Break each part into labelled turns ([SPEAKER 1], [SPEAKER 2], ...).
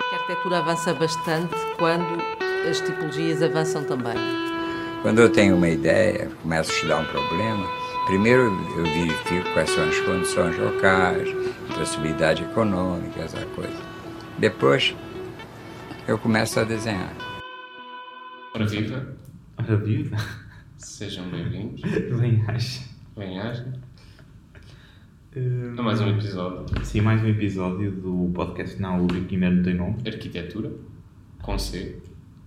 [SPEAKER 1] A arquitetura avança bastante quando as tipologias avançam também.
[SPEAKER 2] Quando eu tenho uma ideia, começo a estudar um problema, primeiro eu verifico quais são as condições locais, possibilidade econômica, essa coisa. Depois eu começo a desenhar.
[SPEAKER 3] Ora viva,
[SPEAKER 4] Ora viva,
[SPEAKER 3] sejam bem-vindos.
[SPEAKER 4] linhagem.
[SPEAKER 3] Bem-aja.
[SPEAKER 4] Hum,
[SPEAKER 3] A mais um episódio
[SPEAKER 4] Sim, mais um episódio do podcast na UB que ainda não tem nome.
[SPEAKER 3] de Arquitetura, com C,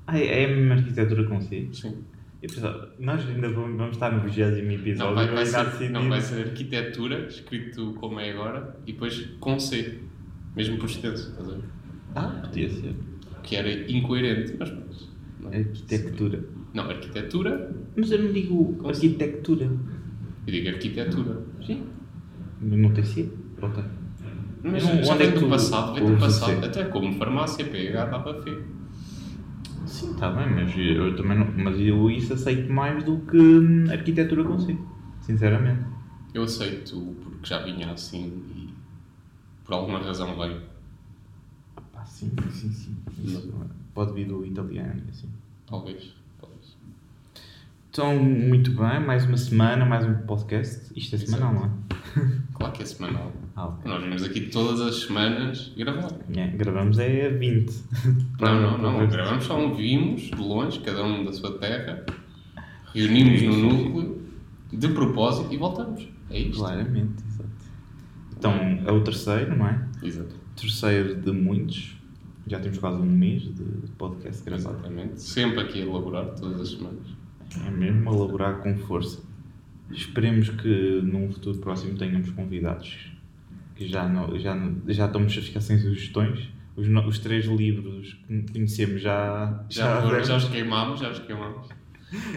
[SPEAKER 4] Ah, é é a mesma arquitetura com si.
[SPEAKER 3] sim.
[SPEAKER 4] E pessoal, nós ainda vamos, vamos estar no 20 episódio.
[SPEAKER 3] Não vai, vai
[SPEAKER 4] e ainda
[SPEAKER 3] ser,
[SPEAKER 4] decidido.
[SPEAKER 3] não vai ser Arquitetura, escrito como é agora, e depois com C, mesmo por extenso, estás a ver?
[SPEAKER 4] Ah, podia ser.
[SPEAKER 3] Que era incoerente, mas pronto. Não,
[SPEAKER 4] Arquitetura.
[SPEAKER 3] não Arquitetura,
[SPEAKER 4] Mas eu não digo
[SPEAKER 3] Com C.
[SPEAKER 4] arquitetura.
[SPEAKER 3] eu digo Arquitetura.
[SPEAKER 4] Sim. Mas não tem C? Ou tem?
[SPEAKER 3] Mas
[SPEAKER 4] Não,
[SPEAKER 3] já
[SPEAKER 4] onde é
[SPEAKER 3] vem
[SPEAKER 4] que
[SPEAKER 3] do
[SPEAKER 4] tu
[SPEAKER 3] passado, vem do
[SPEAKER 4] ouves o
[SPEAKER 3] passado,
[SPEAKER 4] C?
[SPEAKER 3] até como farmácia, PH, dá para ver.
[SPEAKER 4] Sim, está bem, mas eu também não. Mas eu isso aceito mais do que hum, arquitetura com si. Sinceramente.
[SPEAKER 3] Eu aceito porque já vinha assim e por alguma razão veio.
[SPEAKER 4] Ah, Pá, sim, sim, sim. Isso pode vir do italiano, assim.
[SPEAKER 3] Talvez, talvez.
[SPEAKER 4] Então, muito bem, mais uma semana, mais um podcast. Isto é
[SPEAKER 3] Exato.
[SPEAKER 4] semanal, não é?
[SPEAKER 3] Claro que é semanal.
[SPEAKER 4] Ah, ok.
[SPEAKER 3] Nós vimos aqui todas as semanas gravar.
[SPEAKER 4] É, gravamos é 20.
[SPEAKER 3] Não, não, não. Gravamos só um vimos de longe, cada um da sua terra, reunimos no núcleo, de propósito e voltamos. É isto.
[SPEAKER 4] Claramente, exato. Então, é o terceiro, não é?
[SPEAKER 3] Exato.
[SPEAKER 4] Terceiro de muitos. Já temos quase um mês de podcast gravado.
[SPEAKER 3] Exatamente. Sempre aqui a elaborar todas as semanas.
[SPEAKER 4] É mesmo a elaborar com força. Esperemos que num futuro próximo tenhamos convidados que já, não, já, não- já estamos a ficar sem sugestões. Os, no- os três livros que conhecemos já,
[SPEAKER 3] Já, foram,
[SPEAKER 4] já,
[SPEAKER 3] já os queimámos, já os queimámos.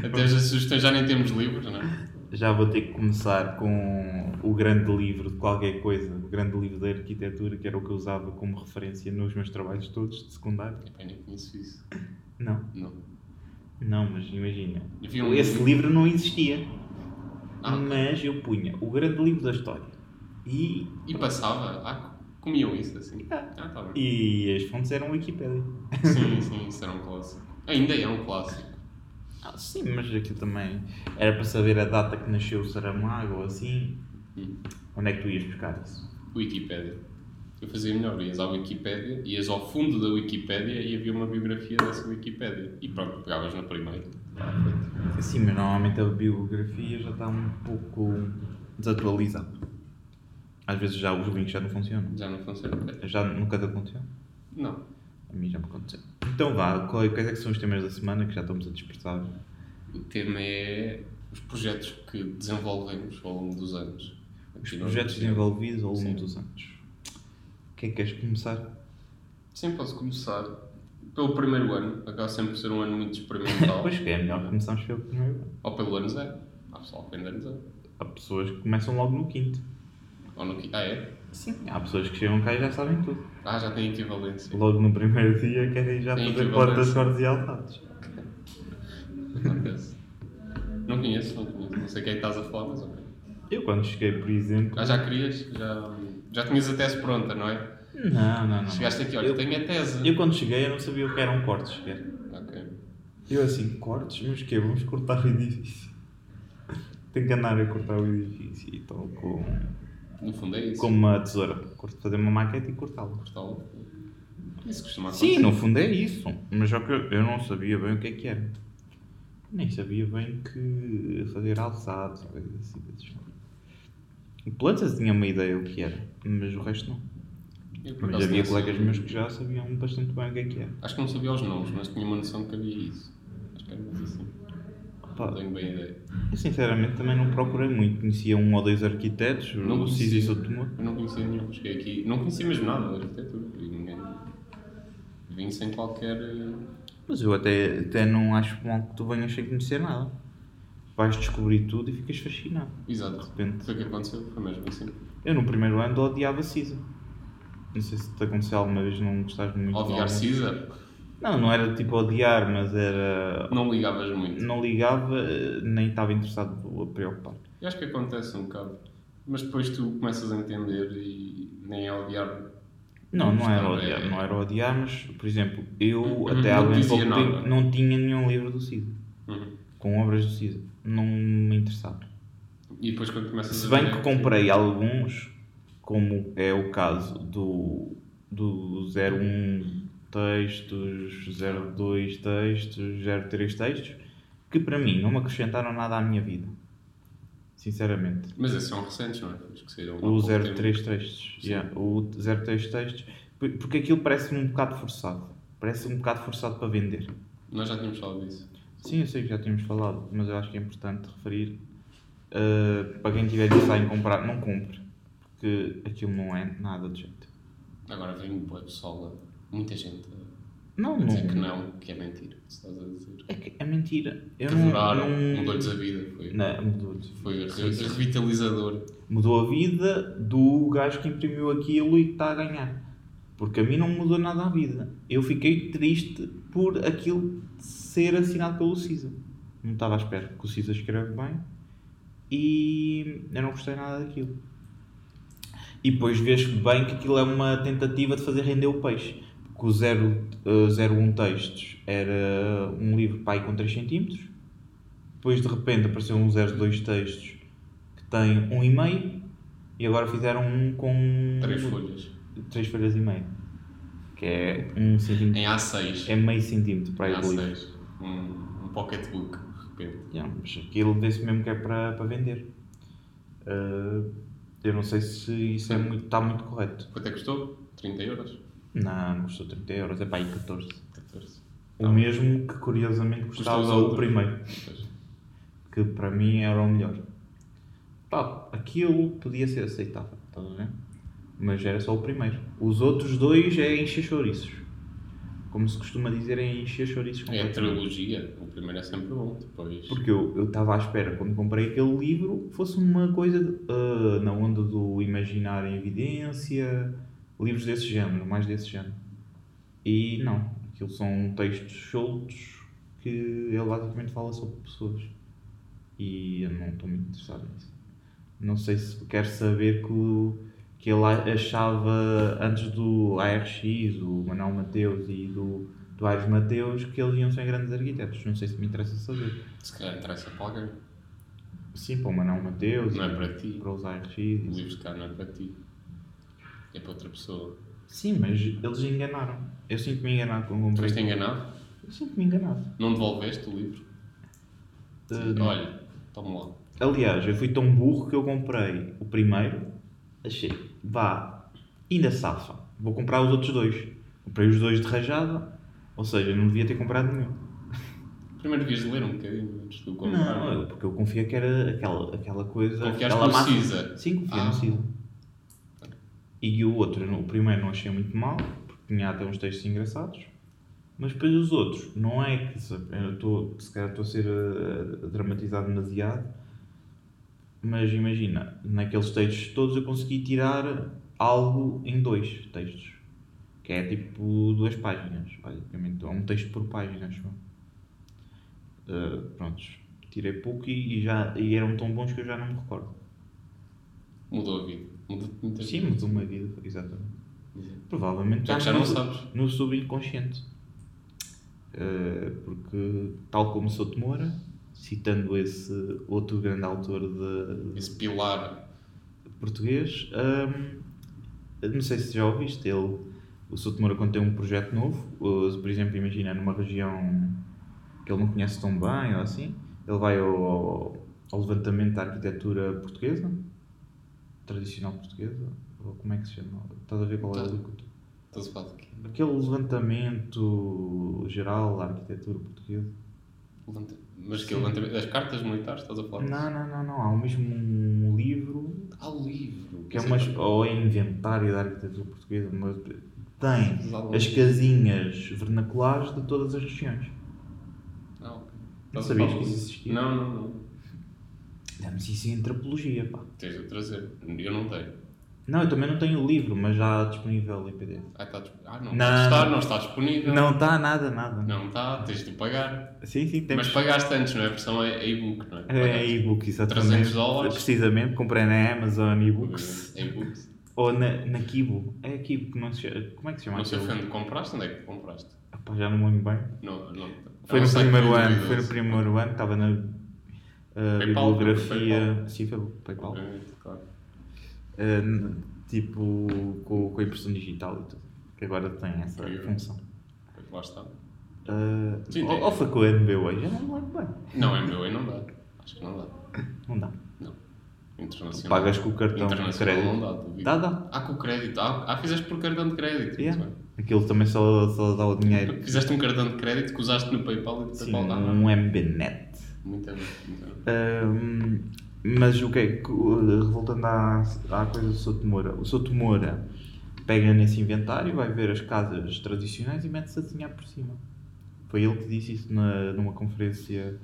[SPEAKER 3] Até as sugestões já nem temos livros, não é?
[SPEAKER 4] Já vou ter que começar com o grande livro de qualquer coisa, o grande livro da arquitetura, que era o que eu usava como referência nos meus trabalhos todos de secundário.
[SPEAKER 3] Eu nem conheço isso.
[SPEAKER 4] Não,
[SPEAKER 3] Não.
[SPEAKER 4] não, mas imagina.
[SPEAKER 3] Havia um-
[SPEAKER 4] Esse livro não existia,
[SPEAKER 3] Ah, ok.
[SPEAKER 4] mas eu punha o grande livro da história e,
[SPEAKER 3] E passava. Ah, comiam isso assim. Ah, tá bem.
[SPEAKER 4] e as fontes eram Wikipédia.
[SPEAKER 3] Sim, sim, isso era um clássico. Ainda é um clássico.
[SPEAKER 4] Ah, sim, mas aquilo também era para saber a data que nasceu o Saramago ou assim.
[SPEAKER 3] Hum.
[SPEAKER 4] Onde é que tu ias buscar isso?
[SPEAKER 3] Wikipédia. Eu fazia melhor, ias à Wikipédia, ias ao fundo da Wikipédia e havia uma biografia dessa Wikipédia. E pronto, pegavas na primeira.
[SPEAKER 4] Sim, mas normalmente a biografia já está um pouco desatualizada. Às vezes já os links já não funcionam.
[SPEAKER 3] Já não funciona.
[SPEAKER 4] Já nunca te aconteceu?
[SPEAKER 3] Não.
[SPEAKER 4] A mim já me aconteceu. Então vá, qual- quais é que são os temas da semana que já estamos a dispersar?
[SPEAKER 3] O tema é os projetos que desenvolvemos ao longo dos anos.
[SPEAKER 4] Os
[SPEAKER 3] Aqui na
[SPEAKER 4] projetos
[SPEAKER 3] universidade.
[SPEAKER 4] desenvolvidos ao longo
[SPEAKER 3] Sim.
[SPEAKER 4] dos anos. Quem queres começar?
[SPEAKER 3] Sim, posso começar pelo primeiro ano. Acaba sempre por ser um ano muito experimental.
[SPEAKER 4] Pois que é melhor começarmos pelo primeiro.
[SPEAKER 3] Ou pelo ano zero. Há pessoal que ainda ano zero.
[SPEAKER 4] Há pessoas que começam logo no quinto.
[SPEAKER 3] Ou no quinto. Ah, é?
[SPEAKER 4] Sim. Há pessoas que chegam cá e já sabem tudo.
[SPEAKER 3] Ah, já tem equivalência.
[SPEAKER 4] Logo no primeiro dia querem já
[SPEAKER 3] Tem
[SPEAKER 4] fazer
[SPEAKER 3] equivalência.
[SPEAKER 4] portas, cordas e altares.
[SPEAKER 3] Acontece. não conheço, não conheço. Não sei quem é estás a falar, mas ok.
[SPEAKER 4] Eu quando cheguei, por exemplo...
[SPEAKER 3] Ah, já querias? Já, já tinhas a tese pronta, não é?
[SPEAKER 4] Não, não, não.
[SPEAKER 3] Chegaste aqui, olha,
[SPEAKER 4] Eu-
[SPEAKER 3] tenho a tese.
[SPEAKER 4] Eu quando cheguei eu não sabia o que eram cortes, sequer.
[SPEAKER 3] Ok.
[SPEAKER 4] Eu assim, cortes? Mas que Vamos cortar o edifício. Tenho que andar a cortar o edifício e tal, com,
[SPEAKER 3] No fundo é isso.
[SPEAKER 4] com uma tesoura. Corto- Fazer uma maquete e cortá-lo.
[SPEAKER 3] Portal. Isso costuma acontecer.
[SPEAKER 4] Sim, no fundo é isso. Mas só que eu eu não sabia bem o que é que era. Nem sabia bem que fazer alçados, coisas assim. desses. O plantas tinha uma ideia o que era, mas o resto não.
[SPEAKER 3] Eu, por
[SPEAKER 4] Mas
[SPEAKER 3] acaso,
[SPEAKER 4] havia
[SPEAKER 3] não
[SPEAKER 4] colegas
[SPEAKER 3] sabia.
[SPEAKER 4] meus que já sabiam bastante bem o que é que era.
[SPEAKER 3] Acho que não sabia os nomes, mas tinha uma noção que havia isso. Acho que era mais assim.
[SPEAKER 4] Pá,
[SPEAKER 3] Não tenho bem ideia.
[SPEAKER 4] Eu sinceramente também não procurei muito, conhecia um ou dois arquitetos,
[SPEAKER 3] Não
[SPEAKER 4] o
[SPEAKER 3] conhecia.
[SPEAKER 4] Cis e Sotomor.
[SPEAKER 3] Eu não conhecia nenhum. Cheguei aqui. Não conhecia mesmo nada da arquitetura. E ninguém. Vim sem qualquer. eh,
[SPEAKER 4] Mas eu até, até não acho mal que tu venhas sem conhecer nada. Vais descobrir tudo e ficas fascinado, de
[SPEAKER 3] Exato.
[SPEAKER 4] repente.
[SPEAKER 3] Foi o que aconteceu. Foi mesmo assim.
[SPEAKER 4] Eu no primeiro ano odiava Cisa. Não sei se te aconteceu alguma vez não gostaste muito de
[SPEAKER 3] Odiar
[SPEAKER 4] algum.
[SPEAKER 3] Caesar.
[SPEAKER 4] Não, não era tipo odiar, mas era.
[SPEAKER 3] Não ligavas muito.
[SPEAKER 4] Não ligava, nem estava interessado a preocupar.
[SPEAKER 3] Eu acho que acontece um bocado. Mas depois tu começas a entender e nem a é odiar
[SPEAKER 4] Não, não era
[SPEAKER 3] Não, é-
[SPEAKER 4] odiar, não era odiar, mas, por exemplo, eu
[SPEAKER 3] Uhum. Não
[SPEAKER 4] até há bem
[SPEAKER 3] dizia
[SPEAKER 4] pouco
[SPEAKER 3] nada.
[SPEAKER 4] tempo não tinha nenhum livro do Cid,
[SPEAKER 3] Uhum.
[SPEAKER 4] com obras do Cid, não me interessava.
[SPEAKER 3] E depois quando começas
[SPEAKER 4] Se
[SPEAKER 3] a
[SPEAKER 4] bem
[SPEAKER 3] ver-
[SPEAKER 4] que comprei alguns, como é o caso do, do 01 textos, 02 textos, 03 textos, que para mim não me acrescentaram nada à minha vida. Sinceramente.
[SPEAKER 3] Mas esses são recentes, não é? Os que saíram há
[SPEAKER 4] O
[SPEAKER 3] pouco tempo.
[SPEAKER 4] 03 textos.
[SPEAKER 3] Sim.
[SPEAKER 4] Yeah, o 03 textos. Por- Porque aquilo parece-me um bocado forçado. Parece um bocado forçado para vender.
[SPEAKER 3] Nós já tínhamos falado disso.
[SPEAKER 4] Sim, eu sei que já tínhamos falado, mas eu acho que é importante referir. uh, para quem tiver design em comprar, não compre. Porque aquilo não é nada de jeito.
[SPEAKER 3] Agora vem um boa pessoa, muita gente
[SPEAKER 4] Não,
[SPEAKER 3] a
[SPEAKER 4] não.
[SPEAKER 3] dizer que não, que é mentira. que Estás a dizer.
[SPEAKER 4] É, que é mentira. Eu
[SPEAKER 3] Que
[SPEAKER 4] não,
[SPEAKER 3] devoraram,
[SPEAKER 4] não-
[SPEAKER 3] mudou-lhes a vida. Foi,
[SPEAKER 4] Não, mudou.
[SPEAKER 3] foi
[SPEAKER 4] Sim,
[SPEAKER 3] re-
[SPEAKER 4] sim.
[SPEAKER 3] revitalizador.
[SPEAKER 4] Mudou a vida do gajo que imprimiu aquilo e que está a ganhar. Porque a mim não mudou nada a vida. Eu fiquei triste por aquilo ser assinado pelo Cisa. Não estava à espera, porque o Cisa escreve bem e eu não gostei nada daquilo. E depois vês bem que aquilo é uma tentativa de fazer render o peixe. Porque o 0, eh, 01 Textos era um livro pai com 3 cm. Depois de repente apareceu um 02 Textos que tem 1,5 e agora fizeram um com
[SPEAKER 3] Três folhas.
[SPEAKER 4] 3 folhas e meia. Que é um centímetro.
[SPEAKER 3] Em A6.
[SPEAKER 4] É meio centímetro para
[SPEAKER 3] em
[SPEAKER 4] aí o livro.
[SPEAKER 3] A6. Um, um pocketbook, de repente.
[SPEAKER 4] Yeah, mas aquilo vê-se mesmo que é para, para vender. Ah, eu não sei se isso é muito, está muito correto.
[SPEAKER 3] Quanto é que custou? 30 euros?
[SPEAKER 4] Não, custou 30 euros, é para aí 14.
[SPEAKER 3] 14.
[SPEAKER 4] O mesmo que curiosamente
[SPEAKER 3] Tá Custou os
[SPEAKER 4] custava o
[SPEAKER 3] outros.
[SPEAKER 4] primeiro,
[SPEAKER 3] Pois.
[SPEAKER 4] que para mim era o melhor. Pá, aquilo podia ser aceitável, estás a ver? Mas era só o primeiro. Os outros dois é encher chouriços. Como se costuma dizer, é encher chouriços
[SPEAKER 3] É a
[SPEAKER 4] completamente.
[SPEAKER 3] trilogia. O primeiro é sempre bom. Depois.
[SPEAKER 4] Porque eu eu estava à espera, quando comprei aquele livro, fosse uma coisa ah, na onda do imaginar em evidência, livros desse género, mais desse género. E não, aquilo são textos soltos que ele basicamente fala sobre pessoas. E eu não estou muito interessado nisso. Não sei se quer saber que, o- que ele a- achava antes do ARX, do Manuel Mateus e do, do Aires Mateus, que eles iam ser grandes arquitetos. Não sei se me interessa saber.
[SPEAKER 3] Se calhar interessa para alguém.
[SPEAKER 4] Sim, para o Manuel Mateus,
[SPEAKER 3] Não é
[SPEAKER 4] e
[SPEAKER 3] para ti.
[SPEAKER 4] para os ARX.
[SPEAKER 3] O livro de cá não é para ti. É para outra pessoa.
[SPEAKER 4] Sim, mas eles enganaram. Eu sinto-me enganado quando comprei.
[SPEAKER 3] Foste enganado?
[SPEAKER 4] Eu sinto-me enganado.
[SPEAKER 3] Não devolveste o livro?
[SPEAKER 4] Uh, não.
[SPEAKER 3] Olha, toma lá.
[SPEAKER 4] Aliás, eu fui tão burro que eu comprei o primeiro, achei, vá, ainda safa, vou comprar os outros dois. Comprei os dois de rajada, ou seja, não devia ter comprado nenhum.
[SPEAKER 3] Primeiro devias ler um bocadinho antes de o comprar.
[SPEAKER 4] Não, eu- porque eu confia que era aquela, aquela coisa.
[SPEAKER 3] Confiaste
[SPEAKER 4] aquela
[SPEAKER 3] no Cisa?
[SPEAKER 4] Sim, confia
[SPEAKER 3] Ah.
[SPEAKER 4] no Cisa. E o outro, o primeiro não achei muito mal, porque tinha até uns textos engraçados. Mas depois os outros, não é que se, eu tô, se calhar estou a ser eh, dramatizado demasiado, mas imagina, naqueles textos todos eu consegui tirar algo em dois textos, que é tipo duas páginas, basicamente, ou um texto por página, acho eu. Uh, prontos, tirei pouco e, e já, e eram tão bons que eu já não me recordo.
[SPEAKER 3] Mudou a vida. Mudou-te muita
[SPEAKER 4] Sim, tá
[SPEAKER 3] vida.
[SPEAKER 4] mudou uma vida, exatamente.
[SPEAKER 3] Exato.
[SPEAKER 4] Provavelmente
[SPEAKER 3] Já que já
[SPEAKER 4] está
[SPEAKER 3] não
[SPEAKER 4] no-
[SPEAKER 3] sabes.
[SPEAKER 4] no subconsciente. Uh, porque, tal como Souto Moura, citando esse outro grande autor de,
[SPEAKER 3] Esse pilar.
[SPEAKER 4] português. hum, não sei se já ouviste, ele, o Souto Moura, quando tem um projeto novo, ou, por exemplo, imagina numa região que ele não conhece tão bem ou assim, ele vai ao, ao- ao levantamento da arquitetura portuguesa, tradicional portuguesa, ou como é que se chama? Estás a ver qual é o
[SPEAKER 3] Tá.
[SPEAKER 4] que eu tô-
[SPEAKER 3] Estás a falar de quê?
[SPEAKER 4] Aquele levantamento geral da arquitetura portuguesa.
[SPEAKER 3] Levanta- Mas que é levanta as cartas militares, estás a falar?
[SPEAKER 4] Não, não, não, não. Há o mesmo um livro
[SPEAKER 3] Há o livro.
[SPEAKER 4] que é umas, ou é inventário da arquitetura portuguesa, mas tem as casinhas vernaculares de todas as regiões.
[SPEAKER 3] Não, Ah, ok.
[SPEAKER 4] Não
[SPEAKER 3] Estás a
[SPEAKER 4] sabias
[SPEAKER 3] falar
[SPEAKER 4] que isso
[SPEAKER 3] de-
[SPEAKER 4] existia?
[SPEAKER 3] Não, não, não.
[SPEAKER 4] Damos isso em antropologia, pá.
[SPEAKER 3] Tens de trazer. Eu não tenho.
[SPEAKER 4] Não, eu também não tenho o livro, mas já há disponível em PDF.
[SPEAKER 3] Ah, está disponível. Ah, não.
[SPEAKER 4] Não.
[SPEAKER 3] Está, não está disponível.
[SPEAKER 4] Não está nada, nada.
[SPEAKER 3] Não está, tens de pagar.
[SPEAKER 4] Sim, sim, temos.
[SPEAKER 3] Mas pagaste antes, não é? A versão é é e-book, não é?
[SPEAKER 4] É
[SPEAKER 3] Pagaste.
[SPEAKER 4] e-book, exatamente.
[SPEAKER 3] 300 dólares.
[SPEAKER 4] Precisamente, comprei na Amazon e-books.
[SPEAKER 3] É e-books.
[SPEAKER 4] Ou na, na Kibo. É a Kibo, como é que se chama? Como é que se chama
[SPEAKER 3] Não sei,
[SPEAKER 4] aquilo?
[SPEAKER 3] Fernando, compraste? Onde é que compraste?
[SPEAKER 4] Ah, pá, já não me lembro bem.
[SPEAKER 3] Não, não.
[SPEAKER 4] Foi
[SPEAKER 3] É um
[SPEAKER 4] no
[SPEAKER 3] site
[SPEAKER 4] primeiro
[SPEAKER 3] muito
[SPEAKER 4] ano,
[SPEAKER 3] duvidoso.
[SPEAKER 4] foi no primeiro ano, estava na ah,
[SPEAKER 3] PayPal,
[SPEAKER 4] bibliografia.
[SPEAKER 3] PayPal.
[SPEAKER 4] Sim, foi o PayPal.
[SPEAKER 3] Obviamente, claro.
[SPEAKER 4] Ah, n- tipo, com, com a impressão digital e tudo. Que agora tem essa
[SPEAKER 3] Incrível.
[SPEAKER 4] função.
[SPEAKER 3] Pois Lá está.
[SPEAKER 4] Ah,
[SPEAKER 3] Sim, é-
[SPEAKER 4] ou,
[SPEAKER 3] tem.
[SPEAKER 4] ou foi com a NBW, já não me lembro bem.
[SPEAKER 3] Não, MBA não dá. Acho que não dá.
[SPEAKER 4] Não dá.
[SPEAKER 3] Não. Internacional.
[SPEAKER 4] Pagas com o cartão de
[SPEAKER 3] Internacional
[SPEAKER 4] crédito.
[SPEAKER 3] não dá, duvido.
[SPEAKER 4] Dá, dá.
[SPEAKER 3] Ah, com o crédito. Ah, ah, fizeste por cartão de crédito.
[SPEAKER 4] Yeah.
[SPEAKER 3] Muito
[SPEAKER 4] Aquilo também só, só dá o
[SPEAKER 3] bem.
[SPEAKER 4] dinheiro.
[SPEAKER 3] Fizeste um cartão de crédito que usaste no PayPal e do
[SPEAKER 4] Sim,
[SPEAKER 3] PayPal dá. não. é?
[SPEAKER 4] um MBNet.
[SPEAKER 3] Muito bem, muito bem.
[SPEAKER 4] Ahm, mas o que é que, uh, voltando à, à coisa do Sotomora, o Sotomora pega nesse inventário, vai ver as casas tradicionais e mete-se a desenhar por cima. Foi ele que disse isso na- numa conferência,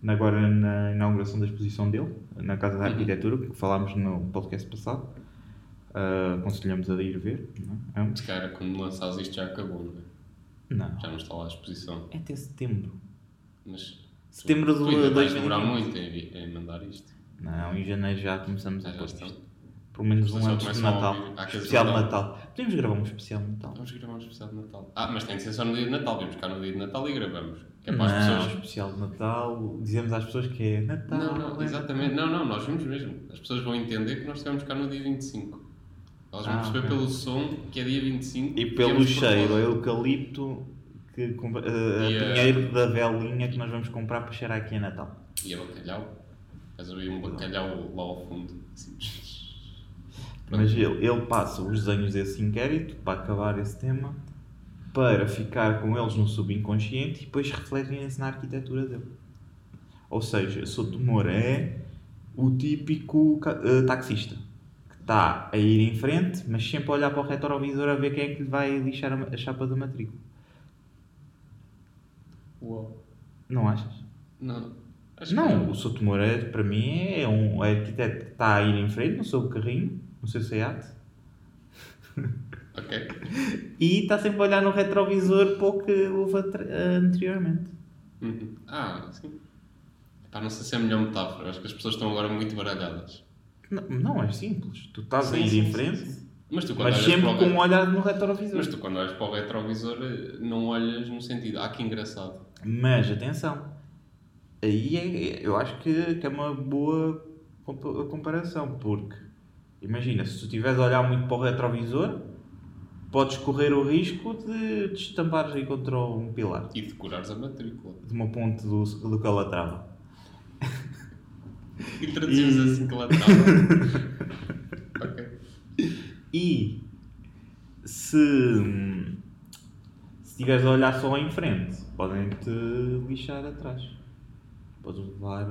[SPEAKER 4] na- agora na inauguração da exposição dele, na Casa da
[SPEAKER 3] Uhum.
[SPEAKER 4] Arquitetura, que falámos no podcast passado. Ah, aconselhamos a ir ver. Não, é?
[SPEAKER 3] Se calhar quando lançares isto já acabou, não é?
[SPEAKER 4] não.
[SPEAKER 3] Já não está lá a exposição.
[SPEAKER 4] é até setembro.
[SPEAKER 3] Mas
[SPEAKER 4] Setembro
[SPEAKER 3] tu
[SPEAKER 4] de
[SPEAKER 3] ainda vais
[SPEAKER 4] 2020.
[SPEAKER 3] demorar muito em, vi- em mandar isto.
[SPEAKER 4] Não, em janeiro já começamos
[SPEAKER 3] Já
[SPEAKER 4] a
[SPEAKER 3] já
[SPEAKER 4] pôr
[SPEAKER 3] estão.
[SPEAKER 4] isto. Pelo menos
[SPEAKER 3] Só
[SPEAKER 4] um antes de
[SPEAKER 3] começam a
[SPEAKER 4] Natal.
[SPEAKER 3] ouvir. Há aqueles
[SPEAKER 4] Especial de
[SPEAKER 3] Natal.
[SPEAKER 4] Natal. Podemos gravar um especial de Natal.
[SPEAKER 3] Vamos gravar um especial de Natal. Ah, mas tem que ser só no dia de Natal. Vimos cá no dia de Natal e gravamos. Que é
[SPEAKER 4] não,
[SPEAKER 3] para as pessoas.
[SPEAKER 4] especial de Natal. Dizemos às pessoas que é Natal.
[SPEAKER 3] Não, não,
[SPEAKER 4] é
[SPEAKER 3] exatamente. Não, não, nós vimos mesmo. As pessoas vão entender que nós estivemos cá no dia 25. Elas vão
[SPEAKER 4] Ah,
[SPEAKER 3] perceber
[SPEAKER 4] ok.
[SPEAKER 3] pelo som que é dia 25.
[SPEAKER 4] E
[SPEAKER 3] que é
[SPEAKER 4] pelo
[SPEAKER 3] de propósito.
[SPEAKER 4] cheiro, é eucalipto, que, com- eh, a
[SPEAKER 3] E, eh,
[SPEAKER 4] pinheiro da velinha que nós vamos comprar para cheirar aqui a Natal.
[SPEAKER 3] E é bacalhau. Estás a ver um bacalhau lá ao fundo. Assim. Pronto.
[SPEAKER 4] Mas ele, ele passa os desenhos desse inquérito para acabar esse tema, para ficar com eles no subconsciente e depois refletem-se na arquitetura dele. Ou seja, Sotomora é o típico ca- eh, taxista que está a ir em frente, mas sempre a olhar para o retrovisor a ver quem é que lhe vai lixar a, ma- a chapa da matrícula.
[SPEAKER 3] Uau.
[SPEAKER 4] Não achas?
[SPEAKER 3] Não. Acho que
[SPEAKER 4] Não, o Sotomora é, para mim é um arquiteto que está a ir em frente no seu carrinho, no seu SEAT,
[SPEAKER 3] Ok.
[SPEAKER 4] E está sempre a olhar no retrovisor para o que houve atre- anteriormente.
[SPEAKER 3] Uhum. Ah, sim. Epá, não sei se é a melhor metáfora. Acho que as pessoas estão agora muito baralhadas.
[SPEAKER 4] Não, não, é simples. Tu estás a
[SPEAKER 3] Sim,
[SPEAKER 4] ir
[SPEAKER 3] sim,
[SPEAKER 4] em
[SPEAKER 3] sim,
[SPEAKER 4] frente,
[SPEAKER 3] sim. Mas tu quando
[SPEAKER 4] mas
[SPEAKER 3] olhas
[SPEAKER 4] sempre
[SPEAKER 3] para o
[SPEAKER 4] com um
[SPEAKER 3] retro-
[SPEAKER 4] olhar no retrovisor.
[SPEAKER 3] Mas
[SPEAKER 4] Mas,
[SPEAKER 3] tu quando olhas para o retrovisor eh, não olhas no sentido. Ah, que engraçado.
[SPEAKER 4] atenção, aí é- eu acho que, que é uma boa compa- comparação, porque imagina, se tu estiveres a olhar muito para o retrovisor, podes correr o risco de te estampares aí contra um pilar
[SPEAKER 3] E decorares a matrícula.
[SPEAKER 4] de uma ponte do, do Calatrava.
[SPEAKER 3] E traduzimos
[SPEAKER 4] E-
[SPEAKER 3] assim que lá estava. ok.
[SPEAKER 4] E se se tiveres a olhar só em frente, podem-te lixar atrás. Podes levar.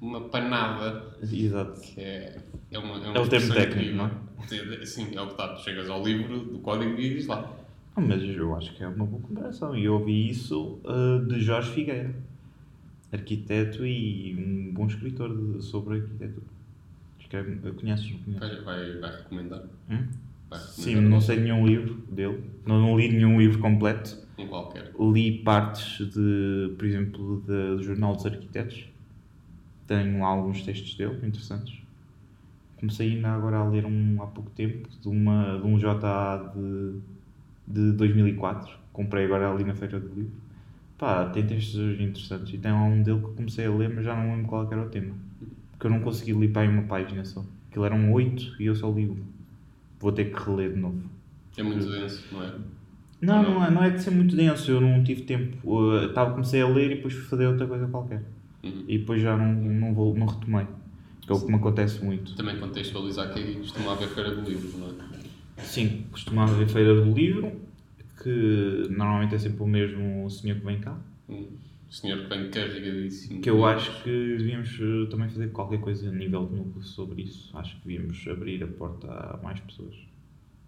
[SPEAKER 3] Uma panada.
[SPEAKER 4] Exato.
[SPEAKER 3] que é, é uma, uma
[SPEAKER 4] É o termo
[SPEAKER 3] expressão
[SPEAKER 4] técnico,
[SPEAKER 3] incrível.
[SPEAKER 4] não
[SPEAKER 3] Sim, Sim, é o que está. Tu chegas ao livro do código e diz lá.
[SPEAKER 4] Ah, Mas eu acho que é uma boa comparação. E eu ouvi isso ah, de Jorge Figueira, arquiteto e um bom escritor de- sobre arquitetura. Escreve, conheces? Não
[SPEAKER 3] Vai,
[SPEAKER 4] conheces?
[SPEAKER 3] vai, vai recomendar.
[SPEAKER 4] Hum?
[SPEAKER 3] Vai
[SPEAKER 4] Sim,
[SPEAKER 3] recomendar
[SPEAKER 4] não sei nenhum livro dele. Não, não li nenhum livro completo.
[SPEAKER 3] um qualquer.
[SPEAKER 4] li partes de, por exemplo, de- do Jornal dos Arquitetos. Tenho lá alguns textos dele interessantes. Comecei ainda agora a ler um há pouco tempo de, uma, de um JA de, de 2004. Comprei agora ali na Feira do Livro. Pá, tem textos interessantes. E tem lá um dele que eu comecei a ler, mas já não lembro qual é que era o tema. Porque eu não consegui ler para aí uma página só. Aquilo eram oito e eu só li uma. Vou ter que reler de novo.
[SPEAKER 3] É muito denso, não é?
[SPEAKER 4] Não,
[SPEAKER 3] Ou
[SPEAKER 4] não,
[SPEAKER 3] não?
[SPEAKER 4] é, não é de ser muito denso, eu não tive tempo. Eu, tava, comecei a ler e depois fui fazer outra coisa qualquer.
[SPEAKER 3] Uhum.
[SPEAKER 4] E depois já não, não, vou, não retomei. Que é o que me acontece muito.
[SPEAKER 3] Também contextualizar que é aí costuma haver feira do livro, não é?
[SPEAKER 4] Sim, costumava ver Feira do Livro, que normalmente é sempre o mesmo senhor que vem cá.
[SPEAKER 3] Um senhor que vem carregadíssimo.
[SPEAKER 4] Que eu acho que devíamos eh, também fazer qualquer coisa a nível de núcleo sobre isso. Acho que devíamos abrir a porta a mais pessoas.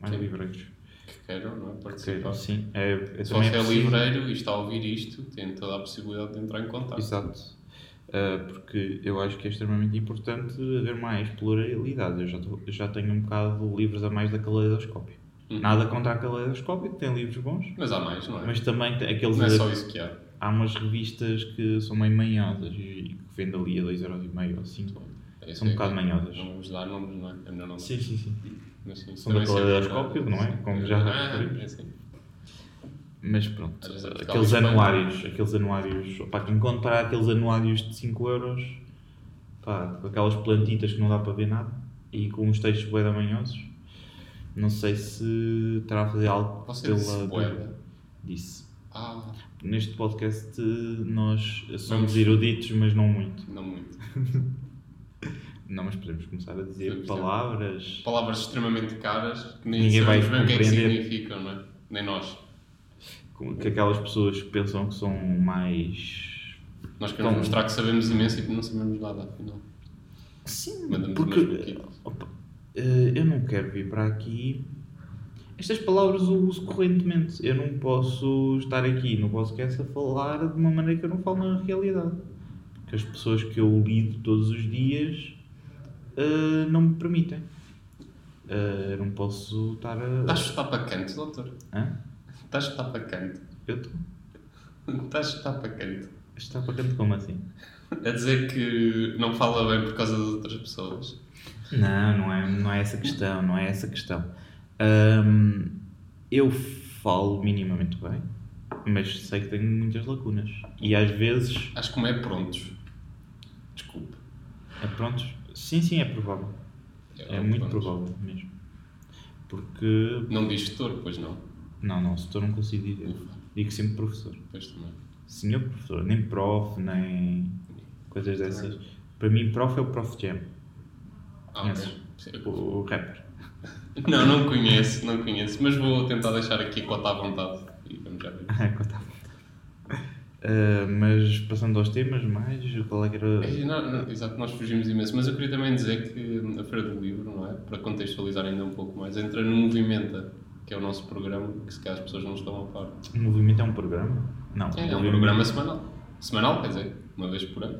[SPEAKER 4] Mais
[SPEAKER 3] Sim.
[SPEAKER 4] livreiros.
[SPEAKER 3] que queiram, não é? Participar.
[SPEAKER 4] Sim, é, é
[SPEAKER 3] Se
[SPEAKER 4] também
[SPEAKER 3] você é
[SPEAKER 4] preciso-
[SPEAKER 3] livreiro e está a ouvir isto, tem toda a possibilidade de entrar em contato.
[SPEAKER 4] Exato. Ah, porque eu acho que é extremamente importante haver mais pluralidade. Eu já, tô- já tenho um bocado de livros a mais da caleidoscópio.
[SPEAKER 3] Uhum.
[SPEAKER 4] Nada contra a caleidoscópio, que tem livros bons,
[SPEAKER 3] Mas há mais, não é?
[SPEAKER 4] mas também tem aqueles.
[SPEAKER 3] não é só isso que há.
[SPEAKER 4] Há umas revistas que são meio manhosas e que vende ali a 2,5€ ou 5.
[SPEAKER 3] É isso
[SPEAKER 4] São um
[SPEAKER 3] aí.
[SPEAKER 4] bocado manhosas.
[SPEAKER 3] Não vamos dar nomes, não é? É melhor não.
[SPEAKER 4] Sim, sim, sim.
[SPEAKER 3] Mas sim,
[SPEAKER 4] São da
[SPEAKER 3] também sempre-
[SPEAKER 4] caleidoscópio, não é? Como já referimos.
[SPEAKER 3] Ah, é sim.
[SPEAKER 4] Mas
[SPEAKER 3] Às
[SPEAKER 4] pronto,
[SPEAKER 3] vezes é porque
[SPEAKER 4] aqueles
[SPEAKER 3] alguém
[SPEAKER 4] anuários, aqueles anuários, opá, quem comprar aqueles anuários de 5 euros, pá, com aquelas plantitas que não dá para ver nada e com os textos bué de manhosos, não sei se terá a fazer algo
[SPEAKER 3] Você disse bué.
[SPEAKER 4] Disse.
[SPEAKER 3] Ah,
[SPEAKER 4] Neste podcast eh, nós somos
[SPEAKER 3] Vamos.
[SPEAKER 4] eruditos, mas não muito.
[SPEAKER 3] não muito.
[SPEAKER 4] Não, mas podemos começar a dizer
[SPEAKER 3] Podemos, sim.
[SPEAKER 4] palavras.
[SPEAKER 3] Palavras extremamente caras que nem
[SPEAKER 4] Ninguém vai
[SPEAKER 3] sabemos bem o que é que
[SPEAKER 4] compreender.
[SPEAKER 3] significam, não é? Nem nós.
[SPEAKER 4] com- que aquelas pessoas que pensam que são mais.
[SPEAKER 3] Nós queremos
[SPEAKER 4] Então-
[SPEAKER 3] mostrar que sabemos imenso e que não sabemos nada, afinal.
[SPEAKER 4] Sim,
[SPEAKER 3] Mandamos
[SPEAKER 4] porque.
[SPEAKER 3] mesmo aqui.
[SPEAKER 4] Opa, eh, eu não quero vir para aqui. Estas palavras eu uso correntemente. Eu não posso estar aqui no podcast a falar de uma maneira que eu não falo na realidade. Porque as pessoas que eu lido todos os dias eh, não me permitem. Eh, eu não posso estar a.
[SPEAKER 3] Estás a chutar para canto, doutor.
[SPEAKER 4] Hã?
[SPEAKER 3] Estás a chutar para canto.
[SPEAKER 4] Eu estou.
[SPEAKER 3] Estás a chutar para canto.
[SPEAKER 4] Está para canto como assim?
[SPEAKER 3] A dizer que não fala bem por causa das outras pessoas.
[SPEAKER 4] Não, não é, não é essa questão, não é essa questão. Ahm, eu falo minimamente bem, mas sei que tenho muitas lacunas. E às vezes,
[SPEAKER 3] Acho que como é prontos. Desculpe.
[SPEAKER 4] é pronto, sim, sim, é provável. É muito
[SPEAKER 3] prontos.
[SPEAKER 4] provável mesmo. Porque,
[SPEAKER 3] Não diz tutor, pois não.
[SPEAKER 4] não, não, se tu não consigo dizer, digo sempre professor.
[SPEAKER 3] Pois também.
[SPEAKER 4] Senhor professor, nem prof, nem coisas dessas. Para mim, prof é o prof jam,
[SPEAKER 3] Ah, ok.
[SPEAKER 4] Conheces?
[SPEAKER 3] Sim.
[SPEAKER 4] o, o rapper.
[SPEAKER 3] Não, não conheço, não conheço, mas vou tentar deixar aqui a cota à vontade e vamos já ver.
[SPEAKER 4] Ah, conta à vontade. Ah, mas passando aos temas, mais, qual é que era.
[SPEAKER 3] É, não, não, exato, nós fugimos imenso, mas eu queria também dizer que a Feira do Livro, não é? Para contextualizar ainda um pouco mais, entra no Movimenta, que é o nosso programa, que se calhar as pessoas não estão a par.
[SPEAKER 4] O movimento é um programa? Não.
[SPEAKER 3] É,
[SPEAKER 4] o
[SPEAKER 3] é um
[SPEAKER 4] Movimento-
[SPEAKER 3] programa semanal. Semanal, quer dizer, uma vez por ano.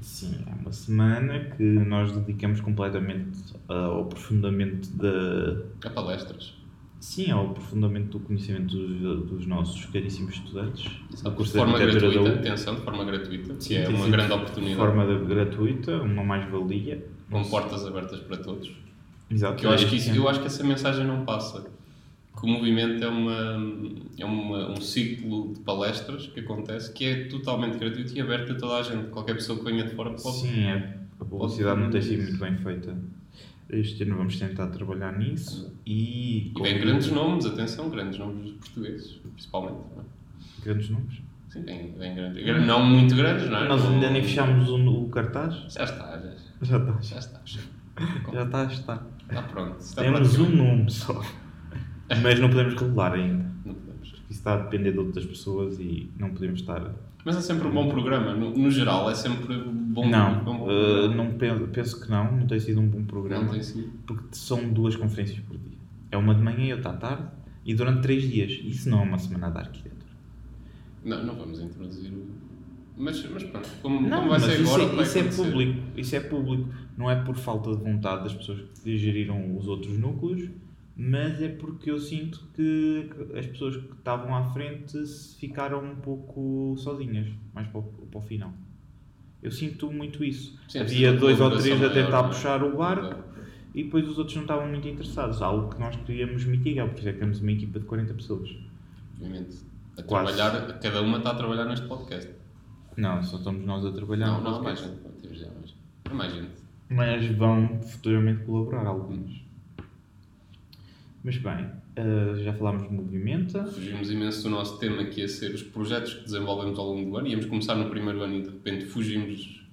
[SPEAKER 4] Sim, é uma semana que nós dedicamos completamente ah, ao aprofundamento da.
[SPEAKER 3] A palestras.
[SPEAKER 4] Sim, ao aprofundamento do conhecimento dos, dos nossos caríssimos estudantes.
[SPEAKER 3] Exato,
[SPEAKER 4] do
[SPEAKER 3] de
[SPEAKER 4] curso
[SPEAKER 3] forma
[SPEAKER 4] de literatura
[SPEAKER 3] gratuita,
[SPEAKER 4] da U,
[SPEAKER 3] atenção, de forma gratuita, que
[SPEAKER 4] Sim,
[SPEAKER 3] é
[SPEAKER 4] sim,
[SPEAKER 3] uma
[SPEAKER 4] sim.
[SPEAKER 3] grande
[SPEAKER 4] de
[SPEAKER 3] oportunidade,
[SPEAKER 4] forma de- gratuita, uma mais-valia.
[SPEAKER 3] com portas abertas para todos.
[SPEAKER 4] Exato.
[SPEAKER 3] Que eu, acho que isso-
[SPEAKER 4] este ano.
[SPEAKER 3] eu acho que essa mensagem não passa. Que o movimento é, uma, é uma- um ciclo de palestras que acontece que é totalmente gratuito e aberto a toda a gente. Qualquer pessoa que venha de fora pode.
[SPEAKER 4] Sim, é, a publicidade não tem sido muito bem feita. Este ano vamos tentar trabalhar nisso e.
[SPEAKER 3] E vem grandes nomes, atenção, grandes nomes portugueses, principalmente. não é?
[SPEAKER 4] Grandes nomes.
[SPEAKER 3] Sim, vem, vem grandes.
[SPEAKER 4] Uhum.
[SPEAKER 3] gran- Não muito grandes, não é?
[SPEAKER 4] Nós ainda
[SPEAKER 3] Não-
[SPEAKER 4] nem fechámos o, o cartaz.
[SPEAKER 3] Já está, já,
[SPEAKER 4] Já está.
[SPEAKER 3] já está.
[SPEAKER 4] Já está, está.
[SPEAKER 3] Está pronto. Está
[SPEAKER 4] Temos um
[SPEAKER 3] Tá praticamente-
[SPEAKER 4] nome só. Mas não podemos revelar ainda.
[SPEAKER 3] Não podemos.
[SPEAKER 4] Isso está a depender de outras pessoas e não podemos estar.
[SPEAKER 3] Mas é sempre um bom programa. No, no geral, é sempre bom.
[SPEAKER 4] não,
[SPEAKER 3] é um bom
[SPEAKER 4] eh,
[SPEAKER 3] programa.
[SPEAKER 4] não penso, penso que não. Não tem sido um bom programa.
[SPEAKER 3] não tem sido.
[SPEAKER 4] Porque são duas conferências por dia. É uma de manhã e outra à tarde. E durante três dias. Isso não é uma semana da arquitetura.
[SPEAKER 3] Não, não vamos introduzir o. Mas, mas pronto, como,
[SPEAKER 4] Não,
[SPEAKER 3] como vai
[SPEAKER 4] mas
[SPEAKER 3] ser
[SPEAKER 4] isso,
[SPEAKER 3] agora.
[SPEAKER 4] é,
[SPEAKER 3] vai
[SPEAKER 4] isso é
[SPEAKER 3] acontecer.
[SPEAKER 4] público. Isso é público. Não é por falta de vontade das pessoas que digeriram os outros núcleos. Mas é porque eu sinto que as pessoas que estavam à frente se ficaram um pouco sozinhas, mais para o, para o final. Eu sinto muito isso.
[SPEAKER 3] Sim,
[SPEAKER 4] Havia
[SPEAKER 3] precisa de
[SPEAKER 4] dois ou
[SPEAKER 3] colaboração
[SPEAKER 4] três a
[SPEAKER 3] maior,
[SPEAKER 4] tentar
[SPEAKER 3] não é?
[SPEAKER 4] puxar o barco e depois os outros não estavam muito interessados. Algo que nós queríamos mitigar, por isso é que temos uma equipa de 40 pessoas.
[SPEAKER 3] Obviamente. A
[SPEAKER 4] Quase.
[SPEAKER 3] trabalhar, cada uma está a trabalhar neste podcast.
[SPEAKER 4] Não, só estamos nós a trabalhar.
[SPEAKER 3] Não,
[SPEAKER 4] no
[SPEAKER 3] não, há mais
[SPEAKER 4] podcast.
[SPEAKER 3] gente. não, Temos já mais. Há mais gente.
[SPEAKER 4] Mas vão futuramente colaborar alguns. Mas bem, ah, já falámos de Movimenta.
[SPEAKER 3] Fugimos imenso do nosso tema que ia ser os projetos que desenvolvemos ao longo do ano. Íamos começar no primeiro ano e de repente fugimos.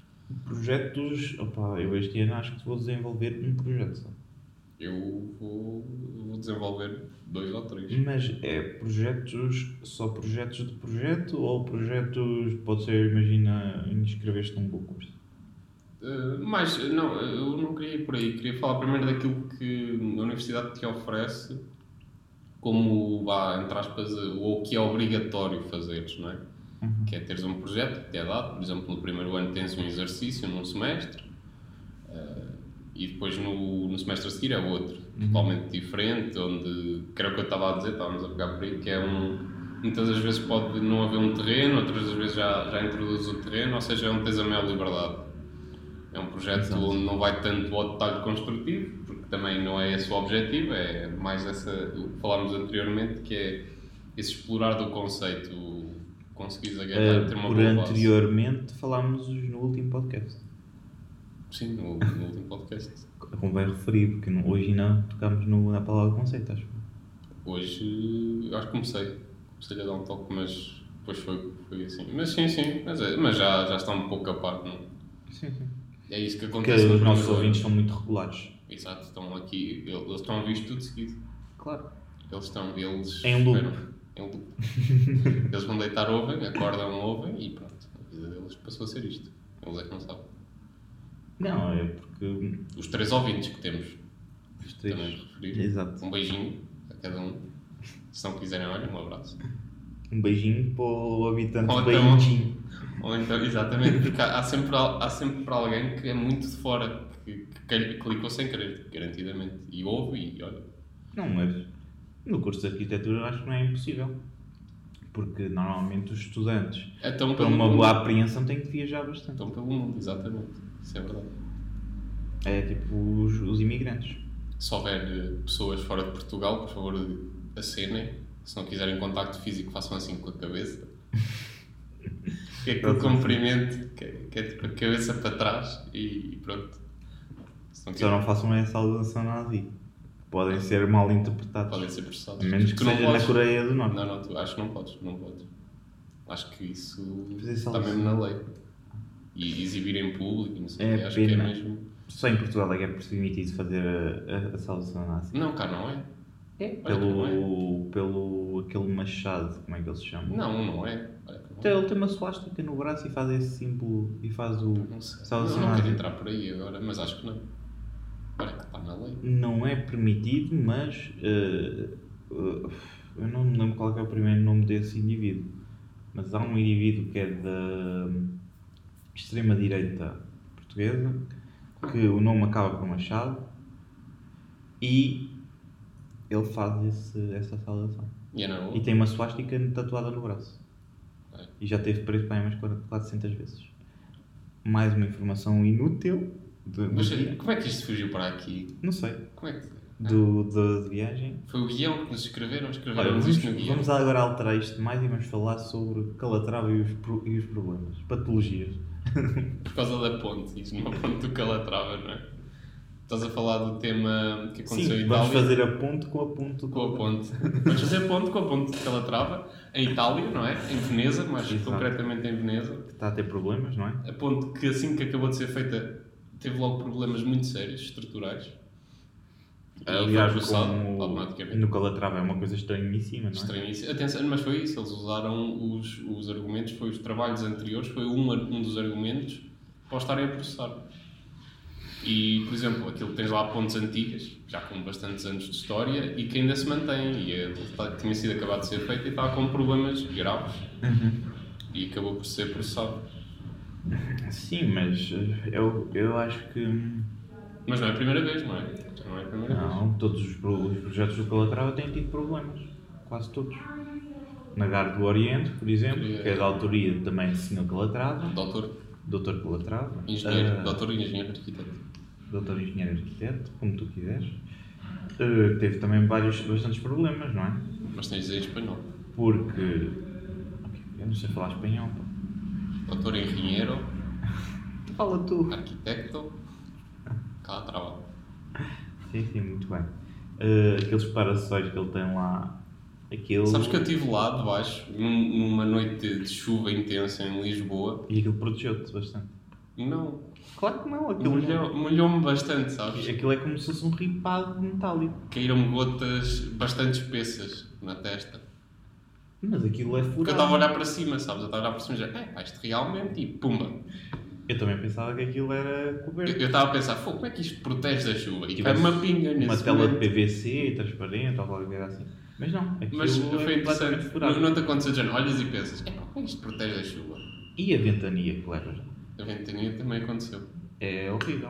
[SPEAKER 4] Projetos. Opa, eu este ano acho que vou desenvolver um projeto só.
[SPEAKER 3] Eu vou, vou desenvolver dois ou três.
[SPEAKER 4] Mas é projetos, só projetos de projeto ou projetos, pode ser, imagina, inscrever-te num bom curso?
[SPEAKER 3] Uh, mas não, eu não queria ir por aí, queria falar primeiro daquilo que a universidade te oferece como, vá, entre aspas, ou que é obrigatório fazeres, não é?
[SPEAKER 4] Uhum.
[SPEAKER 3] Que é teres um projeto que te é dado, por exemplo, no primeiro ano tens um exercício num semestre uh, e depois no, no semestre a seguir é outro, totalmente diferente, onde, que era o que eu estava a dizer, estávamos a pegar por aí, que é um... Muitas das vezes pode não haver um terreno, outras das vezes já, já introduz o terreno, ou seja, é onde tens a maior liberdade. É um projeto onde não vai tanto ao detalhe construtivo, porque também não é esse o objetivo, é mais essa, o que falámos anteriormente, que é esse explorar do conceito, o conseguires agarrar,
[SPEAKER 4] Ah,
[SPEAKER 3] É, ter uma
[SPEAKER 4] por
[SPEAKER 3] boa base.
[SPEAKER 4] anteriormente falámos no último podcast.
[SPEAKER 3] Sim, no, no último podcast.
[SPEAKER 4] Convém referir, porque não- hoje não tocámos no- na palavra conceito, acho.
[SPEAKER 3] Hoje, eu acho que comecei, comecei a dar um toque, mas depois foi, foi assim. Mas sim, sim, mas, é- mas já, já está um pouco a par, não?
[SPEAKER 4] Sim, sim.
[SPEAKER 3] É isso que
[SPEAKER 4] Porque
[SPEAKER 3] acontece.
[SPEAKER 4] os
[SPEAKER 3] no
[SPEAKER 4] nossos
[SPEAKER 3] primeiro
[SPEAKER 4] ouvintes são muito regulados.
[SPEAKER 3] ano. Exato, estão aqui, eles eles estão a ouvir isto tudo seguido.
[SPEAKER 4] Claro.
[SPEAKER 3] Eles estão, eles.
[SPEAKER 4] Em um loop.
[SPEAKER 3] esperam. Em um loop. eles vão deitar, ouvem, acordam, ouvem e pronto. A vida deles passou a ser isto. Eles é que não sabem.
[SPEAKER 4] Não, é porque
[SPEAKER 3] Os três ouvintes que temos,
[SPEAKER 4] os
[SPEAKER 3] também
[SPEAKER 4] três.
[SPEAKER 3] referir.
[SPEAKER 4] Exato.
[SPEAKER 3] Um beijinho a cada um. Se não quiserem, olha, um abraço.
[SPEAKER 4] Um beijinho para o habitante
[SPEAKER 3] Ou
[SPEAKER 4] de
[SPEAKER 3] então-
[SPEAKER 4] Beijing.
[SPEAKER 3] Ou então, exatamente, porque há há sempre, al- há sempre alguém que é muito de fora, que, que cal- clicou sem querer, garantidamente. E ouve e olha.
[SPEAKER 4] Não, mas no curso de arquitetura eu acho que não é impossível. Porque normalmente os estudantes,
[SPEAKER 3] Então,
[SPEAKER 4] para
[SPEAKER 3] pelo
[SPEAKER 4] É uma
[SPEAKER 3] mundo.
[SPEAKER 4] boa apreensão, têm que viajar bastante.
[SPEAKER 3] Então, pelo mundo, exatamente. Isso é verdade.
[SPEAKER 4] É tipo os, os imigrantes.
[SPEAKER 3] Se houver eh, pessoas fora de Portugal, por favor, acenem. Se não quiserem contacto físico, façam assim com a cabeça. Que é aquele
[SPEAKER 4] assim.
[SPEAKER 3] comprimento, que, é- que é tipo a cabeça para trás e, e pronto. Se não
[SPEAKER 4] Só
[SPEAKER 3] quiserem,
[SPEAKER 4] não façam essa saudação nazi. que Podem ser mal interpretados.
[SPEAKER 3] podem ser processados.
[SPEAKER 4] A menos
[SPEAKER 3] Tu
[SPEAKER 4] que seja na
[SPEAKER 3] podes-
[SPEAKER 4] Coreia do Norte.
[SPEAKER 3] Não, não, tu, acho que não podes, não podes. Acho que isso
[SPEAKER 4] Fazer
[SPEAKER 3] está
[SPEAKER 4] saudação.
[SPEAKER 3] mesmo na lei. E exibir em público, e não sei o
[SPEAKER 4] É
[SPEAKER 3] quê, acho que é
[SPEAKER 4] pena.
[SPEAKER 3] mesmo.
[SPEAKER 4] Só em Portugal é que é permitido fazer a, a, a saudação nazi.
[SPEAKER 3] Não, cá não é.
[SPEAKER 4] É?
[SPEAKER 3] olha que não
[SPEAKER 4] Pelo, pelo aquele machado, como é que ele se chama?
[SPEAKER 3] Não, não é. Olha que não é.
[SPEAKER 4] Então ele tem uma suástica no braço e faz esse símbolo e faz o.
[SPEAKER 3] Não sei.
[SPEAKER 4] Saudação
[SPEAKER 3] não, não
[SPEAKER 4] nazi.
[SPEAKER 3] quero entrar por aí agora, mas acho que não. Olha que está na lei.
[SPEAKER 4] Não é permitido, mas. eh, eh, eu não me lembro qual é, que é o primeiro nome desse indivíduo. Mas há um indivíduo que é da extrema-direita portuguesa, que o nome acaba por Machado, e ele faz esse- essa saudação.
[SPEAKER 3] E é na
[SPEAKER 4] E
[SPEAKER 3] lei.
[SPEAKER 4] tem uma suástica tatuada no braço.
[SPEAKER 3] É.
[SPEAKER 4] E já teve preso para aí umas 40 400 vezes. Mais uma informação inútil do, do
[SPEAKER 3] Mas
[SPEAKER 4] dia.
[SPEAKER 3] como é que isto fugiu para aqui?
[SPEAKER 4] Não sei.
[SPEAKER 3] Como é que.
[SPEAKER 4] Do, do- de viagem.
[SPEAKER 3] Foi o guião que nos escreveram,
[SPEAKER 4] Olha,
[SPEAKER 3] escreveram
[SPEAKER 4] vamos,
[SPEAKER 3] isto no guião.
[SPEAKER 4] vamos agora alterar isto mais e vamos falar sobre Calatrava e os, pro- e os problemas. Patologias.
[SPEAKER 3] Por causa da ponte, isto numa ponte do Calatrava, não é? Estás a falar do tema que aconteceu em
[SPEAKER 4] Sim,
[SPEAKER 3] Itália
[SPEAKER 4] vamos fazer a ponte com a ponte do
[SPEAKER 3] com a
[SPEAKER 4] Calatrava.
[SPEAKER 3] ponte. Vamos fazer ponte com a ponte de Calatrava, em Itália, não é? Em Veneza, mais
[SPEAKER 4] Exato.
[SPEAKER 3] concretamente em Veneza.
[SPEAKER 4] Está a ter problemas, não é?
[SPEAKER 3] A ponte que assim que acabou de ser feita teve logo problemas muito sérios, estruturais. E foi processado automaticamente.
[SPEAKER 4] no Calatrava é uma coisa estranhíssima, não é?
[SPEAKER 3] Estranhíssimo. Atenção, mas foi isso, eles usaram os, os argumentos, foi os trabalhos anteriores, foi um, ar- um dos argumentos para os estarem a processar. E, por exemplo, aquilo tens lá pontes antigas, já com bastantes anos de história, e que ainda se mantém. E é- tá- tinha sido acabado de ser feito e estava com problemas graves.
[SPEAKER 4] Uhum.
[SPEAKER 3] E acabou por ser processado.
[SPEAKER 4] Sim, mas eh, eu, eu acho que. hum,
[SPEAKER 3] Mas não é a primeira vez, não é? Não é a primeira vez.
[SPEAKER 4] Não, todos os, pro- os projetos do Calatrava têm tido problemas. Quase todos. Na Garde do Oriente, por exemplo, que é da autoria também do Sr. Calatrava,
[SPEAKER 3] Doutor,
[SPEAKER 4] Dr. Calatrava,
[SPEAKER 3] engenheiro,
[SPEAKER 4] ah,
[SPEAKER 3] doutor engenheiro arquiteto.
[SPEAKER 4] Dr. Engenheiro Arquiteto, como tu quiseres. Ah, teve também vários, bastantes problemas, não é?
[SPEAKER 3] Mas tens de dizer em espanhol.
[SPEAKER 4] Porque. Eu não sei falar espanhol, pá.
[SPEAKER 3] Doutor engenheiro,
[SPEAKER 4] Fala tu!
[SPEAKER 3] arquiteto, Calatrava.
[SPEAKER 4] Sim, sim, muito bem. Ah, aqueles parasóis que ele tem lá. Aquele.
[SPEAKER 3] Sabes que eu estive lá de baixo, num- numa noite de chuva intensa em Lisboa.
[SPEAKER 4] E aquilo protegeu-te bastante.
[SPEAKER 3] Não,
[SPEAKER 4] Claro que não, aquilo não.
[SPEAKER 3] molhou- molhou-me bastante, sabes?
[SPEAKER 4] Aquilo é como se fosse um ripado metálico.
[SPEAKER 3] Caíram-me gotas bastante espessas na testa.
[SPEAKER 4] Mas aquilo é
[SPEAKER 3] Porque eu
[SPEAKER 4] furado.
[SPEAKER 3] estava a olhar para cima, sabes? Eu estava a olhar para cima e já, é, pá, isto realmente, e pumba.
[SPEAKER 4] Eu também pensava que aquilo era
[SPEAKER 3] Eu
[SPEAKER 4] coberto.
[SPEAKER 3] eu estava a pensar, "Fogo, como é que isto protege da chuva? E cai
[SPEAKER 4] Tivesse
[SPEAKER 3] uma pinga nesse
[SPEAKER 4] Uma tela
[SPEAKER 3] momento.
[SPEAKER 4] de PVC transparente ou qualquer coisa assim. Mas não, aquilo
[SPEAKER 3] Mas
[SPEAKER 4] é
[SPEAKER 3] foi
[SPEAKER 4] completamente
[SPEAKER 3] interessante. Não,
[SPEAKER 4] furado.
[SPEAKER 3] não te aconteceu, já olhas e pensas, é, pá, como é que isto protege da chuva?
[SPEAKER 4] E a ventania que levas?
[SPEAKER 3] A ventania também aconteceu.
[SPEAKER 4] É horrível.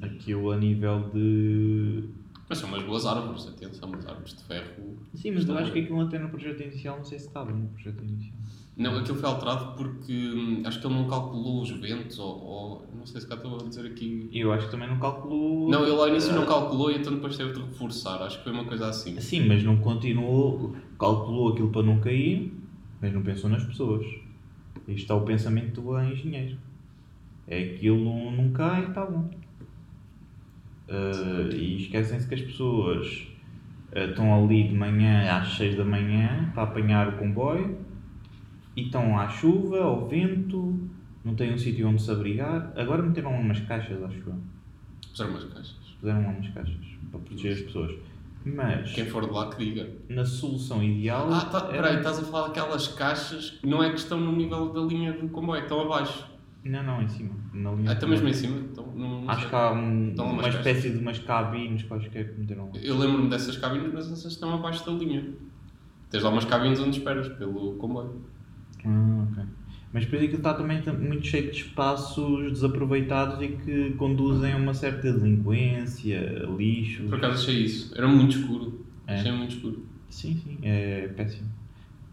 [SPEAKER 4] Aquilo a nível de
[SPEAKER 3] Mas são umas boas árvores, atenção, umas árvores de ferro.
[SPEAKER 4] Sim, mas eu acho que aquilo até no projeto inicial, não sei se estava no projeto inicial.
[SPEAKER 3] Não, aquilo foi alterado porque hum, acho que ele não calculou os ventos, ou, ou- não sei se cá estou a dizer aqui.
[SPEAKER 4] E eu acho que também não calculou.
[SPEAKER 3] Não, ele ao início não calculou e então depois teve de reforçar, acho que foi uma coisa assim.
[SPEAKER 4] Sim, mas não continuou, calculou aquilo para não cair, mas não pensou nas pessoas. Isto é o pensamento do engenheiro. É aquilo não cai, está bom. Ah, e esquecem-se que as pessoas ah, estão ali de manhã às 6 da manhã para apanhar o comboio e estão à chuva, ao vento, não têm um sítio onde se abrigar. Agora meteram umas caixas, acho eu.
[SPEAKER 3] Puseram umas caixas.
[SPEAKER 4] Puseram lá umas caixas para proteger as pessoas. Mas
[SPEAKER 3] Quem for de lá que é diga.
[SPEAKER 4] na solução ideal.
[SPEAKER 3] Ah, tá,
[SPEAKER 4] era-
[SPEAKER 3] peraí, estás a falar daquelas caixas que não é que estão no nível da linha do comboio, estão abaixo.
[SPEAKER 4] Não, não, em cima. Na linha
[SPEAKER 3] Ah, estão mesmo em cima? Então, não, não
[SPEAKER 4] Acho
[SPEAKER 3] sei.
[SPEAKER 4] que há um-
[SPEAKER 3] Estão lá
[SPEAKER 4] uma
[SPEAKER 3] umas
[SPEAKER 4] espécie de umas cabines quaisquer que meteram lá.
[SPEAKER 3] Eu lembro-me dessas cabines, mas essas estão abaixo da linha. Tens lá umas cabines onde esperas pelo comboio.
[SPEAKER 4] Ah, ok. Mas depois aquilo está também tam- muito cheio de espaços desaproveitados e que conduzem a uma certa delinquência, lixo.
[SPEAKER 3] Por acaso achei isso. Era muito escuro.
[SPEAKER 4] É.
[SPEAKER 3] Achei muito escuro.
[SPEAKER 4] Sim, sim, é péssimo.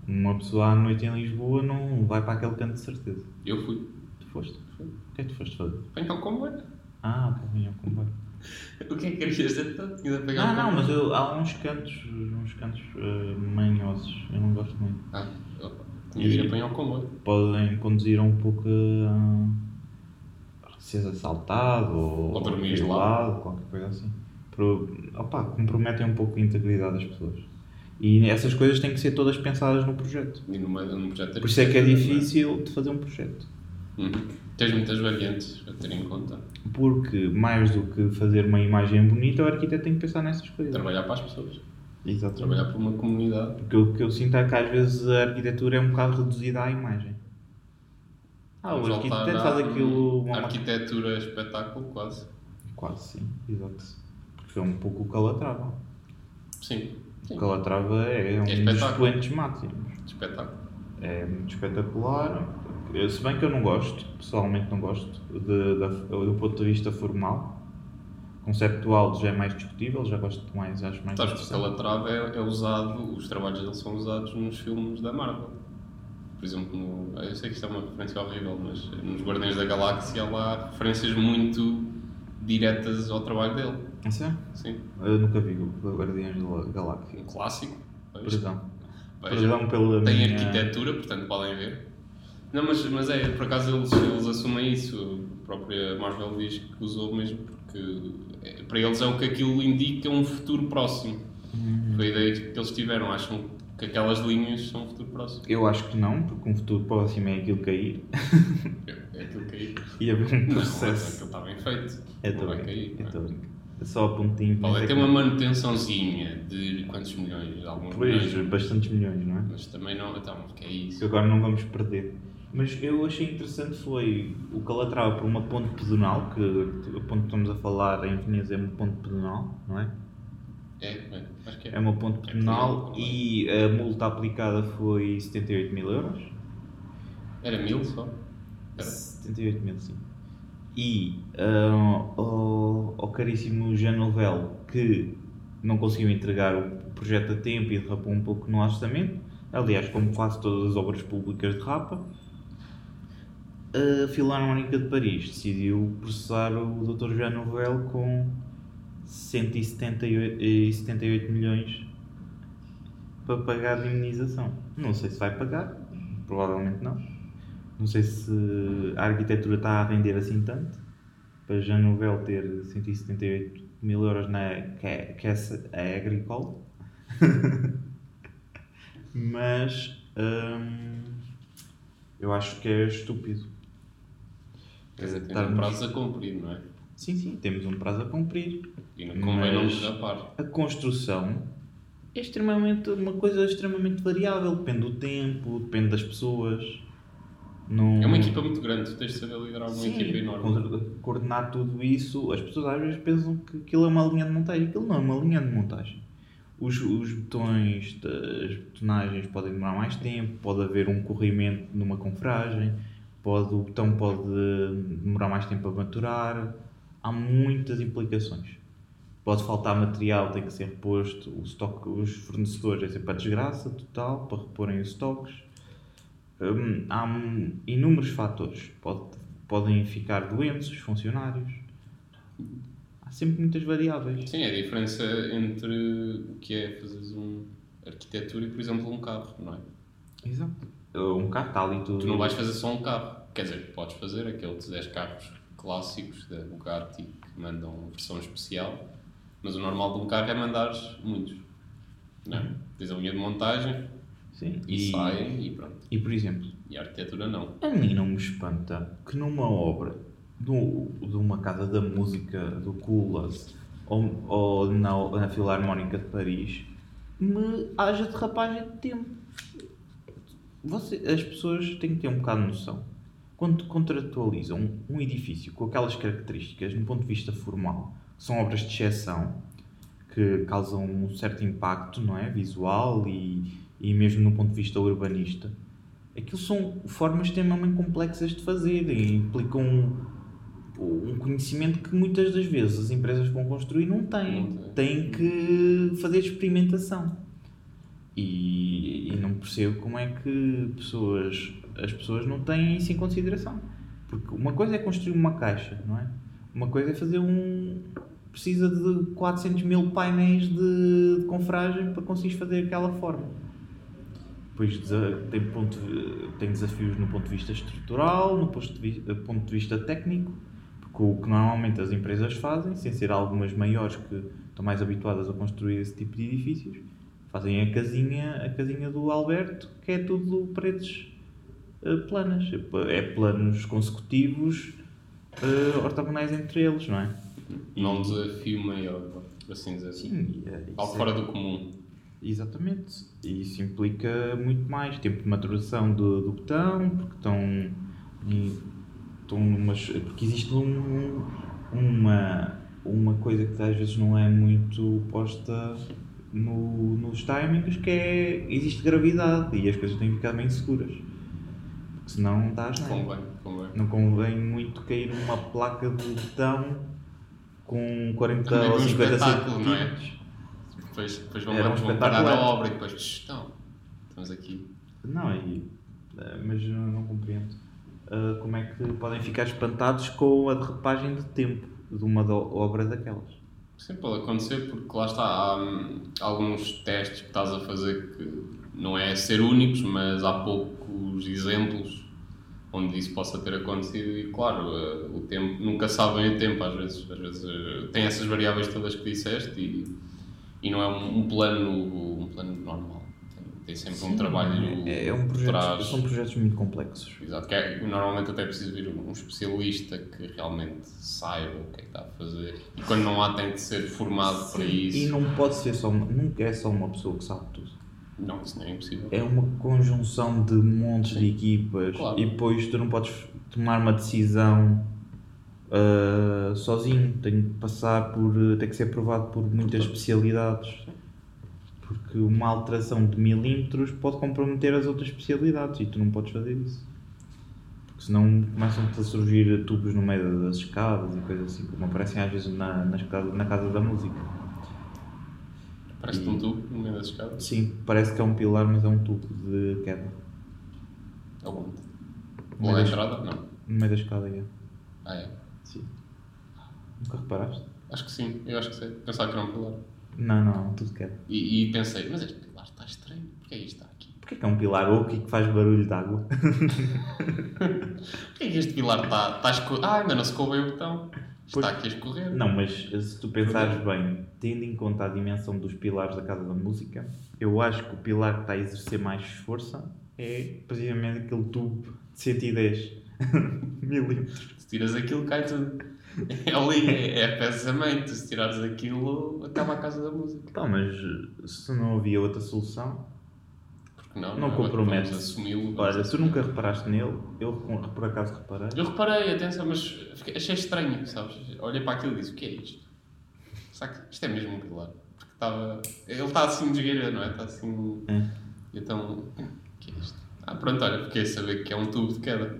[SPEAKER 4] Uma pessoa à noite em Lisboa não vai para aquele canto de certeza.
[SPEAKER 3] Eu fui.
[SPEAKER 4] Tu foste? O que é que tu foste fazer?
[SPEAKER 3] Venha ao comboio.
[SPEAKER 4] Ah, ok, vinha ao comboio.
[SPEAKER 3] O que é que querias dizer? Então, Tinha de pegar
[SPEAKER 4] Ah, Não,
[SPEAKER 3] o
[SPEAKER 4] não,
[SPEAKER 3] comboio.
[SPEAKER 4] mas eu- há uns cantos, uns cantos eh, manhosos, eu não gosto muito.
[SPEAKER 3] Ah, opa. tinha de ir apanhar o comboio.
[SPEAKER 4] podem conduzir um pouco a- a ser assaltado ou,
[SPEAKER 3] Ou dormir
[SPEAKER 4] violado,
[SPEAKER 3] lá.
[SPEAKER 4] qualquer coisa assim. Pro, opa, comprometem um pouco a integridade das pessoas. E essas coisas têm que ser todas pensadas no projeto.
[SPEAKER 3] E no meio no projeto
[SPEAKER 4] Por isso é que é difícil de fazer um projeto.
[SPEAKER 3] Uhum. Tens muitas variantes a ter em conta.
[SPEAKER 4] Porque mais do que fazer uma imagem bonita, o arquiteto tem que pensar nessas coisas.
[SPEAKER 3] Trabalhar para as pessoas.
[SPEAKER 4] Exatamente.
[SPEAKER 3] Trabalhar para uma comunidade.
[SPEAKER 4] Porque o que eu sinto é que às vezes a arquitetura é um bocado reduzida à imagem. Ah, o
[SPEAKER 3] Vamos voltar
[SPEAKER 4] arquiteto
[SPEAKER 3] à-
[SPEAKER 4] faz aquilo uma máquina.
[SPEAKER 3] Arquitetura, é espetáculo, quase.
[SPEAKER 4] Quase sim, exato. Porque foi um pouco o Calatrava.
[SPEAKER 3] Sim. Sim.
[SPEAKER 4] O Calatrava é um dos
[SPEAKER 3] espetáculo.
[SPEAKER 4] expoentes máximos.
[SPEAKER 3] Espetáculo.
[SPEAKER 4] É muito espetacular. Eu- se bem que eu não gosto, pessoalmente não gosto, de- da- do ponto de vista formal. Conceptual já é mais discutível, já gosto mais, acho mais
[SPEAKER 3] Sabes que o
[SPEAKER 4] interessante.
[SPEAKER 3] Calatrava é, é usado, os trabalhos dele são usados nos filmes da Marvel. Por exemplo, no, eu sei que isto é uma referência horrível, mas nos Guardiões da Galáxia há referências muito diretas ao trabalho dele.
[SPEAKER 4] É sério?
[SPEAKER 3] Sim,
[SPEAKER 4] Eu nunca vi o Guardiões da Galáxia.
[SPEAKER 3] um clássico. Veja.
[SPEAKER 4] Perdão.
[SPEAKER 3] Veja.
[SPEAKER 4] Perdão pela
[SPEAKER 3] é. Tem
[SPEAKER 4] minha...
[SPEAKER 3] arquitetura, portanto podem ver. Não, mas, mas é, por acaso eles, eles assumem isso. A própria Marvel diz que usou mesmo porque é, para eles é o que aquilo indica um futuro próximo.
[SPEAKER 4] Uhum.
[SPEAKER 3] Foi a ideia que eles tiveram, acham que aquelas linhas são um futuro próximo.
[SPEAKER 4] Eu acho que não, porque um futuro próximo é aquilo cair
[SPEAKER 3] É aquilo que aí.
[SPEAKER 4] e haver um
[SPEAKER 3] Não, é aquilo
[SPEAKER 4] processo.
[SPEAKER 3] está bem feito.
[SPEAKER 4] Eu
[SPEAKER 3] não
[SPEAKER 4] estou
[SPEAKER 3] vai
[SPEAKER 4] brincando.
[SPEAKER 3] cair.
[SPEAKER 4] Eu
[SPEAKER 3] não é?
[SPEAKER 4] estou brincando. É Só a pontinho. mas
[SPEAKER 3] Pode
[SPEAKER 4] é
[SPEAKER 3] ter
[SPEAKER 4] que-
[SPEAKER 3] uma manutençãozinha de quantos milhões? De alguns milhões.
[SPEAKER 4] Pois, bastantes milhões, não é?
[SPEAKER 3] Mas também não, então, que é
[SPEAKER 4] Isso
[SPEAKER 3] isso.
[SPEAKER 4] agora não vamos perder. Mas eu achei interessante foi o Calatrava por uma ponte pedonal, que a ponte que estamos a falar em Veneza é uma ponte pedonal, não é?
[SPEAKER 3] É, é, acho que
[SPEAKER 4] É
[SPEAKER 3] é.
[SPEAKER 4] uma ponte pedonal e a multa aplicada foi 78 mil euros.
[SPEAKER 3] Era mil só. Era.
[SPEAKER 4] 78 mil, sim. E ah, ao, ao caríssimo Jean Nouvel, que não conseguiu entregar o projeto a tempo e derrapou um pouco no orçamento, aliás, como quase todas as obras públicas de Rapa, a Filarmónica de Paris decidiu processar o Dr. Jean Nouvel com 178 eh, 78 milhões para pagar de indemnização. Não sei se vai pagar, provavelmente não. Não sei se a arquitetura está a render assim tanto. Para Jean Nouvel ter 178 mil euros na é, ca- Caisse Agricole. Mas hum, eu acho que é estúpido.
[SPEAKER 3] Quer dizer, tem um
[SPEAKER 4] Estarmos-
[SPEAKER 3] prazo a cumprir, não é?
[SPEAKER 4] Sim, sim, temos um prazo a cumprir.
[SPEAKER 3] E não convém não
[SPEAKER 4] Mas-
[SPEAKER 3] desapar.
[SPEAKER 4] A construção é extremamente, uma coisa extremamente variável. Depende do tempo, depende das pessoas. Não...
[SPEAKER 3] É uma equipa muito grande, tu tens de saber liderar uma equipa enorme.
[SPEAKER 4] contra- coordenar tudo isso, as pessoas às vezes pensam que aquilo é uma linha de montagem. Aquilo não é uma linha de montagem. Os, os botões, as betonagens podem demorar mais tempo, pode haver um corrimento numa confragem, pode, o botão pode demorar mais tempo a maturar. Há muitas implicações. pode faltar material, tem que ser reposto, o stock, os fornecedores é sempre a desgraça total para reporem os estoques. Hum, há hum, inúmeros fatores. Pode- podem ficar doentes os funcionários. Há sempre muitas variáveis.
[SPEAKER 3] Sim, é a diferença entre o que é fazeres um arquitetura e, por exemplo, um carro, não é?
[SPEAKER 4] Exato. Um carro está ali tudo.
[SPEAKER 3] Tu não vais fazer só um carro. Quer dizer, podes fazer aqueles 10 carros clássicos da Bugatti que mandam uma versão especial, mas o normal de um carro é mandares muitos. Não é? Tens a linha de montagem
[SPEAKER 4] Sim.
[SPEAKER 3] e, saem e pronto.
[SPEAKER 4] E por exemplo,
[SPEAKER 3] E a arquitetura não.
[SPEAKER 4] a mim não me espanta que numa obra do, de uma casa da música do Coolers ou, ou na, na Filarmónica de Paris me haja derrapagem de tempo. Você, as pessoas têm que ter um bocado de noção. Quando contratualizam um, um edifício com aquelas características, no ponto de vista formal, são obras de exceção que causam um certo impacto não é? visual e, e mesmo no ponto de vista urbanista, aquilo são formas extremamente complexas de fazer e implicam um, um conhecimento que muitas das vezes as empresas que vão construir não têm.
[SPEAKER 3] Não
[SPEAKER 4] Têm que fazer experimentação. E, e não percebo como é que pessoas, as pessoas não têm isso em consideração. Porque uma coisa é construir uma caixa, não é? Uma coisa é fazer um. Precisa de 400 mil painéis de, de confragem para conseguir fazer aquela forma. Pois desa- tem, ponto, tem desafios no ponto de vista estrutural, no posto de vi- ponto de vista técnico, porque o que normalmente as empresas fazem, sem ser algumas maiores que estão mais habituadas a construir esse tipo de edifícios, fazem a casinha, a casinha do Alberto, que é tudo paredes eh, planas. É pla- É planos consecutivos eh, ortogonais entre eles, não é?
[SPEAKER 3] Não um desafio maior, por assim dizer.
[SPEAKER 4] Sim, e, eh, isso
[SPEAKER 3] Algo
[SPEAKER 4] é-
[SPEAKER 3] fora do comum.
[SPEAKER 4] Exatamente. E isso implica muito mais tempo de maturação do, do botão, porque estão, em- estão numas, porque existe um, uma, uma coisa que às vezes não é muito posta no, nos timings, que é existe gravidade e as coisas têm que ficar bem seguras. Porque senão estás
[SPEAKER 3] Convém, convém.
[SPEAKER 4] não convém muito cair numa placa de botão com 40
[SPEAKER 3] Também
[SPEAKER 4] ou
[SPEAKER 3] foi um
[SPEAKER 4] 50
[SPEAKER 3] espetáculo, não é?
[SPEAKER 4] centímetros.
[SPEAKER 3] Depois, depois vão,
[SPEAKER 4] Era um
[SPEAKER 3] vão parar a
[SPEAKER 4] espetáculo.
[SPEAKER 3] obra e depois, "Tch, não, estamos aqui.
[SPEAKER 4] Não, e, eh, mas eu não compreendo eh, como é que podem ficar espantados com a derrapagem de tempo de uma do- obra daquelas.
[SPEAKER 3] Sim, pode acontecer porque lá está, há hum, alguns testes que estás a fazer que não é ser únicos, mas há poucos exemplos onde isso possa ter acontecido e claro, eh, o tempo, nunca sabem o tempo às vezes, às vezes eh, tem essas variáveis todas que disseste e, e não é um, um plano, um plano normal, tem, tem sempre um trabalho
[SPEAKER 4] é, é um
[SPEAKER 3] por
[SPEAKER 4] projeto-
[SPEAKER 3] trás.
[SPEAKER 4] São projetos muito complexos.
[SPEAKER 3] Exato, que é- normalmente até é preciso vir um especialista que realmente saiba o que é que está a fazer. E quando não há, tem de ser formado para
[SPEAKER 4] E
[SPEAKER 3] isso.
[SPEAKER 4] não pode ser só uma, nunca é só uma pessoa que sabe tudo.
[SPEAKER 3] Não, isso não é impossível.
[SPEAKER 4] É uma conjunção de montes de equipas
[SPEAKER 3] Claro.
[SPEAKER 4] e depois tu não podes tomar uma decisão ah, sozinho. Tem que passar por. eh, tem que ser aprovado por muitas especialidades. Porque uma alteração de milímetros pode comprometer as outras especialidades e tu não podes fazer isso. Porque senão começam a surgir tubos no meio das escadas e coisas assim, como aparecem às vezes na, nas casa- na casa da música.
[SPEAKER 3] Parece-te um tubo no meio das escadas.
[SPEAKER 4] Sim, parece que é um pilar, mas é um tubo de queda.
[SPEAKER 3] É o ponto.
[SPEAKER 4] No
[SPEAKER 3] Ou na
[SPEAKER 4] meio das-
[SPEAKER 3] entrada? Não.
[SPEAKER 4] No meio da escada, é.
[SPEAKER 3] Ah, é.
[SPEAKER 4] Sim. Nunca reparaste?
[SPEAKER 3] Acho que sim, eu acho que sei. Pensava que era um pilar.
[SPEAKER 4] Não, não, tudo queda.
[SPEAKER 3] E, e pensei, mas este pilar está estranho. Porquê é que isto está aqui?
[SPEAKER 4] Porquê que é um pilar oco e que faz barulho de água?
[SPEAKER 3] Porquê é que este pilar está, está escorrer? Ah, ainda não se coube o botão.
[SPEAKER 4] Pois.
[SPEAKER 3] Está aqui a escorrer.
[SPEAKER 4] Não, mas eh, se tu pensares bem, tendo em conta a dimensão dos pilares da Casa da Música, eu acho que o pilar que está a exercer mais força é precisamente aquele tubo de 110 milímetros.
[SPEAKER 3] Se tiras aquilo, cai tudo. É ali, é, é pensamento. Se tirares aquilo, acaba a casa da música.
[SPEAKER 4] Tá, mas eh, se não havia outra solução,
[SPEAKER 3] Porque não?
[SPEAKER 4] Não
[SPEAKER 3] é?
[SPEAKER 4] compromete.
[SPEAKER 3] Vamos assumi-lo.
[SPEAKER 4] olha, se tu nunca reparaste nele, eu com- por acaso reparei.
[SPEAKER 3] Eu reparei, atenção, mas fiquei- achei estranho, sabes? Olhei para aquilo e disse: o que é isto? Será que isto é mesmo um pilar? Porque estava. Ele está assim desgueira, não é? Está assim.
[SPEAKER 4] É.
[SPEAKER 3] e Então, o que é isto? Ah, pronto, olha, fiquei a saber que é um tubo de queda.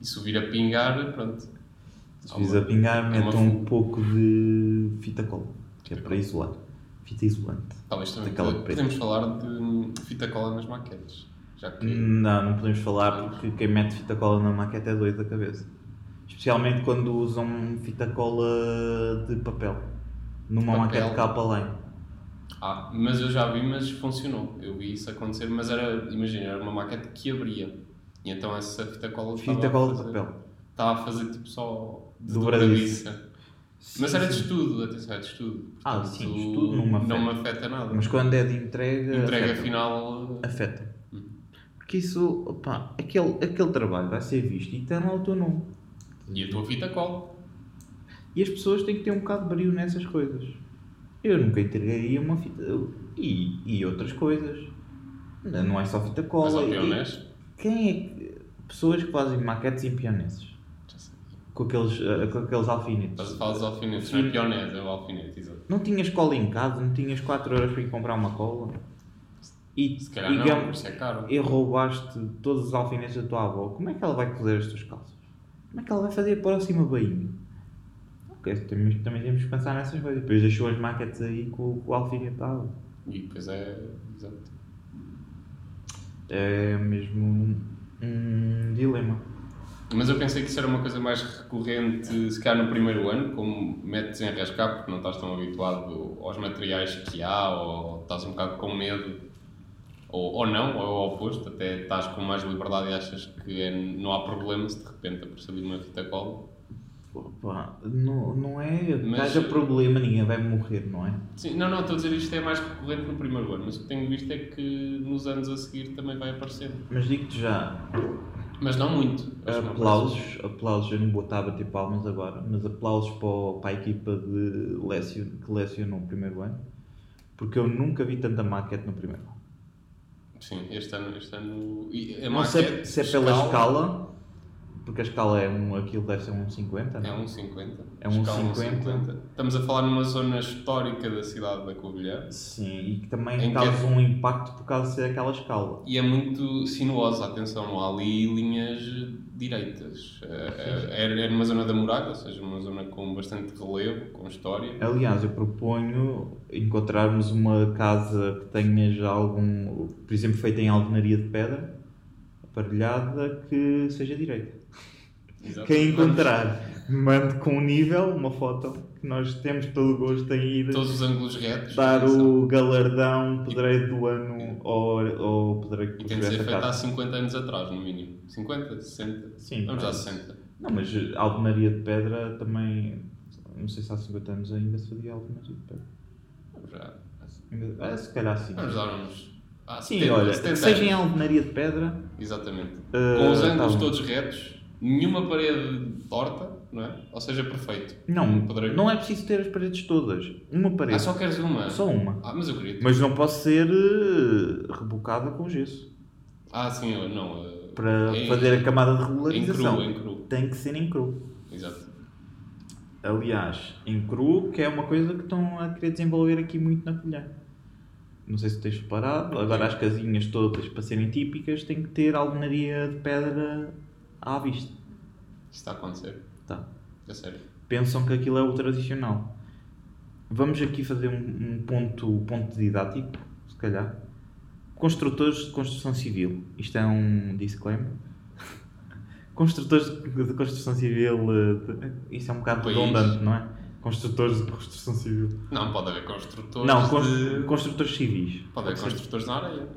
[SPEAKER 3] E se o vir a pingar, pronto.
[SPEAKER 4] Se fiz a pingar,
[SPEAKER 3] É uma
[SPEAKER 4] meto um pouco de fita cola. que é para isolar. Fita isolante.
[SPEAKER 3] Talvez também
[SPEAKER 4] Daquela
[SPEAKER 3] pode-
[SPEAKER 4] preta.
[SPEAKER 3] podemos falar de hum, fita cola nas maquetes. Já que
[SPEAKER 4] Não, não podemos falar porque quem mete fita cola na maqueta é doido da cabeça. Especialmente quando usam fita cola de papel. Numa
[SPEAKER 3] Papel.
[SPEAKER 4] maquete de capa além.
[SPEAKER 3] Ah, mas eu já vi, mas funcionou. Eu vi isso acontecer, mas era, imagina, era uma maquete que abria. E então essa fita cola
[SPEAKER 4] Fita
[SPEAKER 3] estava a
[SPEAKER 4] cola de
[SPEAKER 3] fazer-
[SPEAKER 4] papel.
[SPEAKER 3] Estava a fazer tipo só de
[SPEAKER 4] Dobradiça.
[SPEAKER 3] dobradiça. Mas era de estudo, atenção, era de estudo.
[SPEAKER 4] Ah,
[SPEAKER 3] Portanto,
[SPEAKER 4] sim, de estudo não me afeta.
[SPEAKER 3] Não me afeta nada.
[SPEAKER 4] Mas quando é de entrega.
[SPEAKER 3] Entrega Hum.
[SPEAKER 4] afeta.
[SPEAKER 3] final.
[SPEAKER 4] Afeta. Porque isso, opá, aquele, aquele trabalho vai ser visto e está lá o teu nome.
[SPEAKER 3] eh, E a tua fita cola.
[SPEAKER 4] E as pessoas têm que ter um bocado de brilho nessas coisas. Eu nunca entregaria uma fita. E, e outras coisas. Não não é só fita cola.
[SPEAKER 3] Mas ao
[SPEAKER 4] e-
[SPEAKER 3] peonés.
[SPEAKER 4] Quem é que. Pessoas que fazem maquetes em pioneses.
[SPEAKER 3] Já sei.
[SPEAKER 4] Com aqueles, eh, com aqueles
[SPEAKER 3] Estás
[SPEAKER 4] alfinetes.
[SPEAKER 3] a falar dos alfinetes, não é peonés, é o alfinete, exato.
[SPEAKER 4] Não tinhas cola em casa, não tinhas 4 horas para ir comprar uma cola. E,
[SPEAKER 3] Se calhar
[SPEAKER 4] e
[SPEAKER 3] não,
[SPEAKER 4] gam-
[SPEAKER 3] por isso é caro.
[SPEAKER 4] e roubaste todos os alfinetes da tua avó. Como é que ela vai cozer as tuas calças? Como é que ela vai fazer a próxima bainha? Ok, também, também temos que pensar nessas coisas. Depois deixou as maquetes aí com, com o alfinete da avó.
[SPEAKER 3] E depois é. Exato.
[SPEAKER 4] É mesmo um, um dilema.
[SPEAKER 3] Mas eu pensei que isso era uma coisa mais recorrente, se calhar no primeiro ano, como metes em rascar porque não estás tão habituado aos materiais que há, ou estás um bocado com medo, ou, ou não, ou é o oposto, até estás com mais liberdade e achas que é- não há problema se de repente aparecer ali uma fita cola.
[SPEAKER 4] Opa, não, não é.
[SPEAKER 3] Mas-
[SPEAKER 4] Mas... Haja problema, ninguém vai morrer, não é?
[SPEAKER 3] Sim, não, não, estou a dizer isto é mais recorrente no primeiro ano, mas o que tenho visto é que nos anos a seguir também vai aparecendo.
[SPEAKER 4] Mas digo-te já,
[SPEAKER 3] Mas não muito. Acho que não aparece.
[SPEAKER 4] É aplausos, aplausos, eu não vou estar a bater palmas agora, mas aplausos para, o- para a equipa de lecio, que lecionou o primeiro ano, porque eu nunca vi tanta maquete no primeiro ano.
[SPEAKER 3] Sim, este ano. Este ano e a
[SPEAKER 4] não sei
[SPEAKER 3] maquete,
[SPEAKER 4] se é pela escala, porque a escala é um, aquilo deve ser um 50,
[SPEAKER 3] É
[SPEAKER 4] não?
[SPEAKER 3] 1,50.
[SPEAKER 4] É um
[SPEAKER 3] Escala
[SPEAKER 4] 1,50.
[SPEAKER 3] 1,50. Estamos a falar numa zona histórica da cidade da Covilhã
[SPEAKER 4] Sim, e que também
[SPEAKER 3] Em que- é?
[SPEAKER 4] causa um impacto por causa de ser aquela escala.
[SPEAKER 3] e é muito sinuosa, atenção, não há ali linhas direitas. É, é, é numa zona da muralha, ou seja, uma zona com bastante relevo, com história.
[SPEAKER 4] Aliás, eu proponho encontrarmos uma casa que tenha já algum, por exemplo, feita em alvenaria de pedra, aparelhada, que seja direita.
[SPEAKER 3] Exato.
[SPEAKER 4] Quem encontrar, mande com um nível uma foto que nós temos todo o gosto em ir
[SPEAKER 3] Todos os ângulos retos.
[SPEAKER 4] dar
[SPEAKER 3] atenção.
[SPEAKER 4] o galardão pedreiro do ano ao, ao pedreiro que
[SPEAKER 3] E tem de ser
[SPEAKER 4] construiu essa
[SPEAKER 3] feito há
[SPEAKER 4] casa.
[SPEAKER 3] 50 anos atrás, no mínimo. 50, 60.
[SPEAKER 4] Sim,
[SPEAKER 3] Vamos lá,
[SPEAKER 4] pronto.
[SPEAKER 3] 60.
[SPEAKER 4] Não, mas eh, alvenaria de pedra também. Não sei se há 50 anos ainda se fazia alvenaria de pedra.
[SPEAKER 3] Vamos lá.
[SPEAKER 4] Ainda- Ah, se calhar sim.
[SPEAKER 3] Vamos dar uns. Ah,
[SPEAKER 4] Sim,
[SPEAKER 3] 70,
[SPEAKER 4] olha,
[SPEAKER 3] 70
[SPEAKER 4] que seja em
[SPEAKER 3] anos.
[SPEAKER 4] alvenaria de pedra,
[SPEAKER 3] Exatamente.
[SPEAKER 4] Eh,
[SPEAKER 3] Com os
[SPEAKER 4] tá
[SPEAKER 3] ângulos
[SPEAKER 4] bom.
[SPEAKER 3] todos retos, nenhuma parede torta, não é? Ou seja, perfeito.
[SPEAKER 4] não,
[SPEAKER 3] Um pedreiro.
[SPEAKER 4] não é preciso ter as paredes todas. Uma
[SPEAKER 3] Ah,
[SPEAKER 4] parede,
[SPEAKER 3] só queres uma?
[SPEAKER 4] só uma.
[SPEAKER 3] Ah, mas eu queria.
[SPEAKER 4] Mas não pode ser eh, rebocada com gesso.
[SPEAKER 3] Ah, sim, eu- não. eh,
[SPEAKER 4] para
[SPEAKER 3] em-
[SPEAKER 4] fazer a camada de
[SPEAKER 3] Em
[SPEAKER 4] regularização
[SPEAKER 3] cru, em cru.
[SPEAKER 4] tem que ser em cru.
[SPEAKER 3] Exato.
[SPEAKER 4] Aliás, em cru, que é uma coisa que estão a querer desenvolver aqui muito na colher. Não sei se tens reparado, agora as casinhas todas, para serem típicas, têm que ter alvenaria de pedra à vista.
[SPEAKER 3] Isto está a acontecer.
[SPEAKER 4] Tá.
[SPEAKER 3] É sério.
[SPEAKER 4] Pensam que aquilo é o tradicional. Vamos aqui fazer um, um ponto, ponto didático, se calhar. Construtores de construção civil. Isto é um disclaimer. Construtores de de construção civil. eh, de- Isso é um bocado
[SPEAKER 3] País.
[SPEAKER 4] redundante, não é? Construtores de construção civil.
[SPEAKER 3] Não, pode haver construtores.
[SPEAKER 4] Não, cons-
[SPEAKER 3] de-
[SPEAKER 4] construtores civis.
[SPEAKER 3] Pode haver
[SPEAKER 4] Pode ser.
[SPEAKER 3] construtores na areia.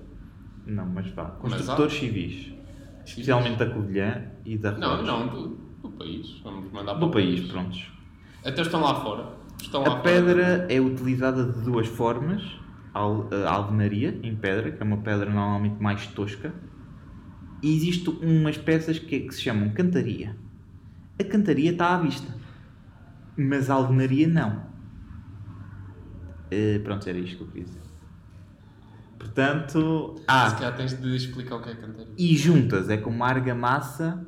[SPEAKER 4] Não, mas vá.
[SPEAKER 3] Mas há.
[SPEAKER 4] Construtores civis. Especialmente da Covilhã e da
[SPEAKER 3] Não,
[SPEAKER 4] Rocha.
[SPEAKER 3] não, do, do país. Vamos mandar para
[SPEAKER 4] Do
[SPEAKER 3] o
[SPEAKER 4] país, prontos.
[SPEAKER 3] Até estão lá fora. Estão lá
[SPEAKER 4] A pedra é utilizada de duas formas. Al- A alvenaria em pedra, que é uma pedra normalmente mais tosca. E existe umas peças que, que se chamam cantaria. A cantaria está à vista. Mas a alvenaria não. Eh, pronto, era isto que eu queria dizer. Portanto,
[SPEAKER 3] fora. Se
[SPEAKER 4] ah,
[SPEAKER 3] calhar tens de explicar o que é cantaria.
[SPEAKER 4] e juntas é com uma argamassa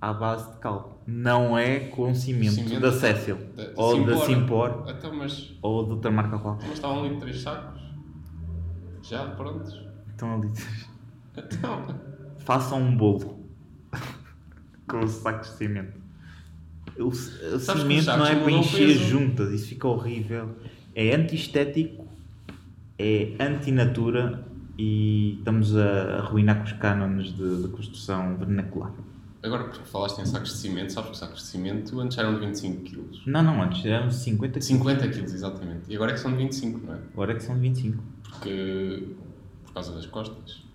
[SPEAKER 4] à base de cal. Não é com cimento,
[SPEAKER 3] Cimento.
[SPEAKER 4] da Cécil
[SPEAKER 3] Da- da
[SPEAKER 4] ou da
[SPEAKER 3] Simpor.
[SPEAKER 4] Simpor
[SPEAKER 3] Então, mas,
[SPEAKER 4] ou de outra marca qualquer.
[SPEAKER 3] mas estavam ali três sacos. Já, prontos.
[SPEAKER 4] Estão ali.
[SPEAKER 3] Então.
[SPEAKER 4] Façam um bolo com os sacos de cimento. O, c- o
[SPEAKER 3] Sabes que os
[SPEAKER 4] cimento
[SPEAKER 3] sacos
[SPEAKER 4] não é para
[SPEAKER 3] mudam o
[SPEAKER 4] encher
[SPEAKER 3] peso.
[SPEAKER 4] juntas, isso fica horrível. é antiestético, é antinatura e estamos a arruinar com os cânones de, de construção vernacular.
[SPEAKER 3] Agora, porque falaste em sacos de cimento, sabes que os sacos de cimento antes eram de 25 kg.
[SPEAKER 4] Não, não, antes eram 50
[SPEAKER 3] 50 kg, exatamente. E agora é que são de 25, não é?
[SPEAKER 4] Agora é que são de 25.
[SPEAKER 3] Porque. por causa das costas.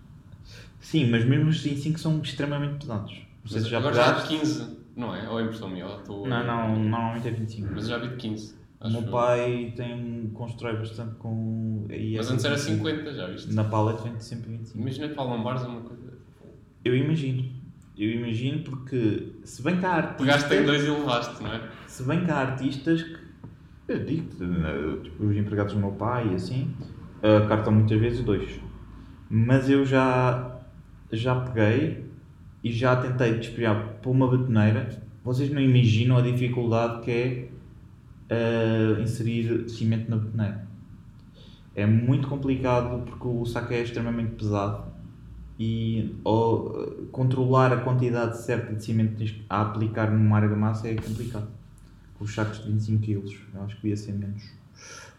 [SPEAKER 4] Sim, mas mesmo os 25 são extremamente pesados. Não sei
[SPEAKER 3] Mas
[SPEAKER 4] se já
[SPEAKER 3] agora já há
[SPEAKER 4] pegaste.
[SPEAKER 3] de 15, não é? Ou é impressão minha? Ou estou-
[SPEAKER 4] Não, não, normalmente é 25.
[SPEAKER 3] Mas eu já vi de 15.
[SPEAKER 4] O
[SPEAKER 3] Acho
[SPEAKER 4] meu
[SPEAKER 3] eu.
[SPEAKER 4] pai tem, um- constrói bastante com. e é
[SPEAKER 3] Mas antes era
[SPEAKER 4] 25.
[SPEAKER 3] 50, já viste?
[SPEAKER 4] Na paleta vem sempre 25.
[SPEAKER 3] Imagina que para lombares é uma coisa.
[SPEAKER 4] Eu imagino. Eu imagino porque se bem que há artistas.
[SPEAKER 3] Pegaste em dois e levaste, não é?
[SPEAKER 4] Se bem que há artistas que. Eu digo-te, né, tipo, os empregados do meu pai e assim, eh, cartam muitas vezes dois. Mas eu já, já peguei e já tentei despejar para uma batoneira. Vocês não imaginam a dificuldade que é eh, inserir cimento na batoneira. É muito complicado porque o saco é extremamente pesado e ou, eh, controlar a quantidade certa de cimento que tens a aplicar numa argamassa é complicado. Com os sacos de 25 kg, eu acho que devia ser menos.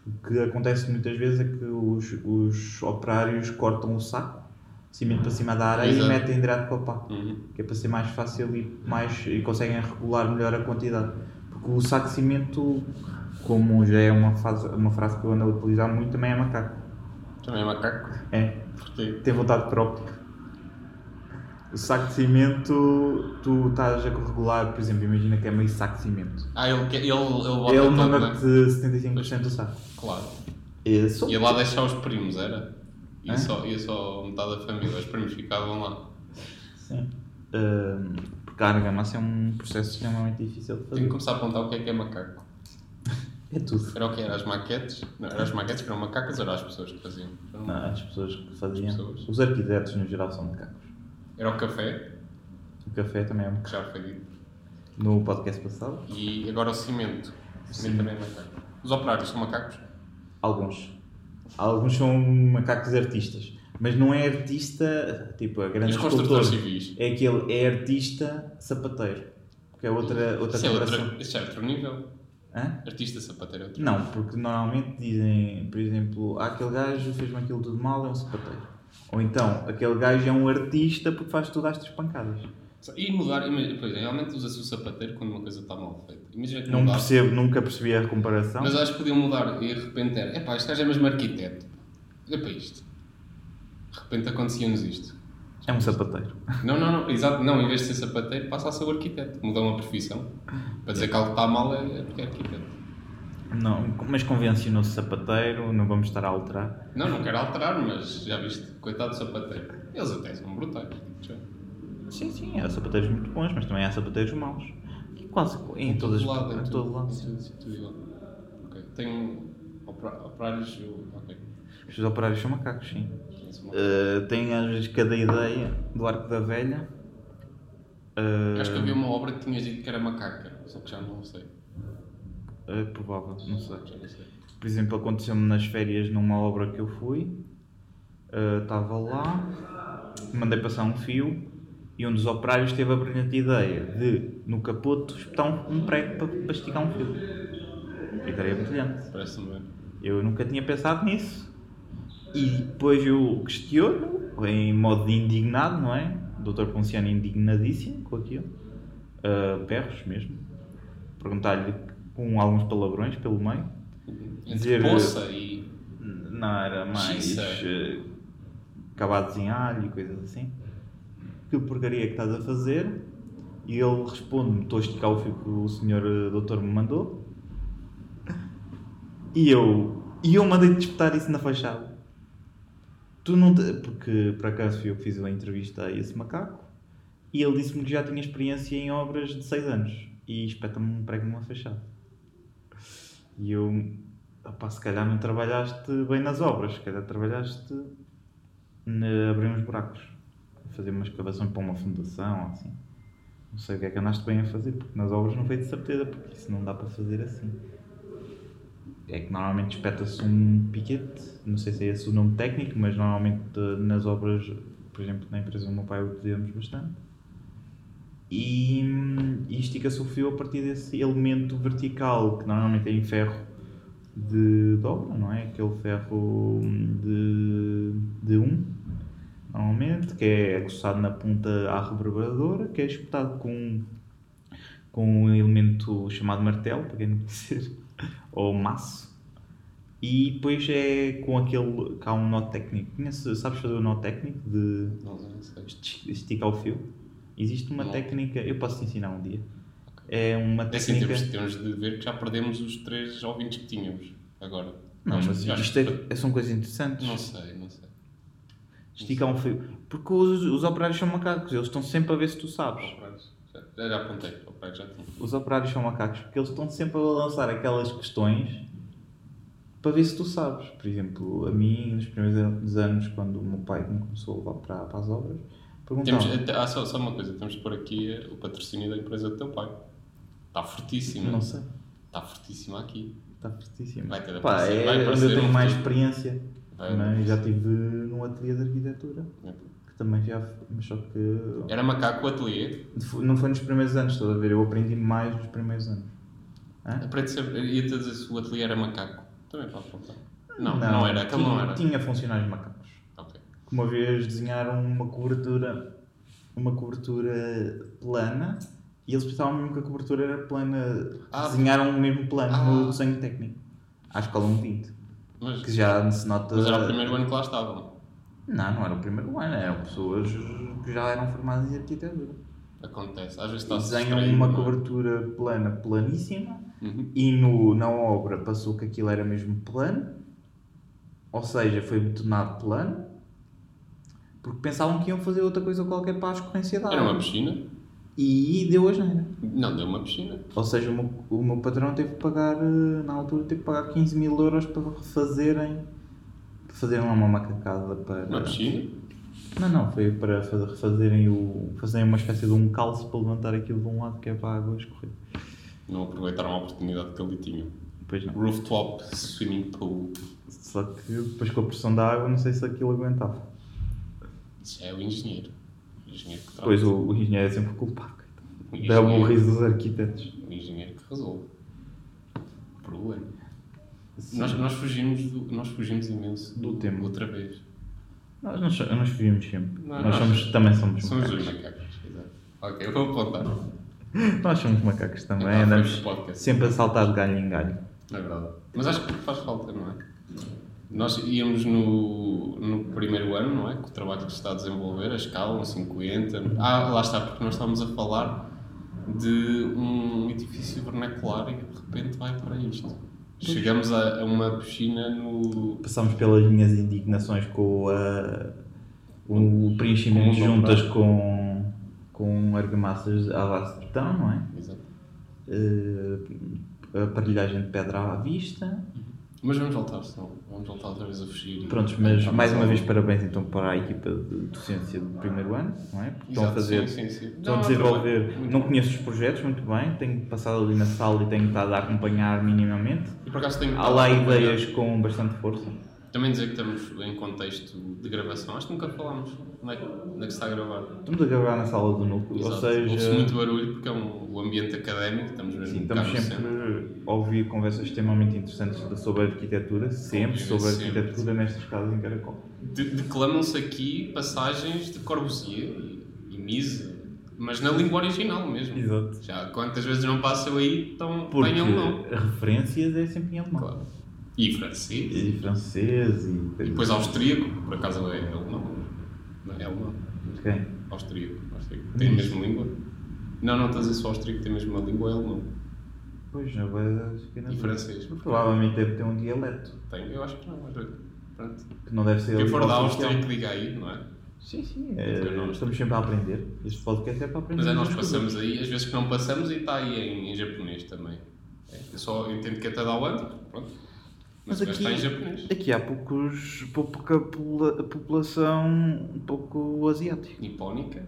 [SPEAKER 4] O que acontece muitas vezes é que os, os operários cortam o saco, cimento para cima da areia
[SPEAKER 3] Exato.
[SPEAKER 4] e metem direto para o pá
[SPEAKER 3] Uhum.
[SPEAKER 4] que é para ser mais fácil e, mais, e conseguem regular melhor a quantidade. Porque o saco de cimento, como já é uma, fase, uma frase que eu ando a utilizar muito, também é macaco.
[SPEAKER 3] Também é macaco.
[SPEAKER 4] É,
[SPEAKER 3] Porquê?
[SPEAKER 4] tem vontade própria. O saco de cimento, tu estás a regular, por exemplo, imagina que é meio saco de cimento.
[SPEAKER 3] Ah, ele, quer- ele, ele bota
[SPEAKER 4] Ele
[SPEAKER 3] todo, não é?
[SPEAKER 4] manda-te 75% do saco.
[SPEAKER 3] Claro.
[SPEAKER 4] É só-
[SPEAKER 3] Ia lá deixar os primos, era?
[SPEAKER 4] Hã?
[SPEAKER 3] Ia só, ia só metade da família, os primos ficavam lá.
[SPEAKER 4] Sim. Ahm, porque a argamassa é um processo extremamente difícil de
[SPEAKER 3] Tenho que
[SPEAKER 4] fazer.
[SPEAKER 3] começar a apontar o que é que é macaco.
[SPEAKER 4] É tudo.
[SPEAKER 3] Era o que? Era as maquetes? Não, era as maquetes que eram macacas ou era as pessoas que faziam? Já não-
[SPEAKER 4] Não, as pessoas que faziam.
[SPEAKER 3] As pessoas.
[SPEAKER 4] Os arquitetos, no geral, são macacos.
[SPEAKER 3] Era o café,
[SPEAKER 4] O café também é um
[SPEAKER 3] que já foi dito.
[SPEAKER 4] No podcast passado?
[SPEAKER 3] E agora o cimento. O cimento
[SPEAKER 4] Sim.
[SPEAKER 3] também é macaco. Os operários são macacos?
[SPEAKER 4] Alguns. Alguns são macacos artistas. Mas não é artista, tipo, a grande
[SPEAKER 3] Os construtores
[SPEAKER 4] escultor.
[SPEAKER 3] civis.
[SPEAKER 4] É aquele, é artista sapateiro. Que é outra, outra
[SPEAKER 3] Isso é,
[SPEAKER 4] comparação.
[SPEAKER 3] outra, isso é outro nível.
[SPEAKER 4] Hã?
[SPEAKER 3] Artista sapateiro é outro
[SPEAKER 4] Não, porque normalmente dizem, por exemplo, ah, aquele gajo fez-me aquilo tudo mal, é um sapateiro. Ou então, aquele gajo é um artista porque faz tudo às três pancadas.
[SPEAKER 3] E mudar, ima- pois, é, realmente usa-se o sapateiro quando uma coisa está mal feita. Imagina que
[SPEAKER 4] Não
[SPEAKER 3] mudava.
[SPEAKER 4] percebo, nunca percebi a comparação.
[SPEAKER 3] Mas acho que podiam mudar e de repente era, epá, este gajo é mesmo arquiteto. Olha para isto. De repente acontecia-nos isto.
[SPEAKER 4] É um sapateiro.
[SPEAKER 3] Não, não, não, exato, não, em vez de ser sapateiro, passa a ser o arquiteto. Mudar uma profissão. Para dizer que algo está mal é é porque é arquiteto.
[SPEAKER 4] Não, mas convencionou-se sapateiro, não vamos estar a alterar.
[SPEAKER 3] Não, não quero alterar, mas já viste, coitado do sapateiro. Eles até são brutais. digo-te já.
[SPEAKER 4] Sim, sim, há sapateiros muito bons, mas também há sapateiros maus. E Quase em
[SPEAKER 3] Em
[SPEAKER 4] todas
[SPEAKER 3] todo lado,
[SPEAKER 4] em
[SPEAKER 3] em
[SPEAKER 4] todo lado.
[SPEAKER 3] Sim, sim, tudo igual. Ok, Tenho um opera- operários. eu- Ok.
[SPEAKER 4] Os operários são macacos, sim.
[SPEAKER 3] Esse mal.
[SPEAKER 4] Uh, tem às vezes cada ideia do arco da velha. Uh,
[SPEAKER 3] Acho que havia uma obra que tinhas dito que era macaca, só que já não sei.
[SPEAKER 4] é provável, não sei.
[SPEAKER 3] Já não sei.
[SPEAKER 4] Por exemplo, aconteceu-me nas férias numa obra que eu fui. Uh, Estava lá, mandei passar um fio e um dos operários teve a brilhante ideia de, no capoto, espetar um, um prego para, para esticar um fio. Ideia é brilhante.
[SPEAKER 3] Parece-me bem.
[SPEAKER 4] Eu nunca tinha pensado nisso. E depois eu questiono, em modo de indignado, não é? O Dr. Ponciano indignadíssimo com aquilo. Ah, perros mesmo. Perguntar-lhe com alguns palavrões pelo meio.
[SPEAKER 3] Entre
[SPEAKER 4] Dizer-
[SPEAKER 3] poça e.
[SPEAKER 4] N- Não era mais
[SPEAKER 3] Xiça.
[SPEAKER 4] eh, acabados em alho e coisas assim. Que porcaria que estás a fazer? E ele responde-me: Estou a esticar o fio que o senhor eh, doutor me mandou. E eu, e eu mandei disputar isso na fachada. Tu não te- Porque por acaso fui eu que fiz a entrevista a esse macaco e ele disse-me que já tinha experiência em obras de 6 anos e espeta-me um prego numa fachada. E eu, opá, se calhar não trabalhaste bem nas obras, se calhar trabalhaste na abrir uns buracos, fazer uma escavação para uma fundação ou assim. Não sei o que é que andaste bem a fazer, porque nas obras não foi de certeza, porque isso não dá para fazer assim. É que normalmente espeta-se um piquete, não sei se é esse o nome técnico, mas normalmente eh, nas obras, por exemplo, na empresa do meu pai utilizamos bastante. E, e estica-se o fio a partir desse elemento vertical, que normalmente é em ferro, de dobra, não é? Aquele ferro de, de um, normalmente, que é aguçado na ponta à reverberadora, que é espetado com, com um elemento chamado martelo, para quem não conhecer, ou maço. E depois é com aquele. que há um nó técnico. Conhece- Sabes fazer o nó técnico de
[SPEAKER 3] Não, não sei.
[SPEAKER 4] esti- esticar o fio? Existe uma
[SPEAKER 3] Não.
[SPEAKER 4] técnica. Eu posso te ensinar um dia. É uma
[SPEAKER 3] É assim,
[SPEAKER 4] técnica.
[SPEAKER 3] temos, temos de ver que já perdemos os três ouvintes que tínhamos agora.
[SPEAKER 4] Não,
[SPEAKER 3] Acho-
[SPEAKER 4] mas
[SPEAKER 3] acho
[SPEAKER 4] isto
[SPEAKER 3] que-
[SPEAKER 4] é, são coisas interessantes.
[SPEAKER 3] Não sei, não sei.
[SPEAKER 4] Esticar um fio. Porque os, os operários são macacos, eles estão sempre a ver se tu sabes.
[SPEAKER 3] Operários. Já, já- já apontei, operários já tinha.
[SPEAKER 4] Os operários são macacos porque eles estão sempre a lançar aquelas questões para ver se tu sabes. Por exemplo, a mim, nos primeiros anos, quando o meu pai me começou a levar para, para as obras, perguntaram.
[SPEAKER 3] Temos, até- ah, só, só uma coisa, temos de pôr aqui eh, o patrocínio da empresa do teu pai. Está fortíssimo.
[SPEAKER 4] Não sei,
[SPEAKER 3] Está fortíssimo aqui.
[SPEAKER 4] está Tá fortíssimo.
[SPEAKER 3] Vai ter de
[SPEAKER 4] Pá,
[SPEAKER 3] aparecer-
[SPEAKER 4] é
[SPEAKER 3] vai
[SPEAKER 4] onde
[SPEAKER 3] aparecer
[SPEAKER 4] eu tenho
[SPEAKER 3] um
[SPEAKER 4] mais
[SPEAKER 3] futuro.
[SPEAKER 4] experiência.
[SPEAKER 3] Vai- É.
[SPEAKER 4] né? Já estive num ateliê de arquitetura, que também já. Mas só que
[SPEAKER 3] Era macaco o ateliê.
[SPEAKER 4] Fo- Não foi nos primeiros anos, estás a ver? Eu aprendi mais nos primeiros anos. Hã?
[SPEAKER 3] Aprendi sempre. Ia-te dizer se o ateliê era macaco. Também pode apontar. Não, não, era. Aquele
[SPEAKER 4] tinha,
[SPEAKER 3] não era.
[SPEAKER 4] Tinha funcionários macacos.
[SPEAKER 3] Ok.
[SPEAKER 4] Que uma vez desenharam uma cobertura, uma cobertura plana e eles pensavam mesmo que a cobertura era plana.
[SPEAKER 3] Ah,
[SPEAKER 4] desenharam o mesmo plano
[SPEAKER 3] Ah.
[SPEAKER 4] no desenho técnico. À escola 1 tinto.
[SPEAKER 3] Mas,
[SPEAKER 4] Que já se nota.
[SPEAKER 3] mas era o primeiro ano que lá estavam.
[SPEAKER 4] Não, não era o primeiro ano, eram pessoas que já eram formadas em arquitetura.
[SPEAKER 3] Acontece. Às vezes
[SPEAKER 4] E
[SPEAKER 3] está
[SPEAKER 4] desenham uma
[SPEAKER 3] é?
[SPEAKER 4] cobertura plana, planíssima,
[SPEAKER 3] Uhum.
[SPEAKER 4] e no, na obra passou que aquilo era mesmo plano, ou seja, foi betonado plano, porque pensavam que iam fazer outra coisa qualquer para a escorrência da
[SPEAKER 3] Era uma
[SPEAKER 4] água.
[SPEAKER 3] piscina.
[SPEAKER 4] E deu as neiras.
[SPEAKER 3] Não, deu uma piscina.
[SPEAKER 4] Ou seja, o meu, o meu patrão teve que pagar, eh, na altura, teve que pagar 15 mil euros para refazerem, para fazerem lá uma macacada para...
[SPEAKER 3] Uma piscina.
[SPEAKER 4] Não, não, foi para fa- fazerem, o, fazerem uma espécie de um calço para levantar aquilo de um lado que é para a água escorrer.
[SPEAKER 3] Não aproveitaram a oportunidade que ali tinham.
[SPEAKER 4] Depois não.
[SPEAKER 3] Rooftop, swimming pool.
[SPEAKER 4] Só que depois com a pressão da água, não sei se aquilo aguentava.
[SPEAKER 3] Ah, Isso é o engenheiro. O engenheiro que trata.
[SPEAKER 4] Depois o, o engenheiro é sempre culpado. coitado.
[SPEAKER 3] O
[SPEAKER 4] Dá um
[SPEAKER 3] engenheiro,
[SPEAKER 4] riso dos arquitetos.
[SPEAKER 3] o engenheiro que resolve. O problema. Nós, nós, fugimos do- nós fugimos imenso
[SPEAKER 4] Do tema.
[SPEAKER 3] Outra vez.
[SPEAKER 4] Nós, nós, nós vivemos sempre.
[SPEAKER 3] Não,
[SPEAKER 4] nós
[SPEAKER 3] nós-
[SPEAKER 4] somos, também somos,
[SPEAKER 3] Somos dois
[SPEAKER 4] macacos.
[SPEAKER 3] macacos. Exato. Ok, eu vou apontar.
[SPEAKER 4] Nós somos macacos também.
[SPEAKER 3] Então,
[SPEAKER 4] andamos
[SPEAKER 3] foi o podcast.
[SPEAKER 4] sempre a saltar de galho em galho.
[SPEAKER 3] Na É verdade. Mas acho que faz falta, não é? Nós íamos no, no primeiro ano, não é? Com o trabalho que se está a desenvolver, a escala, um 50. Ah, lá está, porque nós estávamos a falar de um edifício vernacular e de repente vai para isto. Chegamos a, a uma piscina no.
[SPEAKER 4] Passamos pelas minhas indignações com a- o preenchimento de
[SPEAKER 3] Com o
[SPEAKER 4] juntas com, com argamassas à base de betão, não é?
[SPEAKER 3] Exato.
[SPEAKER 4] Eh, aparelhagem de pedra à vista.
[SPEAKER 3] Mas vamos voltar, senão. Vamos voltar outra vez a fugir. e-
[SPEAKER 4] Prontos, mas mais uma
[SPEAKER 3] um-
[SPEAKER 4] vez parabéns então para a equipa de docência do primeiro ano, não é? Porque estão a
[SPEAKER 3] Exato,
[SPEAKER 4] fazer,
[SPEAKER 3] sim, sim, sim.
[SPEAKER 4] estão a
[SPEAKER 3] Não,
[SPEAKER 4] desenvolver.
[SPEAKER 3] muito bem, muito
[SPEAKER 4] não
[SPEAKER 3] bem.
[SPEAKER 4] conheço os projetos muito bem, tenho passado ali na sala e tenho estado a acompanhar minimamente.
[SPEAKER 3] E por acaso tenho.
[SPEAKER 4] Há lá ideias com bastante força.
[SPEAKER 3] Também dizer que estamos em contexto de gravação. Acho que nunca falámos onde é que, onde é que está gravado.
[SPEAKER 4] Estamos a gravar na sala do núcleo, ou
[SPEAKER 3] Ouve-se
[SPEAKER 4] seja,
[SPEAKER 3] muito barulho porque é um, o ambiente académico, estamos mesmo
[SPEAKER 4] sim,
[SPEAKER 3] um bocado
[SPEAKER 4] estamos
[SPEAKER 3] no
[SPEAKER 4] sempre
[SPEAKER 3] centro.
[SPEAKER 4] a ouvir conversas extremamente interessantes de- sobre arquitetura, sempre
[SPEAKER 3] Obviamente,
[SPEAKER 4] sobre
[SPEAKER 3] sempre.
[SPEAKER 4] arquitetura nestas casas em Caracol.
[SPEAKER 3] De- Declamam-se aqui passagens de Corbusier e, e Mise, mas na língua original mesmo.
[SPEAKER 4] Exato.
[SPEAKER 3] Já quantas vezes não passam aí, então
[SPEAKER 4] Porque
[SPEAKER 3] venham não.
[SPEAKER 4] referências é sempre em alemão.
[SPEAKER 3] Claro. E francês.
[SPEAKER 4] E francês e.
[SPEAKER 3] E depois austríaco, por acaso é alemão. Não é alemão.
[SPEAKER 4] Quem?
[SPEAKER 3] Austríaco. austríaco. Tem a mesma língua? Não, não estás a dizer só austríaco, tem a mesma língua, é alemão.
[SPEAKER 4] Pois, na verdade, fiquei na
[SPEAKER 3] E
[SPEAKER 4] dúvida.
[SPEAKER 3] francês.
[SPEAKER 4] Provavelmente deve ter um dialeto,
[SPEAKER 3] Tenho, eu acho que não, mas pronto.
[SPEAKER 4] que não deve ser...
[SPEAKER 3] Quem for da
[SPEAKER 4] oficial.
[SPEAKER 3] Áustria que liga aí, não é?
[SPEAKER 4] Sim, sim,
[SPEAKER 3] Eu
[SPEAKER 4] é,
[SPEAKER 3] não-
[SPEAKER 4] estamos sempre a aprender. Este podcast é para aprender.
[SPEAKER 3] Mas é nós
[SPEAKER 4] muitas coisas.
[SPEAKER 3] passamos aí, às vezes que não passamos e está aí em, em japonês também. É, Eu só entendo que é até da Holanda, pronto. Mas,
[SPEAKER 4] Mas
[SPEAKER 3] o gajo está em
[SPEAKER 4] aqui-
[SPEAKER 3] japonês.
[SPEAKER 4] Aqui há poucos, pouca popula- população um pouco asiática.
[SPEAKER 3] Nipónica?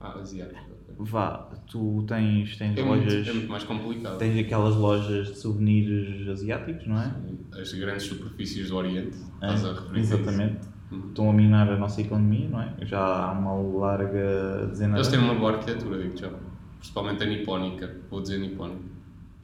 [SPEAKER 3] Ah, asiática. ok.
[SPEAKER 4] Vá, tu tens, tens
[SPEAKER 3] É muito,
[SPEAKER 4] lojas...
[SPEAKER 3] é muito mais complicado.
[SPEAKER 4] Tens aquelas lojas de souvenirs asiáticos, não é?
[SPEAKER 3] As grandes superfícies do Oriente,
[SPEAKER 4] É,
[SPEAKER 3] estás a referir
[SPEAKER 4] exatamente.
[SPEAKER 3] Uhum.
[SPEAKER 4] Estão a minar a nossa economia, não é? Já há uma larga dezena
[SPEAKER 3] Eles
[SPEAKER 4] de
[SPEAKER 3] têm uma boa arquitetura, digo já. Principalmente a nipónica, vou dizer nipónica.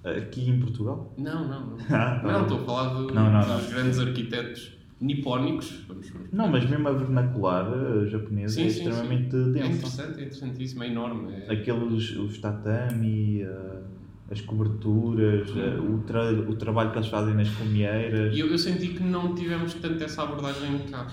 [SPEAKER 4] Aqui em Portugal?
[SPEAKER 3] Não, não, não.
[SPEAKER 4] Ah, tá
[SPEAKER 3] não,
[SPEAKER 4] bem.
[SPEAKER 3] estou a falar de-
[SPEAKER 4] Não, não,
[SPEAKER 3] dos
[SPEAKER 4] não.
[SPEAKER 3] grandes arquitetos nipónicos. Vamos, vamos.
[SPEAKER 4] Não, mas mesmo a vernacular eh, japonesa é extremamente
[SPEAKER 3] É
[SPEAKER 4] densa.
[SPEAKER 3] interessante, é interessantíssimo, é enorme. É-
[SPEAKER 4] Aqueles, os tatami, eh, as coberturas,
[SPEAKER 3] Uhum.
[SPEAKER 4] eh, o, tra- o trabalho que eles fazem nas
[SPEAKER 3] E
[SPEAKER 4] comeiras.
[SPEAKER 3] eu, eu senti que não tivemos tanto essa abordagem cá.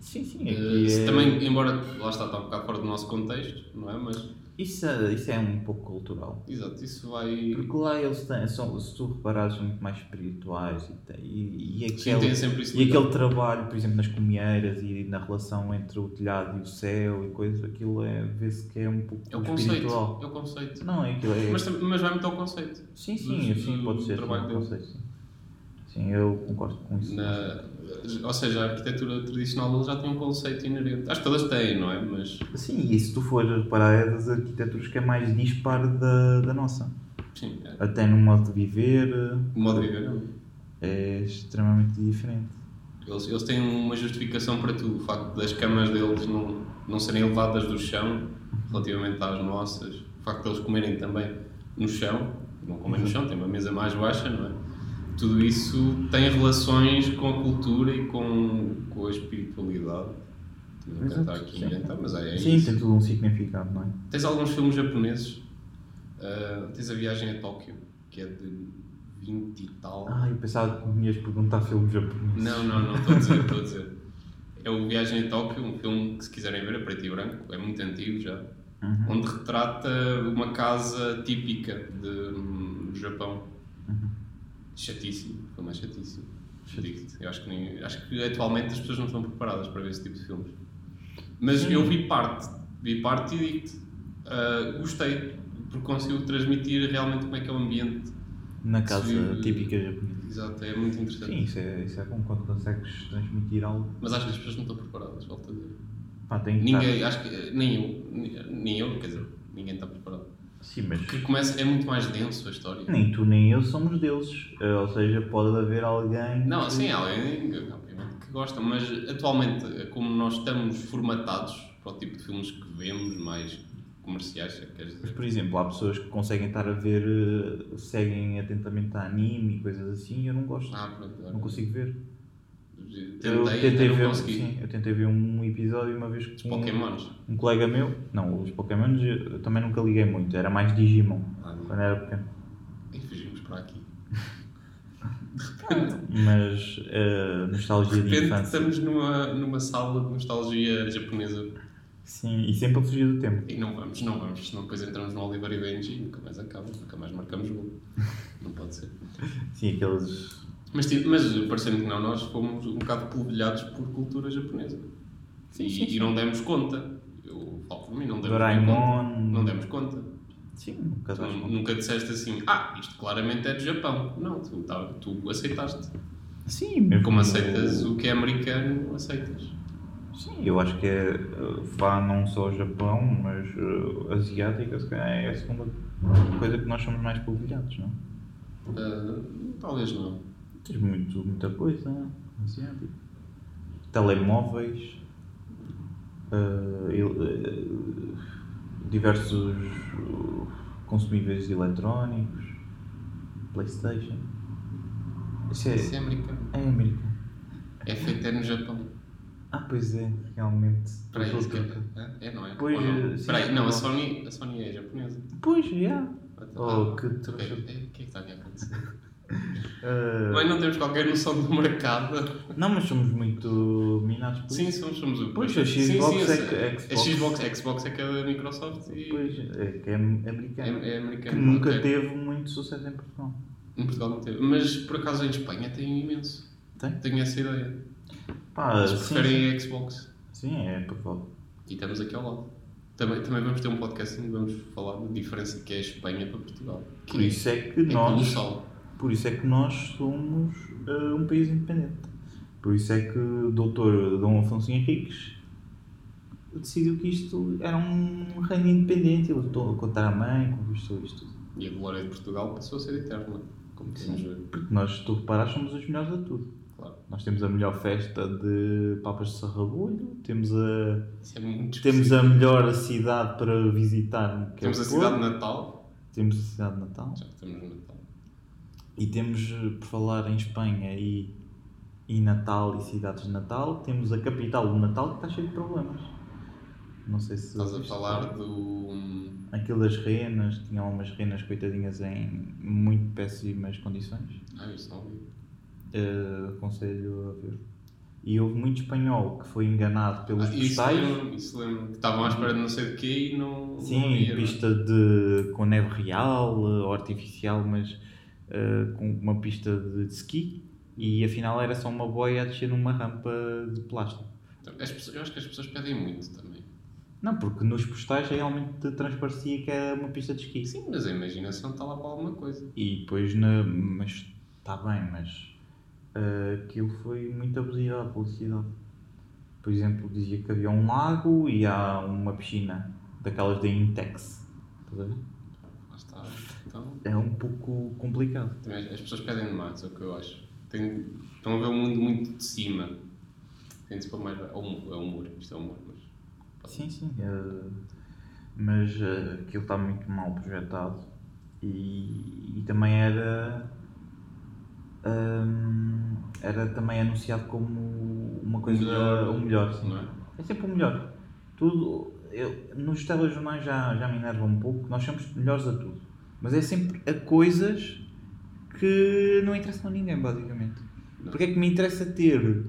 [SPEAKER 4] Sim, sim,
[SPEAKER 3] Eh,
[SPEAKER 4] aqui
[SPEAKER 3] se
[SPEAKER 4] é-
[SPEAKER 3] Também, embora lá está, está um bocado fora do nosso contexto, não é? Mas,
[SPEAKER 4] Isso, é- isso é um pouco cultural.
[SPEAKER 3] exato, isso vai.
[SPEAKER 4] Porque lá eles têm, são, se tu reparares, são muito mais espirituais e, têm- e, e
[SPEAKER 3] Sim, tem
[SPEAKER 4] aquele,
[SPEAKER 3] sempre isso. é
[SPEAKER 4] e aquele trabalho, por exemplo, nas comeiras e na relação entre o telhado e o céu e coisas, aquilo é, vê-se que é um pouco
[SPEAKER 3] É o conceito.
[SPEAKER 4] espiritual.
[SPEAKER 3] É o conceito.
[SPEAKER 4] Não, é aquilo é.
[SPEAKER 3] Mas, tam- mas vai muito ao conceito.
[SPEAKER 4] sim, sim,
[SPEAKER 3] do-
[SPEAKER 4] sim,
[SPEAKER 3] do
[SPEAKER 4] pode ser.
[SPEAKER 3] trabalho
[SPEAKER 4] Sim,
[SPEAKER 3] dele.
[SPEAKER 4] conceito, sim. sim, eu concordo com isso.
[SPEAKER 3] Na- ou seja, a arquitetura tradicional deles já tem um conceito inerente. Acho que todas têm, não é? Mas
[SPEAKER 4] Sim, e se tu fores reparar, é das arquiteturas que é mais dispar da, da nossa.
[SPEAKER 3] sim, é.
[SPEAKER 4] Até no modo de viver,
[SPEAKER 3] o modo de viver.
[SPEAKER 4] é extremamente diferente.
[SPEAKER 3] Eles, eles têm uma justificação para tudo. O facto das camas deles não, não serem elevadas do chão relativamente às nossas. O facto de eles comerem também no chão. Não comem no chão, têm uma mesa mais baixa, não é? Tudo isso tem relações com a cultura e com, com a espiritualidade. Também não quero estar aqui a inventar, mas é, é
[SPEAKER 4] Sim,
[SPEAKER 3] isso.
[SPEAKER 4] tem tudo um significado, não é?
[SPEAKER 3] Tens alguns filmes japoneses. ah, tens a viagem a Tóquio, que é de 20 e tal.
[SPEAKER 4] Ah, eu pensava que me ias perguntar filmes japoneses.
[SPEAKER 3] Não, não, não, estou a dizer, estou a dizer. É o Viagem a Tóquio, um filme que se quiserem ver, é preto e branco, é muito antigo já,
[SPEAKER 4] Uhum.
[SPEAKER 3] onde retrata uma casa típica de, hum, do Japão.
[SPEAKER 4] Uhum.
[SPEAKER 3] Chatíssimo, o filme é chatíssimo. Digo-te, Eu acho que, nem- acho que atualmente as pessoas não estão preparadas para ver esse tipo de filmes. Mas eu vi parte, vi parte e digo-te, ah, gostei, porque consigo transmitir realmente como é que é o ambiente.
[SPEAKER 4] Na casa
[SPEAKER 3] Sim.
[SPEAKER 4] típica japonesa.
[SPEAKER 3] Exato, é muito interessante.
[SPEAKER 4] Sim, isso é, isso é bom quando consegues transmitir algo.
[SPEAKER 3] Mas acho que as pessoas não estão preparadas, volto a dizer.
[SPEAKER 4] Pá, tem que
[SPEAKER 3] Ninguém, acho que eh, nem eu, ni- nem eu, quer dizer, ninguém está preparado.
[SPEAKER 4] estar- Sim, mas
[SPEAKER 3] Porque começa, é muito mais denso a história.
[SPEAKER 4] nem tu nem eu somos deuses. Eh, Ou seja, pode haver alguém.
[SPEAKER 3] Não,
[SPEAKER 4] que-
[SPEAKER 3] sim, há alguém obviamente que gosta, mas atualmente, eh, como nós estamos formatados para o tipo de filmes que vemos, mais comerciais, se é que queres
[SPEAKER 4] Mas,
[SPEAKER 3] dizer.
[SPEAKER 4] por exemplo, há pessoas que conseguem estar a ver, eh, seguem atentamente a anime e coisas assim, e eu não gosto.
[SPEAKER 3] Ah, pronto, agora-
[SPEAKER 4] Não consigo ver. eu
[SPEAKER 3] Tentei,
[SPEAKER 4] tentei
[SPEAKER 3] ainda não
[SPEAKER 4] ver,
[SPEAKER 3] consegui.
[SPEAKER 4] sim, eu tentei ver um episódio uma vez com um,
[SPEAKER 3] Pokémons.
[SPEAKER 4] um colega meu. Não, os Pokémons eu eu também nunca liguei muito, era mais Digimon
[SPEAKER 3] Ah, não.
[SPEAKER 4] quando era pequeno.
[SPEAKER 3] E fugimos para aqui.
[SPEAKER 4] mas eh, nostalgia
[SPEAKER 3] De
[SPEAKER 4] de,
[SPEAKER 3] repente
[SPEAKER 4] infância.
[SPEAKER 3] estamos numa, numa sala de nostalgia japonesa
[SPEAKER 4] Sim, e sempre a fugir do tempo.
[SPEAKER 3] E não vamos, não vamos, senão depois entramos no Oliver e Benji e nunca mais acaba, nunca mais marcamos gol. Não pode ser.
[SPEAKER 4] Sim, aqueles.
[SPEAKER 3] Mas, ti- mas parecendo que não, nós fomos um bocado polvilhados por cultura japonesa. e, e não demos conta. Eu falo por mim, não demos bem
[SPEAKER 4] Doraemon.
[SPEAKER 3] conta. Não demos conta.
[SPEAKER 4] Sim, nunca
[SPEAKER 3] Tu
[SPEAKER 4] dás conta.
[SPEAKER 3] nunca disseste assim, ah, isto claramente é do Japão. Não, tu, tá- tu aceitaste.
[SPEAKER 4] Sim, mesmo.
[SPEAKER 3] Como aceitas o que é americano, aceitas.
[SPEAKER 4] Sim, eu acho que é. eh, Vá não só ao Japão, mas eh, asiática, se calhar é a segunda coisa que nós somos mais polvilhados, não? é?
[SPEAKER 3] Ah, talvez não.
[SPEAKER 4] Tens muito, muita coisa asiática. Telemóveis. eh, ele- eh, diversos eh, consumíveis eletrónicos. Playstation. Isso é,
[SPEAKER 3] Isso é americano.
[SPEAKER 4] é americano.
[SPEAKER 3] É feito é no Japão.
[SPEAKER 4] Ah, pois é, realmente. tipo
[SPEAKER 3] Peraí,
[SPEAKER 4] Pois,
[SPEAKER 3] isso que é, é, não é?
[SPEAKER 4] Pois,
[SPEAKER 3] Ou não?
[SPEAKER 4] sim,
[SPEAKER 3] Peraí, não,
[SPEAKER 4] não.
[SPEAKER 3] a Sony, a Sony é japonesa.
[SPEAKER 4] Pois, yeah. Oh,
[SPEAKER 3] Ah,
[SPEAKER 4] que
[SPEAKER 3] ok.
[SPEAKER 4] trouxa.
[SPEAKER 3] O que é que está aqui a acontecer?
[SPEAKER 4] Eh,
[SPEAKER 3] Nós não temos qualquer noção do mercado.
[SPEAKER 4] não, mas somos muito minados por
[SPEAKER 3] Sim,
[SPEAKER 4] isso.
[SPEAKER 3] somos, somos o.
[SPEAKER 4] Pois, a
[SPEAKER 3] Sim, sim,
[SPEAKER 4] Xbox
[SPEAKER 3] eu
[SPEAKER 4] é
[SPEAKER 3] sei.
[SPEAKER 4] que- é
[SPEAKER 3] A
[SPEAKER 4] Xbox.
[SPEAKER 3] Xbox, a Xbox é que é da Microsoft e.
[SPEAKER 4] Pois, é que é
[SPEAKER 3] É,
[SPEAKER 4] americano.
[SPEAKER 3] é
[SPEAKER 4] que
[SPEAKER 3] americano.
[SPEAKER 4] nunca
[SPEAKER 3] ok.
[SPEAKER 4] teve muito sucesso em Portugal.
[SPEAKER 3] Em Portugal não teve. Mas por acaso em Espanha tem imenso.
[SPEAKER 4] Tem?
[SPEAKER 3] Tenho essa ideia.
[SPEAKER 4] Pá,
[SPEAKER 3] Eles
[SPEAKER 4] sim,
[SPEAKER 3] preferem a Xbox.
[SPEAKER 4] Sim, é provável.
[SPEAKER 3] E estamos aqui ao lado. Também, também vamos ter um podcast onde vamos falar da diferença que é a Espanha para Portugal. Que
[SPEAKER 4] Por isso é que
[SPEAKER 3] é
[SPEAKER 4] nós,
[SPEAKER 3] colossal.
[SPEAKER 4] por isso é que nós somos eh, um país independente. Por isso é que o doutor Dom Afonso Henriques decidiu que isto era um reino independente. Ele lutou contra a mãe, conquistou isto. tudo.
[SPEAKER 3] E a glória de Portugal passou a ser eterna, como podemos ver.
[SPEAKER 4] Porque nós, se tu reparas, somos os melhores a tudo.
[SPEAKER 3] Claro.
[SPEAKER 4] Nós temos a melhor festa de papas de sarrabulho, temos a,
[SPEAKER 3] Isso é muito
[SPEAKER 4] temos
[SPEAKER 3] específico.
[SPEAKER 4] a melhor cidade para visitar. que é
[SPEAKER 3] Temos
[SPEAKER 4] o
[SPEAKER 3] a
[SPEAKER 4] Porto.
[SPEAKER 3] cidade de Natal,
[SPEAKER 4] Temos a Cidade de Natal.
[SPEAKER 3] Já que estamos no Natal.
[SPEAKER 4] E temos, eh, por falar em Espanha e, e Natal e cidades de Natal, temos a capital do Natal que está cheia de problemas. Não sei se.
[SPEAKER 3] Estás a
[SPEAKER 4] ouviste
[SPEAKER 3] falar
[SPEAKER 4] falar.
[SPEAKER 3] do. hum,
[SPEAKER 4] Aquilo das renas, tinham umas renas coitadinhas em muito péssimas condições.
[SPEAKER 3] Ah, isso não vi.
[SPEAKER 4] Eh, aconselho a ver. E houve muito espanhol que foi enganado pelos
[SPEAKER 3] Ah, isso
[SPEAKER 4] postais.
[SPEAKER 3] lembro-me, isso lembro-me. Que estavam à espera de não sei de quê e não. não
[SPEAKER 4] Sim,
[SPEAKER 3] havia, não é?
[SPEAKER 4] pista de, com neve real eh, ou artificial, mas eh, com uma pista de, de ski e afinal era só uma boia a descer numa rampa de plástico.
[SPEAKER 3] Então, As pessoas- eu acho que as pessoas pedem muito também.
[SPEAKER 4] Não, porque nos postais realmente transparecia que era uma pista de ski.
[SPEAKER 3] Sim, mas a imaginação está lá para alguma coisa.
[SPEAKER 4] E depois, na, mas está bem, mas eh, aquilo foi muito abusivo à publicidade. Por exemplo, dizia que havia um lago e há uma piscina daquelas da Intex. Estás a ver?
[SPEAKER 3] Lá está. Então,
[SPEAKER 4] É um pouco complicado.
[SPEAKER 3] também as pessoas pedem demais, é o que eu acho. Tem, estão a ver o mundo muito de cima. Tem de ser para mais. ba- É humor, é humor, isto é humor, mas.
[SPEAKER 4] Sim, sim. eh, mas eh, aquilo está muito mal projetado. E, e também era. ahm, era também anunciado como uma coisa. O melhor. sim.
[SPEAKER 3] Um Não é?
[SPEAKER 4] É sempre o melhor. Tudo. Eu, nos telejornais já, já me enerva um pouco. Nós somos melhores a tudo. Mas é sempre a coisas que não interessam a ninguém, basicamente.
[SPEAKER 3] Não.
[SPEAKER 4] Porque é que me interessa ter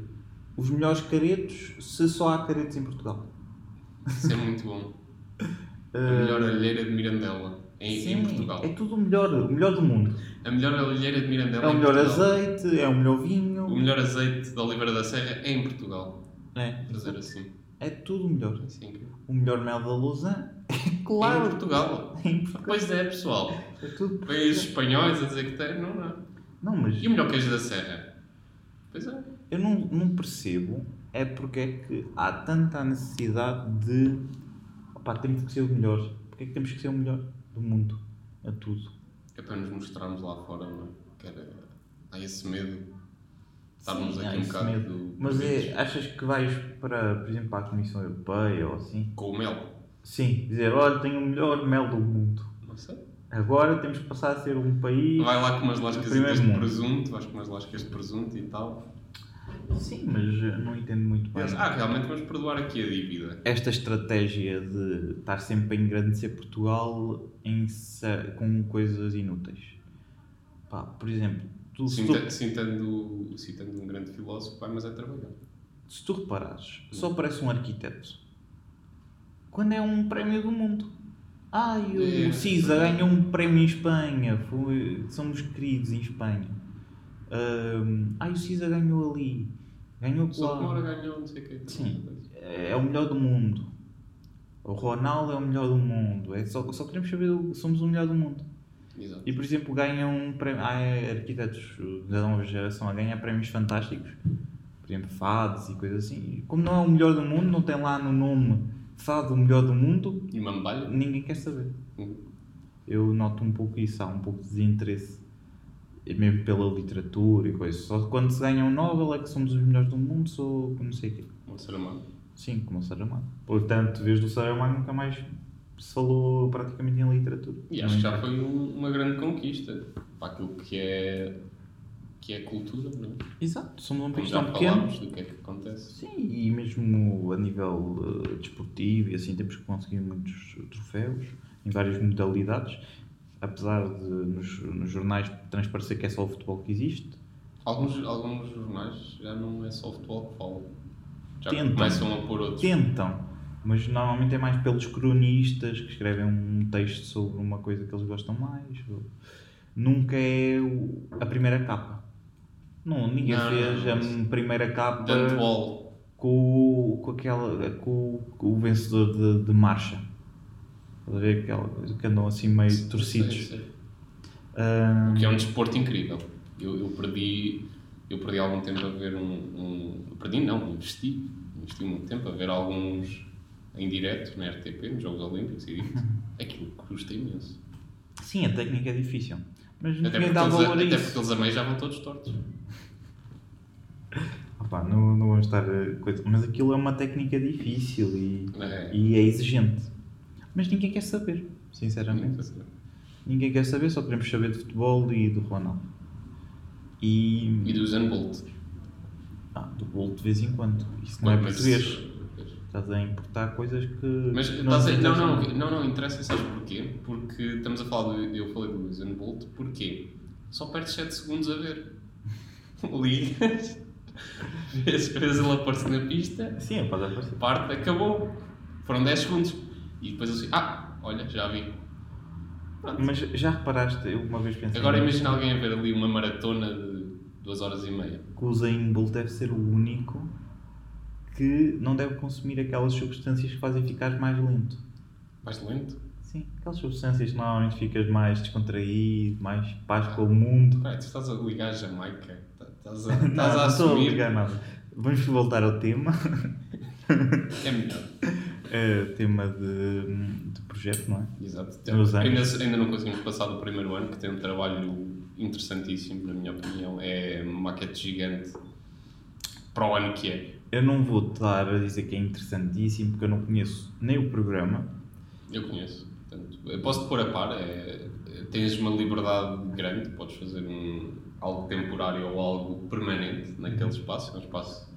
[SPEAKER 4] os melhores caretos se só há caretos em Portugal?
[SPEAKER 3] Isso é muito bom. A melhor alheira de Mirandela. Em, em Portugal.
[SPEAKER 4] Eh, É tudo o melhor, o melhor do mundo.
[SPEAKER 3] A melhor alheira de
[SPEAKER 4] É,
[SPEAKER 3] Mirandela.
[SPEAKER 4] o
[SPEAKER 3] em
[SPEAKER 4] melhor
[SPEAKER 3] Portugal.
[SPEAKER 4] azeite, é o melhor vinho.
[SPEAKER 3] O melhor azeite da Oliveira da Serra é em Portugal.
[SPEAKER 4] É,
[SPEAKER 3] Fazer assim.
[SPEAKER 4] é tudo o melhor.
[SPEAKER 3] Isso é incrível.
[SPEAKER 4] O melhor mel da Lusa é
[SPEAKER 3] Em
[SPEAKER 4] claro.
[SPEAKER 3] Portugal.
[SPEAKER 4] É, em Portugal.
[SPEAKER 3] Pois é, pessoal.
[SPEAKER 4] é tudo por-
[SPEAKER 3] Vêm os espanhóis a dizer que tem. Não, não.
[SPEAKER 4] Não, mas
[SPEAKER 3] E o melhor queijo da Serra? Pois é.
[SPEAKER 4] eu não, não percebo é porque é que há tanta necessidade de opá, temos que ser o melhor. Porque é que temos que ser o melhor do mundo a tudo?
[SPEAKER 3] É para nos mostrarmos lá fora, não é? Que era... Há esse medo. Estávamos
[SPEAKER 4] Sim, há
[SPEAKER 3] aqui um
[SPEAKER 4] esse
[SPEAKER 3] bocado.
[SPEAKER 4] medo.
[SPEAKER 3] do-
[SPEAKER 4] Mas é, achas que vais para, por exemplo, para a Comissão Europeia ou assim?
[SPEAKER 3] Com o mel.
[SPEAKER 4] Sim, dizer, olha, tenho o melhor mel do mundo.
[SPEAKER 3] Não sei.
[SPEAKER 4] Agora temos que passar a ser um país.
[SPEAKER 3] Vai lá com umas lascas
[SPEAKER 4] Primeiro
[SPEAKER 3] de
[SPEAKER 4] mundo.
[SPEAKER 3] presunto. Vais com umas lascas de presunto e tal.
[SPEAKER 4] Sim, mas eh, não entendo muito
[SPEAKER 3] E
[SPEAKER 4] bem.
[SPEAKER 3] eles, ah, realmente vamos perdoar aqui a dívida.
[SPEAKER 4] Esta estratégia de estar sempre a engrandecer Portugal em se- com coisas inúteis. Pá, por exemplo, tu, se, tu,
[SPEAKER 3] Cita- Citando, citando um grande filósofo, vai, mas é trabalhar.
[SPEAKER 4] se tu reparares, só parece um arquiteto. Quando é um prémio do mundo. Ai,
[SPEAKER 3] É,
[SPEAKER 4] o Cisa
[SPEAKER 3] verdade.
[SPEAKER 4] ganhou um prémio em Espanha. Foi, somos queridos em Espanha. Ahm, ai, o Cisa ganhou ali. Ganhou
[SPEAKER 3] Só que uma
[SPEAKER 4] lá.
[SPEAKER 3] hora ganhou, não sei o que.
[SPEAKER 4] Sim. é o melhor do mundo. O Ronaldo é o melhor do mundo. É só, só queremos saber, o- somos o melhor do mundo.
[SPEAKER 3] Exato.
[SPEAKER 4] E, por exemplo, ganham um prémio. Há arquitetos da nova geração a ganhar prémios fantásticos. Por exemplo, fados e coisas assim. Como não é o melhor do mundo, não tem lá no nome fado o melhor do mundo,
[SPEAKER 3] E Mambalha?
[SPEAKER 4] ninguém quer saber.
[SPEAKER 3] Uhum.
[SPEAKER 4] Eu noto um pouco isso, há um pouco de desinteresse. E Mesmo pela literatura e coisas. Só quando se ganha um Nobel é que somos os melhores do mundo, sou não sei o quê.
[SPEAKER 3] Um ser humano.
[SPEAKER 4] Sim, como o Saramago. Portanto, desde o Saramago nunca mais se falou praticamente em literatura.
[SPEAKER 3] E acho que já
[SPEAKER 4] Não
[SPEAKER 3] foi um- uma grande conquista para aquilo que é, que é cultura, não é?
[SPEAKER 4] é? Exato, somos um
[SPEAKER 3] Como
[SPEAKER 4] país
[SPEAKER 3] já
[SPEAKER 4] tão pequeno.
[SPEAKER 3] falámos do que é que acontece.
[SPEAKER 4] Sim, e mesmo a nível eh, desportivo e assim temos que conseguir muitos troféus em várias modalidades. Apesar de nos, nos jornais transparecer que é só o futebol que existe,
[SPEAKER 3] Alguns, alguns jornais já não é só o futebol que falam. Já
[SPEAKER 4] Tentam.
[SPEAKER 3] começam a pôr outros.
[SPEAKER 4] tentam, mas normalmente é mais pelos cronistas que escrevem um texto sobre uma coisa que eles gostam mais. ou- Nunca é o- a primeira capa. Não, ninguém
[SPEAKER 3] Não,
[SPEAKER 4] fez
[SPEAKER 3] não,
[SPEAKER 4] a
[SPEAKER 3] não.
[SPEAKER 4] primeira capa
[SPEAKER 3] Tanto wall.
[SPEAKER 4] com, o- com aquela com, o- com o vencedor de, de marcha. Estás a ver aquela coisa que andam assim meio torcidos.
[SPEAKER 3] Sei, sei.
[SPEAKER 4] Ah,
[SPEAKER 3] que é um desporto incrível. Eu, eu perdi eu perdi algum tempo a ver um, um- perdi não, investi investi muito tempo a ver alguns em direto na RTP, nos Jogos Olímpicos e digo aquilo custa imenso
[SPEAKER 4] sim, a técnica é difícil. Mas
[SPEAKER 3] até
[SPEAKER 4] ninguém
[SPEAKER 3] porque,
[SPEAKER 4] dá
[SPEAKER 3] eles,
[SPEAKER 4] valor a
[SPEAKER 3] até
[SPEAKER 4] isso.
[SPEAKER 3] porque eles a meio já vão todos tortos
[SPEAKER 4] Opa, não, não vamos estar a coisa. Mas aquilo é uma técnica difícil e.
[SPEAKER 3] é,
[SPEAKER 4] e é exigente. Mas ninguém quer saber, sinceramente. ninguém quer saber, só queremos saber de futebol e do Ronaldo. E,
[SPEAKER 3] E do Usain Bolt.
[SPEAKER 4] Ah, do bolo de vez em quando. Isso não é
[SPEAKER 3] Mas-
[SPEAKER 4] português. Estás a importar coisas que. assim.
[SPEAKER 3] Mas
[SPEAKER 4] que
[SPEAKER 3] estás a-
[SPEAKER 4] nos
[SPEAKER 3] não, não,
[SPEAKER 4] interessam.
[SPEAKER 3] não, não interessa, sabes porquê? Porque estamos a falar do. Eu falei do Usain Bolt, porquê? Só perdes 7 segundos a ver. Ligas, vês vês ele aparece na pista,
[SPEAKER 4] Sim, pode aparecer.
[SPEAKER 3] parte, acabou. Foram 10 segundos. E depois assim, ah, olha, já vi.
[SPEAKER 4] Mas já reparaste, eu uma vez pensei
[SPEAKER 3] Agora
[SPEAKER 4] que
[SPEAKER 3] imagina alguém a ver ali uma maratona de 2 horas e meia.
[SPEAKER 4] o Zayn Bull deve ser o único que não deve consumir aquelas substâncias que fazem ficar mais lento.
[SPEAKER 3] Mais lento?
[SPEAKER 4] Sim, aquelas substâncias que normalmente ficas mais descontraído, mais paz com o mundo.
[SPEAKER 3] Peraí, tu estás a ligar a Jamaica. Tá- Estás a, estás
[SPEAKER 4] não,
[SPEAKER 3] a
[SPEAKER 4] não estou a
[SPEAKER 3] assumir.
[SPEAKER 4] ligar nada. Vamos voltar ao tema.
[SPEAKER 3] é melhor.
[SPEAKER 4] Eh, tema de, de projeto, não é?
[SPEAKER 3] Exato.
[SPEAKER 4] Nos
[SPEAKER 3] Ainda,
[SPEAKER 4] anos.
[SPEAKER 3] ainda não conseguimos passar do primeiro ano, que tem um trabalho interessantíssimo, na minha opinião. É uma maquete gigante para o ano que é.
[SPEAKER 4] Eu não vou estar a dizer que é interessantíssimo porque eu não conheço nem o programa.
[SPEAKER 3] Eu conheço. Portanto, eu posso-te pôr a par. é- é- tens uma liberdade grande, podes fazer um, algo temporário ou algo permanente naquele espaço. É um espaço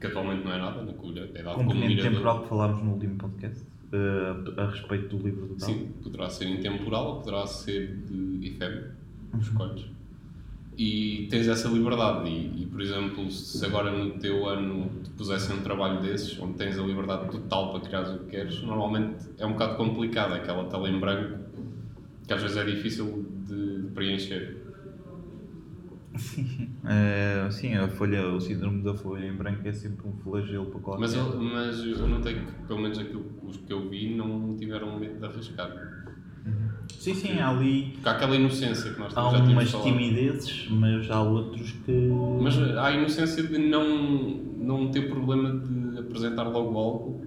[SPEAKER 3] que atualmente não é nada, na Covilhã é dado como
[SPEAKER 4] componente
[SPEAKER 3] mirador.
[SPEAKER 4] temporal que falámos no último podcast eh, a respeito do livro do Dal.
[SPEAKER 3] Sim, poderá ser intemporal ou poderá ser de efêmero,
[SPEAKER 4] Uhum.
[SPEAKER 3] escolhes. E tens essa liberdade. E, e, por exemplo, se agora no teu ano te pusessem um trabalho desses, onde tens a liberdade total para criar o que queres, normalmente é um bocado complicado aquela tela em branco que às vezes é difícil de preencher.
[SPEAKER 4] Eh, sim, a folha, o síndrome da folha em branco é sempre um flagelo para qualquer.
[SPEAKER 3] Mas eu, mas eu notei que, pelo menos aquilo, os que eu vi, não tiveram medo de arriscar.
[SPEAKER 4] Sim, sim, há ali
[SPEAKER 3] Porque há aquela inocência que nós
[SPEAKER 4] há
[SPEAKER 3] já tínhamos
[SPEAKER 4] umas
[SPEAKER 3] falado.
[SPEAKER 4] timidezes, mas há outros que.
[SPEAKER 3] Mas eh, há a inocência de não, não ter problema de apresentar logo algo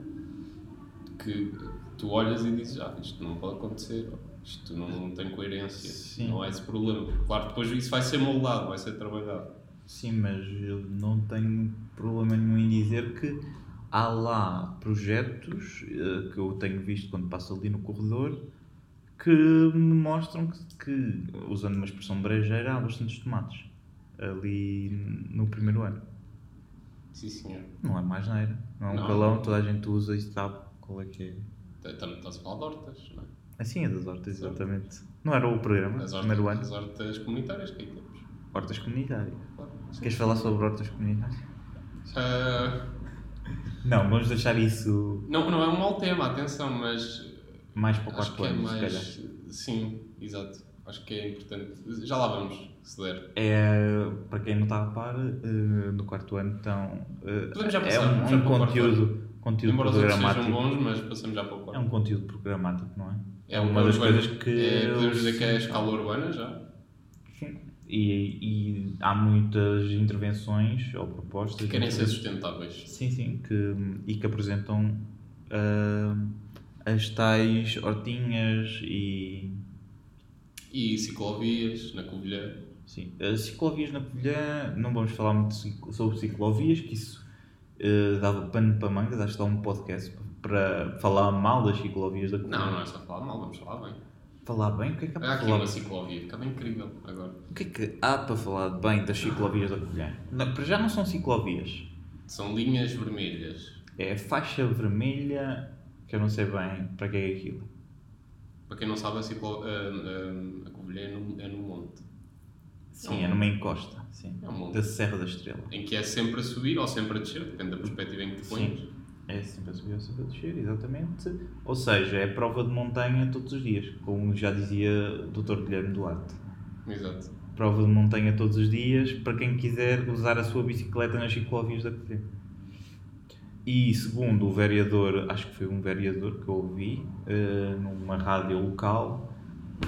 [SPEAKER 3] que tu olhas e dizes, ah, isto não pode acontecer, isto não, não tem coerência,
[SPEAKER 4] Sim.
[SPEAKER 3] não há esse problema. Claro, depois isso vai ser moldado, vai ser trabalhado.
[SPEAKER 4] Sim, mas eu não tenho problema nenhum em dizer que há lá projetos eh, que eu tenho visto quando passo ali no corredor que me mostram que, que, usando uma expressão brejeira, há bastantes tomates ali no primeiro ano.
[SPEAKER 3] Sim, senhor.
[SPEAKER 4] Não é mais neira, não é um
[SPEAKER 3] Não.
[SPEAKER 4] calão, toda a gente usa e sabe qual é que é.
[SPEAKER 3] Também estás a falar de hortas, não é?
[SPEAKER 4] Assim é das hortas, exatamente. Não era o programa,
[SPEAKER 3] As
[SPEAKER 4] o
[SPEAKER 3] hortas,
[SPEAKER 4] primeiro ano.
[SPEAKER 3] as hortas comunitárias que aí temos.
[SPEAKER 4] Hortas comunitárias.
[SPEAKER 3] Claro.
[SPEAKER 4] Queres falar sobre hortas comunitárias?
[SPEAKER 3] Ah,
[SPEAKER 4] Não, vamos deixar isso
[SPEAKER 3] não, não é um mau tema, atenção, mas
[SPEAKER 4] mais para o
[SPEAKER 3] acho
[SPEAKER 4] quarto
[SPEAKER 3] que é
[SPEAKER 4] ano, se
[SPEAKER 3] mais...
[SPEAKER 4] calhar.
[SPEAKER 3] Sim, exato. Acho que é importante. Já lá vamos, se der.
[SPEAKER 4] É, para quem não está a par, eh, no quarto ano então eh,
[SPEAKER 3] Podemos já
[SPEAKER 4] é
[SPEAKER 3] passar,
[SPEAKER 4] um,
[SPEAKER 3] vamos já
[SPEAKER 4] um
[SPEAKER 3] para o quarto
[SPEAKER 4] conteúdo, conteúdo
[SPEAKER 3] Embora os outros sejam
[SPEAKER 4] programático.
[SPEAKER 3] bons, mas passamos já para o
[SPEAKER 4] É
[SPEAKER 3] quarto.
[SPEAKER 4] um conteúdo programático, não é?
[SPEAKER 3] É um-
[SPEAKER 4] uma
[SPEAKER 3] é
[SPEAKER 4] das
[SPEAKER 3] urbano.
[SPEAKER 4] coisas que
[SPEAKER 3] É, podemos
[SPEAKER 4] eu-
[SPEAKER 3] dizer que é a escala urbana já.
[SPEAKER 4] Sim. E, e há muitas intervenções ou propostas
[SPEAKER 3] Que querem ser
[SPEAKER 4] muitas-
[SPEAKER 3] sustentáveis.
[SPEAKER 4] sim, sim, que, e que apresentam ah, as tais hortinhas e
[SPEAKER 3] E ciclovias, na Covilhã.
[SPEAKER 4] Sim, as ciclovias na Covilhã, não vamos falar muito cic- sobre ciclovias, que isso eh, dava pano para mangas, acho que dá um podcast p- para falar mal das ciclovias da Covilhã.
[SPEAKER 3] Não, não é só falar mal, vamos falar bem.
[SPEAKER 4] Falar bem? O que é que há
[SPEAKER 3] Há
[SPEAKER 4] para
[SPEAKER 3] aqui
[SPEAKER 4] falar
[SPEAKER 3] uma ciclovia, ficava incrível agora.
[SPEAKER 4] O que é que há para falar de bem das ciclovias da Covilhã? Não, para já não são ciclovias,
[SPEAKER 3] São linhas vermelhas.
[SPEAKER 4] é faixa vermelha, que eu não sei bem para que é aquilo.
[SPEAKER 3] Para quem não sabe, a, ciclo... ah, ah, a Covilhã é no, é no monte.
[SPEAKER 4] Sim, é numa encosta, sim,
[SPEAKER 3] É um monte.
[SPEAKER 4] da Serra da Estrela.
[SPEAKER 3] Em que é sempre a subir ou sempre a descer, depende da perspectiva em que te
[SPEAKER 4] Sim.
[SPEAKER 3] pões.
[SPEAKER 4] É sempre a subir, sempre a descer, exatamente. Ou seja, é prova de montanha todos os dias, como já dizia o Dr. Guilherme Duarte.
[SPEAKER 3] Exato.
[SPEAKER 4] Prova de montanha todos os dias para quem quiser usar a sua bicicleta nas ciclovias da Covilhã. E segundo o vereador, acho que foi um vereador que eu ouvi, eh, numa rádio local,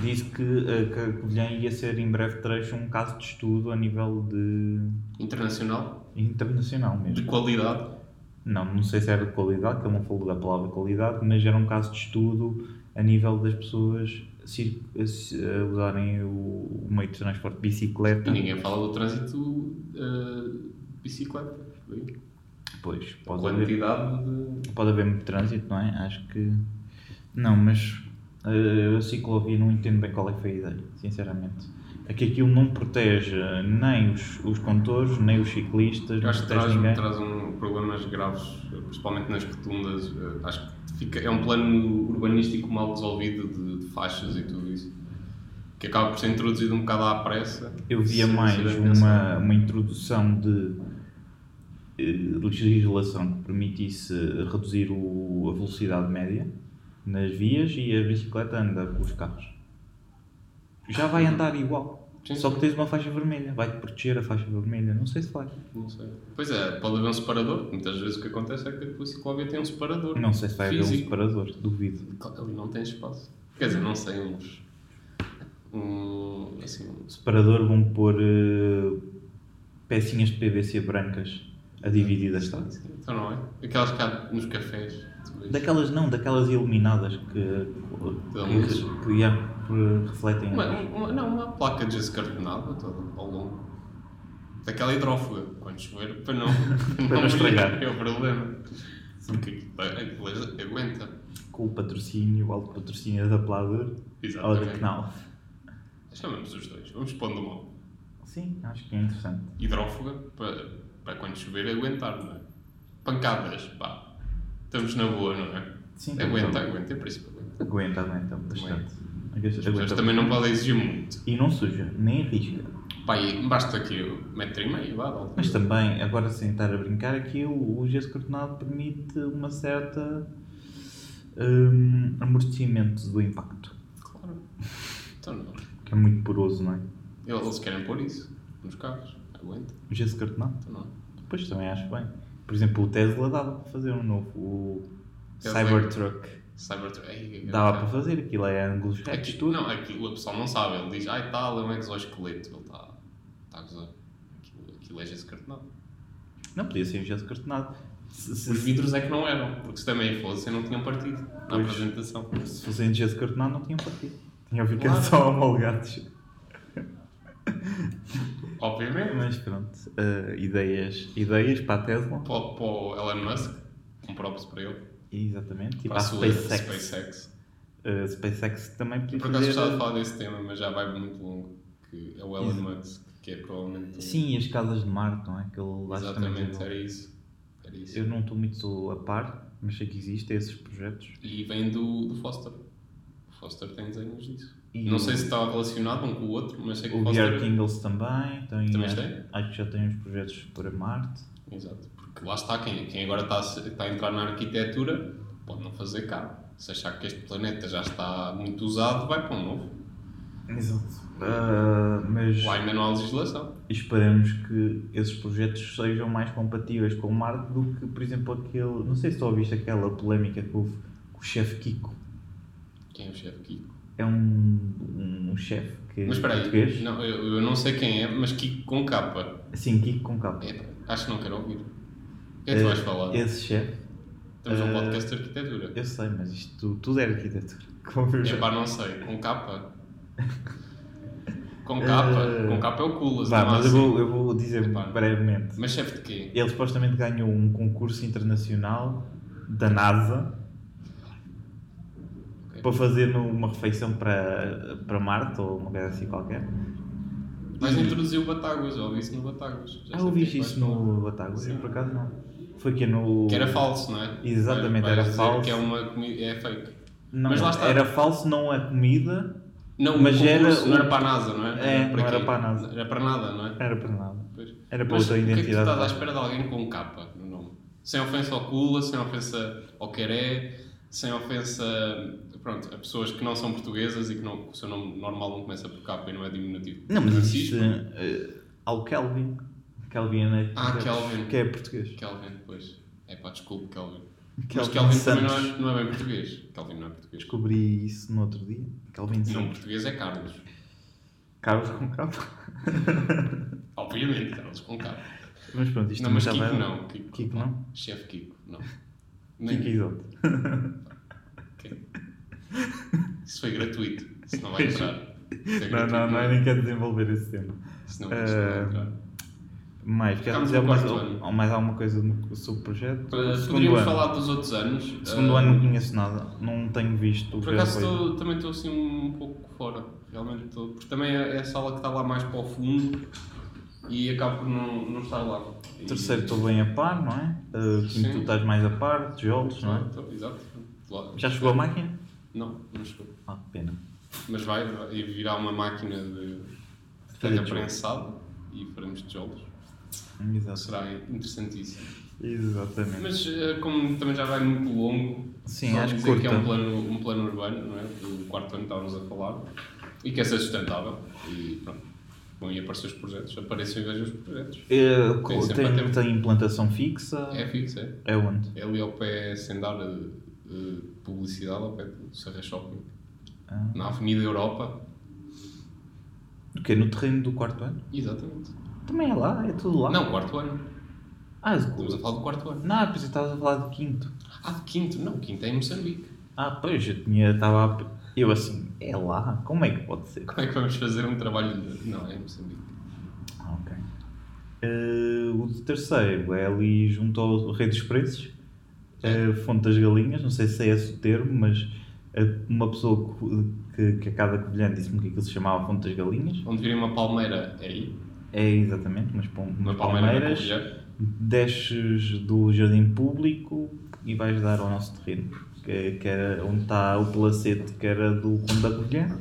[SPEAKER 4] disse que, eh, que a Covilhã ia ser em breve trecho um caso de estudo a nível de
[SPEAKER 3] Internacional,
[SPEAKER 4] internacional mesmo.
[SPEAKER 3] de qualidade.
[SPEAKER 4] Não, não sei se era de qualidade, que ele não falou da palavra qualidade, mas era um caso de estudo a nível das pessoas cir- se- eh, usarem o, o meio de transporte de bicicleta.
[SPEAKER 3] E ninguém fala do trânsito ah, de bicicleta.
[SPEAKER 4] Pois, pode haver,
[SPEAKER 3] Quantidade de.
[SPEAKER 4] pode haver muito trânsito, não é? Acho que. Não, mas eh, a ciclovia não entendo bem qual é que foi a ideia, sinceramente. É que aquilo não protege nem os, os condutores, nem os ciclistas,
[SPEAKER 3] Eu
[SPEAKER 4] não
[SPEAKER 3] acho que
[SPEAKER 4] protege
[SPEAKER 3] traz,
[SPEAKER 4] ninguém.
[SPEAKER 3] traz um problemas graves, principalmente nas rotundas. Eh, Acho que fica, é um plano urbanístico mal resolvido de, de faixas e tudo isso, que acaba por ser introduzido um bocado à pressa.
[SPEAKER 4] Eu via
[SPEAKER 3] se- se
[SPEAKER 4] mais
[SPEAKER 3] der atenção.
[SPEAKER 4] uma, uma introdução de eh, legislação que permitisse eh, reduzir o- a velocidade média nas vias e a bicicleta anda com os carros. Já vai andar igual.
[SPEAKER 3] Sim,
[SPEAKER 4] Só
[SPEAKER 3] sim.
[SPEAKER 4] que tens uma faixa vermelha, vai-te proteger a faixa vermelha, não sei se vai.
[SPEAKER 3] Não sei. Pois é, pode haver um separador. Muitas vezes o que acontece é que a ciclovia tem um separador.
[SPEAKER 4] Não sei se vai haver um
[SPEAKER 3] Físico.
[SPEAKER 4] separador, duvido.
[SPEAKER 3] Claro, Ali não tem espaço. Quer dizer, não sei, uns. Um, assim, um-
[SPEAKER 4] Separador vão pôr eh, pecinhas de PVC brancas a dividir a estrada.
[SPEAKER 3] Então não é? Aquelas que há nos cafés. tu vês.
[SPEAKER 4] Daquelas não, daquelas iluminadas que,
[SPEAKER 3] luz.
[SPEAKER 4] que, que, yeah, que refletem a
[SPEAKER 3] Uma,
[SPEAKER 4] luz.
[SPEAKER 3] uma- não, uma placa descartonada toda ao longo. Daquela hidrófuga, quando chover, para não,
[SPEAKER 4] Para não estragar.
[SPEAKER 3] molhar, É o problema. Porque aquilo- aquilo é- aguenta.
[SPEAKER 4] com o patrocínio, o alto patrocínio da Pladur ou da
[SPEAKER 3] Exatamente.
[SPEAKER 4] Canal.
[SPEAKER 3] Chamamos os dois. Vamos pondo mal.
[SPEAKER 4] Sim, acho que é interessante.
[SPEAKER 3] Hidrófuga, para, para quando chover, aguentar, não é? Pancadas, pá. Estamos na boa, não é?
[SPEAKER 4] Sim,
[SPEAKER 3] Aguenta, aguenta, é por isso que aguenta.
[SPEAKER 4] Aguenta, aguenta bastante. Aguenta.
[SPEAKER 3] As pessoas
[SPEAKER 4] aguenta.
[SPEAKER 3] também não podem exigir muito.
[SPEAKER 4] E não suja, nem arrisca.
[SPEAKER 3] Pá, e basta aqui um metro e meio, vá, de altura.
[SPEAKER 4] Mas também, agora sem estar a brincar, aqui o, o gesso cartonado permite uma certa hum, amortecimento do impacto,
[SPEAKER 3] Claro. Então não.
[SPEAKER 4] que é muito poroso, não é?
[SPEAKER 3] Eles querem pôr isso nos carros. Aguenta,
[SPEAKER 4] O gesso cartonado.
[SPEAKER 3] então não.
[SPEAKER 4] Pois também acho bem. Por exemplo, o Tesla dava para fazer um novo, o
[SPEAKER 3] Tesla.
[SPEAKER 4] Cybertruck.
[SPEAKER 3] Cybertruck. Ei, é que
[SPEAKER 4] Dava para
[SPEAKER 3] grande.
[SPEAKER 4] fazer, aquilo é ângulos retos,
[SPEAKER 3] Aqui-
[SPEAKER 4] tudo.
[SPEAKER 3] Não, aquilo o pessoal não sabe. Ele diz, ai tal, é um exoesqueleto. Ele está tá a gozar. Aquilo, aquilo é gesso cartonado.
[SPEAKER 4] Não podia ser um gesso cartonado. Se, se-
[SPEAKER 3] Os vidros é que não eram, porque se também fossem, não tinham partido na
[SPEAKER 4] Pois.
[SPEAKER 3] apresentação.
[SPEAKER 4] se fossem de gesso cartonado, não tinham partido. Tinham ficado
[SPEAKER 3] Claro.
[SPEAKER 4] só amolgados.
[SPEAKER 3] Obviamente.
[SPEAKER 4] Mas pronto, eh, ideias, ideias para a Tesla.
[SPEAKER 3] Para, o- para o Elon Musk, um próprio para ele.
[SPEAKER 4] Exatamente. E para
[SPEAKER 3] a
[SPEAKER 4] Tipo a
[SPEAKER 3] sua
[SPEAKER 4] SpaceX. Tipo
[SPEAKER 3] SpaceX.
[SPEAKER 4] Eh, SpaceX também podia
[SPEAKER 3] Por acaso
[SPEAKER 4] fazer... eh,
[SPEAKER 3] gostava de falar desse tema, mas já vai muito longo. Que é o Elon
[SPEAKER 4] Exa-
[SPEAKER 3] Musk, que é provavelmente. o-
[SPEAKER 4] Sim, e as casas de Marte, não é? Que ele acho que também
[SPEAKER 3] exatamente,
[SPEAKER 4] desenvolve.
[SPEAKER 3] era isso. Era isso.
[SPEAKER 4] Eu não estou muito a par, mas sei que existem esses projetos.
[SPEAKER 3] E vem do, do Foster. O Foster tem desenhos disso.
[SPEAKER 4] E
[SPEAKER 3] não
[SPEAKER 4] o-
[SPEAKER 3] sei se está relacionado um com o outro, mas sei que o,
[SPEAKER 4] O VR
[SPEAKER 3] Foster.
[SPEAKER 4] Kindles também. Tem,
[SPEAKER 3] Também
[SPEAKER 4] acho,
[SPEAKER 3] tem?
[SPEAKER 4] acho que já tem uns projetos para Marte.
[SPEAKER 3] Exato, porque lá está, quem, quem agora está a, se- está a entrar na arquitetura pode não fazer caro. Se achar que este planeta já está muito usado, vai para um novo.
[SPEAKER 4] Exato. Ah, mas...
[SPEAKER 3] Lá ainda não há legislação.
[SPEAKER 4] esperamos que esses projetos sejam mais compatíveis com Marte do que, por exemplo, aquele. Não sei se tu ouviste aquela polémica que houve com o chefe Kiko.
[SPEAKER 3] Quem é o chefe Kiko?
[SPEAKER 4] É um, um chefe que.
[SPEAKER 3] Mas espera aí,
[SPEAKER 4] português.
[SPEAKER 3] não, eu, eu não sei quem é, mas Kiko com capa.
[SPEAKER 4] Sim, Kiko com capa.
[SPEAKER 3] É, acho que não quero ouvir. O que é que tu vais falar?
[SPEAKER 4] Esse chefe,
[SPEAKER 3] Temos um
[SPEAKER 4] eh,
[SPEAKER 3] podcast de arquitetura.
[SPEAKER 4] eu sei, mas isto tu- tudo é era arquitetura. Como eu
[SPEAKER 3] É
[SPEAKER 4] já-
[SPEAKER 3] pá, não sei, com capa. Com capa?
[SPEAKER 4] Eh,
[SPEAKER 3] Com capa é o culas,
[SPEAKER 4] Vá,
[SPEAKER 3] não há
[SPEAKER 4] mas eu
[SPEAKER 3] assim.
[SPEAKER 4] vou, eu vou dizer
[SPEAKER 3] Epá.
[SPEAKER 4] brevemente.
[SPEAKER 3] Mas chefe de quê?
[SPEAKER 4] Ele supostamente ganhou um concurso internacional da NASA
[SPEAKER 3] Ok.
[SPEAKER 4] para fazer uma refeição para, para Marte ou uma coisa assim qualquer.
[SPEAKER 3] Mas introduziu o Batáguas, eu ouvi isso no Batáguas. Já
[SPEAKER 4] Ah,
[SPEAKER 3] sei
[SPEAKER 4] ouviste
[SPEAKER 3] quem
[SPEAKER 4] isso
[SPEAKER 3] faz.
[SPEAKER 4] no Batáguas? Eu por acaso não. Foi que é no.
[SPEAKER 3] Que era falso, não é?
[SPEAKER 4] Exatamente,
[SPEAKER 3] Vai-
[SPEAKER 4] era
[SPEAKER 3] vais dizer
[SPEAKER 4] falso.
[SPEAKER 3] Que é uma comida. É fake.
[SPEAKER 4] Não,
[SPEAKER 3] Mas lá está.
[SPEAKER 4] Era falso, não a comida,
[SPEAKER 3] Não,
[SPEAKER 4] Mas
[SPEAKER 3] o concurso
[SPEAKER 4] era
[SPEAKER 3] Não
[SPEAKER 4] o-
[SPEAKER 3] era para a NASA, não é?
[SPEAKER 4] É, não era
[SPEAKER 3] quê?
[SPEAKER 4] para a NASA.
[SPEAKER 3] Era para nada, não é?
[SPEAKER 4] era para nada.
[SPEAKER 3] Pois.
[SPEAKER 4] Era para
[SPEAKER 3] Mas
[SPEAKER 4] outra
[SPEAKER 3] o que é que tu
[SPEAKER 4] identidade.
[SPEAKER 3] estás à espera de alguém com capa no nome? Sem ofensa ao Kula, sem ofensa ao Queré, sem ofensa pronto, a pessoas que não são portuguesas e que não, que o seu nome normal não começa por capa e não é diminutivo.
[SPEAKER 4] Não, mas existe
[SPEAKER 3] Francisco,
[SPEAKER 4] eh, ao Kelvin. Kelvin é
[SPEAKER 3] Ah, Kelvin.
[SPEAKER 4] que é português.
[SPEAKER 3] Kelvin, pois. É pá, desculpe, Kelvin. Mas
[SPEAKER 4] Kelvin
[SPEAKER 3] Kelvin
[SPEAKER 4] Santos.
[SPEAKER 3] também não é, não é bem português. Kelvin não é português.
[SPEAKER 4] Descobri isso no outro dia. Kelvin
[SPEAKER 3] O nome
[SPEAKER 4] Santos.
[SPEAKER 3] português é Carlos.
[SPEAKER 4] Carlos com capa.
[SPEAKER 3] Obviamente, Carlos com capa.
[SPEAKER 4] Mas pronto, isto
[SPEAKER 3] Não, mas
[SPEAKER 4] já
[SPEAKER 3] Kiko
[SPEAKER 4] vai-
[SPEAKER 3] não. Kiko,
[SPEAKER 4] Kiko não?
[SPEAKER 3] Chefe Kiko, não.
[SPEAKER 4] Kiko
[SPEAKER 3] Nem,
[SPEAKER 4] Isote.
[SPEAKER 3] ok. Isso foi gratuito. Isso não vai entrar. Isso é
[SPEAKER 4] Não,
[SPEAKER 3] gratuito,
[SPEAKER 4] não, não,
[SPEAKER 3] é?
[SPEAKER 4] eu nem quero desenvolver esse tema.
[SPEAKER 3] Senão isto não vai
[SPEAKER 4] Eh,
[SPEAKER 3] entrar.
[SPEAKER 4] Mais, quer
[SPEAKER 3] Ficámos
[SPEAKER 4] dizer
[SPEAKER 3] no
[SPEAKER 4] mais,
[SPEAKER 3] quarto
[SPEAKER 4] al-
[SPEAKER 3] ano.
[SPEAKER 4] al- mais alguma coisa no- sobre o projeto?
[SPEAKER 3] Para-
[SPEAKER 4] Segundo
[SPEAKER 3] Poderíamos
[SPEAKER 4] ano.
[SPEAKER 3] falar dos outros anos.
[SPEAKER 4] Segundo
[SPEAKER 3] Ah,
[SPEAKER 4] ano não conheço nada, não tenho visto o
[SPEAKER 3] Por acaso estou- também estou assim um pouco fora, realmente estou. Porque também é é a sala que está lá mais para o fundo e acabo por não, não estar lá. E-
[SPEAKER 4] Terceiro estou bem a par, não é? Uh, quinto
[SPEAKER 3] Sim.
[SPEAKER 4] tu estás mais a par, tijolos, não é?
[SPEAKER 3] Então, Exato. Lá.
[SPEAKER 4] Já chegou a máquina?
[SPEAKER 3] Não, não chegou.
[SPEAKER 4] Ah, pena.
[SPEAKER 3] Mas vai, vai e virá uma máquina de
[SPEAKER 4] Fazer
[SPEAKER 3] terra
[SPEAKER 4] tijolos.
[SPEAKER 3] prensada e faremos tijolos.
[SPEAKER 4] Exato.
[SPEAKER 3] Será interessantíssimo.
[SPEAKER 4] Exatamente.
[SPEAKER 3] Mas eh, como também já vai muito longo,
[SPEAKER 4] Sim,
[SPEAKER 3] só
[SPEAKER 4] acho que
[SPEAKER 3] dizer que é
[SPEAKER 4] curta.
[SPEAKER 3] um plano, um plano urbano, não é? Do quarto ano que estávamos a falar e que é ser sustentável. E pronto, vão aí aparecer os projetos, apareçam e vejam os projetos.
[SPEAKER 4] Eh, co-
[SPEAKER 3] Tem sempre a
[SPEAKER 4] tem,
[SPEAKER 3] tempo.
[SPEAKER 4] tem implantação fixa?
[SPEAKER 3] É fixo, é.
[SPEAKER 4] É onde?
[SPEAKER 3] É ali ao pé, sem dar eh, eh, publicidade, ao pé do Serra Shopping,
[SPEAKER 4] Ah.
[SPEAKER 3] na Avenida Europa.
[SPEAKER 4] O quê? No terreno do quarto ano?
[SPEAKER 3] Exatamente.
[SPEAKER 4] Também é lá? É tudo lá?
[SPEAKER 3] Não, quarto ano.
[SPEAKER 4] Ah,
[SPEAKER 3] Estamos a
[SPEAKER 4] o...
[SPEAKER 3] falar do quarto ano.
[SPEAKER 4] Não, pois eu estava a falar de quinto.
[SPEAKER 3] Ah, de quinto, não, quinto é em Moçambique.
[SPEAKER 4] Ah, pois, eu tinha... Estava a... Eu assim, é lá? Como é que pode ser?
[SPEAKER 3] Como é que vamos fazer um trabalho de... Não, é em Moçambique.
[SPEAKER 4] Ah, ok. Eh, o de terceiro é ali junto ao Rei dos Preços, eh, Fonte das Galinhas, não sei se é esse o termo, mas eh, uma pessoa que, que, que a cada covilhã disse-me que aquilo se chamava Fonte das Galinhas.
[SPEAKER 3] Onde virem uma palmeira é aí.
[SPEAKER 4] É exatamente, umas, pal-
[SPEAKER 3] Uma
[SPEAKER 4] umas
[SPEAKER 3] palmeira na
[SPEAKER 4] palmeiras.
[SPEAKER 3] Covilhã.
[SPEAKER 4] desces do jardim público e vais dar ao nosso terreno, que, que era onde está o palacete que era do Conde da Covilhã.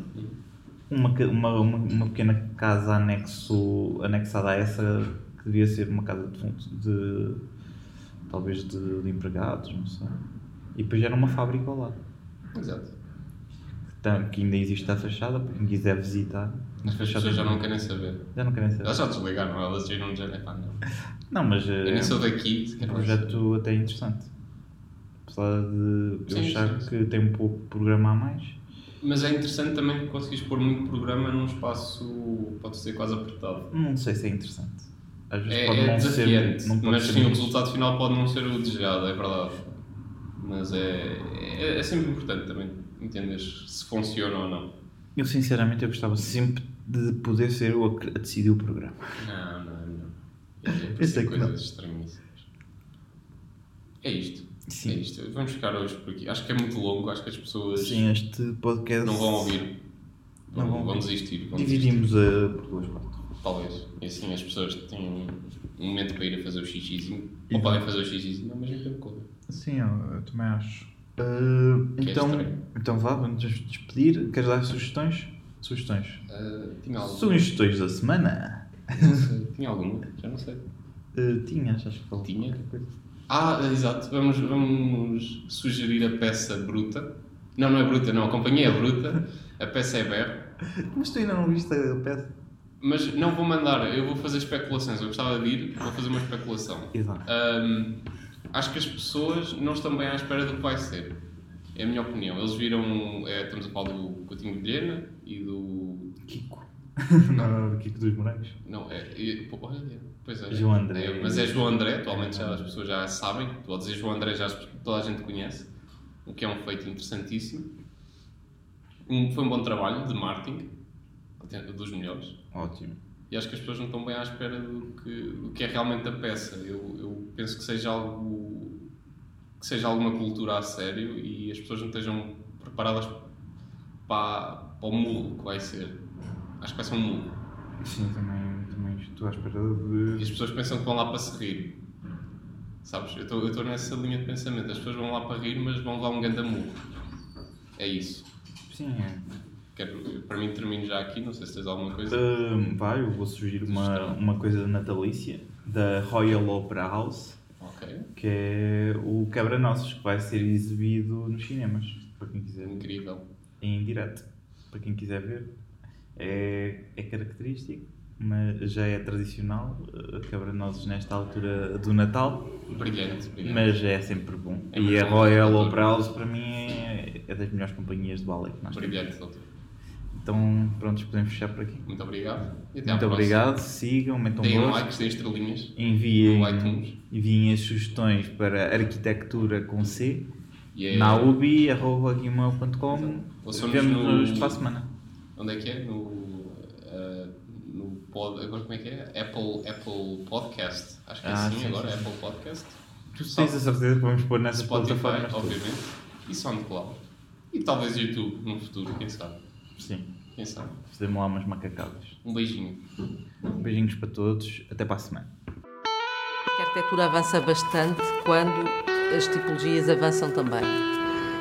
[SPEAKER 4] Uma, ca- uma, uma, uma pequena casa anexo, anexada a essa, que devia ser uma casa de, fun- de talvez de, de empregados, não sei. E depois era uma fábrica ao lado,
[SPEAKER 3] Exato.
[SPEAKER 4] que, tam- que ainda existe a fachada, para quem quiser visitar.
[SPEAKER 3] As pessoas já não querem saber.
[SPEAKER 4] Já não querem
[SPEAKER 3] Elas
[SPEAKER 4] saber.
[SPEAKER 3] já desligaram, elas viram já. Epá, não.
[SPEAKER 4] Não, mas
[SPEAKER 3] Eu
[SPEAKER 4] eh,
[SPEAKER 3] nem sou daqui, se
[SPEAKER 4] É um
[SPEAKER 3] quer
[SPEAKER 4] É. projeto até interessante. Apesar de eu
[SPEAKER 3] Sim,
[SPEAKER 4] achar
[SPEAKER 3] sim.
[SPEAKER 4] que tem um pouco de programa a mais.
[SPEAKER 3] Mas é interessante também que conseguis pôr muito programa num espaço, pode ser quase apertado.
[SPEAKER 4] Não sei se é interessante. Às vezes
[SPEAKER 3] É,
[SPEAKER 4] pode
[SPEAKER 3] é
[SPEAKER 4] não
[SPEAKER 3] desafiante,
[SPEAKER 4] ser. Não pode
[SPEAKER 3] mas
[SPEAKER 4] ser
[SPEAKER 3] sim, o
[SPEAKER 4] muito-
[SPEAKER 3] resultado final pode não ser o desejado, é verdade. Mas é, é, é sempre importante também entenderes se funciona ou não.
[SPEAKER 4] Eu sinceramente eu gostava sempre de poder ser eu a, que- a decidir o programa.
[SPEAKER 3] Não, não, não. É,
[SPEAKER 4] Eu sei que
[SPEAKER 3] coisas
[SPEAKER 4] não.
[SPEAKER 3] extremíssimas. É isto.
[SPEAKER 4] Sim.
[SPEAKER 3] É isto. Vamos ficar hoje por aqui. Acho que é muito longo, acho que as pessoas
[SPEAKER 4] Sim, este podcast.
[SPEAKER 3] não vão ouvir.
[SPEAKER 4] Não
[SPEAKER 3] Vão,
[SPEAKER 4] vão
[SPEAKER 3] vão,
[SPEAKER 4] ouvir.
[SPEAKER 3] desistir. Vão desistir.
[SPEAKER 4] Dividimos a, por duas partes.
[SPEAKER 3] Talvez. E assim as pessoas têm um um momento para ir a fazer o xixizinho. Ou podem fazer o xixizinho é ao mesmo tempo. claro.
[SPEAKER 4] Sim, eu, também acho.
[SPEAKER 3] Que é
[SPEAKER 4] Eh, então,
[SPEAKER 3] estranho.
[SPEAKER 4] então vá, vamos nos despedir. Queres dar sugestões? Sugestões.
[SPEAKER 3] Ah, tinha alguma.
[SPEAKER 4] Sugestões da semana?
[SPEAKER 3] Não sei. Tinha alguma? Já não sei.
[SPEAKER 4] Ah, tinhas, acho que falou.
[SPEAKER 3] Tinha.
[SPEAKER 4] qualquer coisa.
[SPEAKER 3] Ah, exato. Vamos, vamos sugerir a peça bruta. Não, não é bruta, não. A companhia é bruta. A peça é berro.
[SPEAKER 4] Mas tu ainda não viste a peça?
[SPEAKER 3] Mas não vou mandar, eu vou fazer especulações. Eu gostava de ir, vou fazer uma especulação.
[SPEAKER 4] Exato.
[SPEAKER 3] Ahm, acho que as pessoas não estão bem à espera do que vai ser. É a minha opinião. Eles viram, é, estamos a falar do Coutinho Vilhena e do.
[SPEAKER 4] Kiko. Não, não, Kiko dos Morais.
[SPEAKER 3] Não, é. é pô, olha, pois é.
[SPEAKER 4] João André.
[SPEAKER 3] É, mas é João André, atualmente já, as pessoas já sabem. Tu ao dizer João André já as- toda a gente conhece, o que é um feito interessantíssimo. Um- foi um bom trabalho de marketing, dos melhores.
[SPEAKER 4] Ótimo.
[SPEAKER 3] E acho que as pessoas não estão bem à espera do que, do que é realmente a peça. Eu, eu penso que seja algo que seja alguma cultura a sério e as pessoas não estejam preparadas para, para o murro que vai ser. Acho que vai ser um murro.
[SPEAKER 4] Sim, também, também estou à espera
[SPEAKER 3] E as
[SPEAKER 4] de.
[SPEAKER 3] pessoas pensam que vão lá para se rir. Sabes? Eu estou- eu estou nessa linha de pensamento. As pessoas vão lá para rir, mas vão lá um grande murro. É isso.
[SPEAKER 4] Sim, é.
[SPEAKER 3] Quero, para mim, termino já aqui. Não sei se tens alguma coisa.
[SPEAKER 4] Ahm, vai, eu vou sugerir uma, uma coisa natalícia da Royal Opera House,
[SPEAKER 3] Ok.
[SPEAKER 4] que é o Quebra-Nossos, que vai ser exibido nos cinemas, para quem quiser ver.
[SPEAKER 3] Incrível.
[SPEAKER 4] Em direto, para quem quiser ver. É, é característico, mas já é tradicional. eh, Quebra-Nossos nesta altura do Natal.
[SPEAKER 3] Brilhante, brilhante.
[SPEAKER 4] Mas é sempre bom.
[SPEAKER 3] É
[SPEAKER 4] e
[SPEAKER 3] muito
[SPEAKER 4] a
[SPEAKER 3] bom.
[SPEAKER 4] Royal Opera House para mim é, é das melhores companhias de ballet que nós temos.
[SPEAKER 3] Brilhante, doutor.
[SPEAKER 4] Então, prontos, podemos fechar por aqui.
[SPEAKER 3] Muito obrigado. E até à
[SPEAKER 4] Muito
[SPEAKER 3] próxima.
[SPEAKER 4] obrigado, sigam, metam
[SPEAKER 3] Deem um
[SPEAKER 4] gosto,
[SPEAKER 3] likes, deem estrelinhas.
[SPEAKER 4] enviem,
[SPEAKER 3] no iTunes.
[SPEAKER 4] enviem as sugestões para arquitectura com C
[SPEAKER 3] E é-
[SPEAKER 4] na ubi.com.
[SPEAKER 3] Ouçam-nos
[SPEAKER 4] Vemo-nos
[SPEAKER 3] no-
[SPEAKER 4] para a semana.
[SPEAKER 3] Onde é que é? No, eh, no pod, agora como é que é? Apple, Apple Podcast. Acho que é
[SPEAKER 4] Ah,
[SPEAKER 3] assim
[SPEAKER 4] sim,
[SPEAKER 3] agora,
[SPEAKER 4] sim.
[SPEAKER 3] Apple Podcast.
[SPEAKER 4] Tu
[SPEAKER 3] Só-
[SPEAKER 4] tens a certeza que vamos pôr nessas
[SPEAKER 3] Spotify,
[SPEAKER 4] plataformas? todas?
[SPEAKER 3] obviamente. E SoundCloud. E talvez YouTube no futuro, quem sabe.
[SPEAKER 5] Sim,
[SPEAKER 3] Quem sabe.
[SPEAKER 5] fizemos lá umas macacadas.
[SPEAKER 3] Um beijinho.
[SPEAKER 4] Beijinhos para todos, até para a semana.
[SPEAKER 1] A arquitetura avança bastante quando as tipologias avançam também.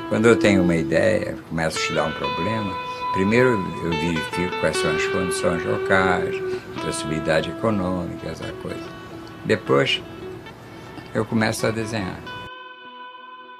[SPEAKER 2] Quando eu tenho uma ideia, começo a estudar um problema, primeiro eu verifico quais são as condições locais, possibilidade econômica, essa coisa. Depois eu começo a desenhar.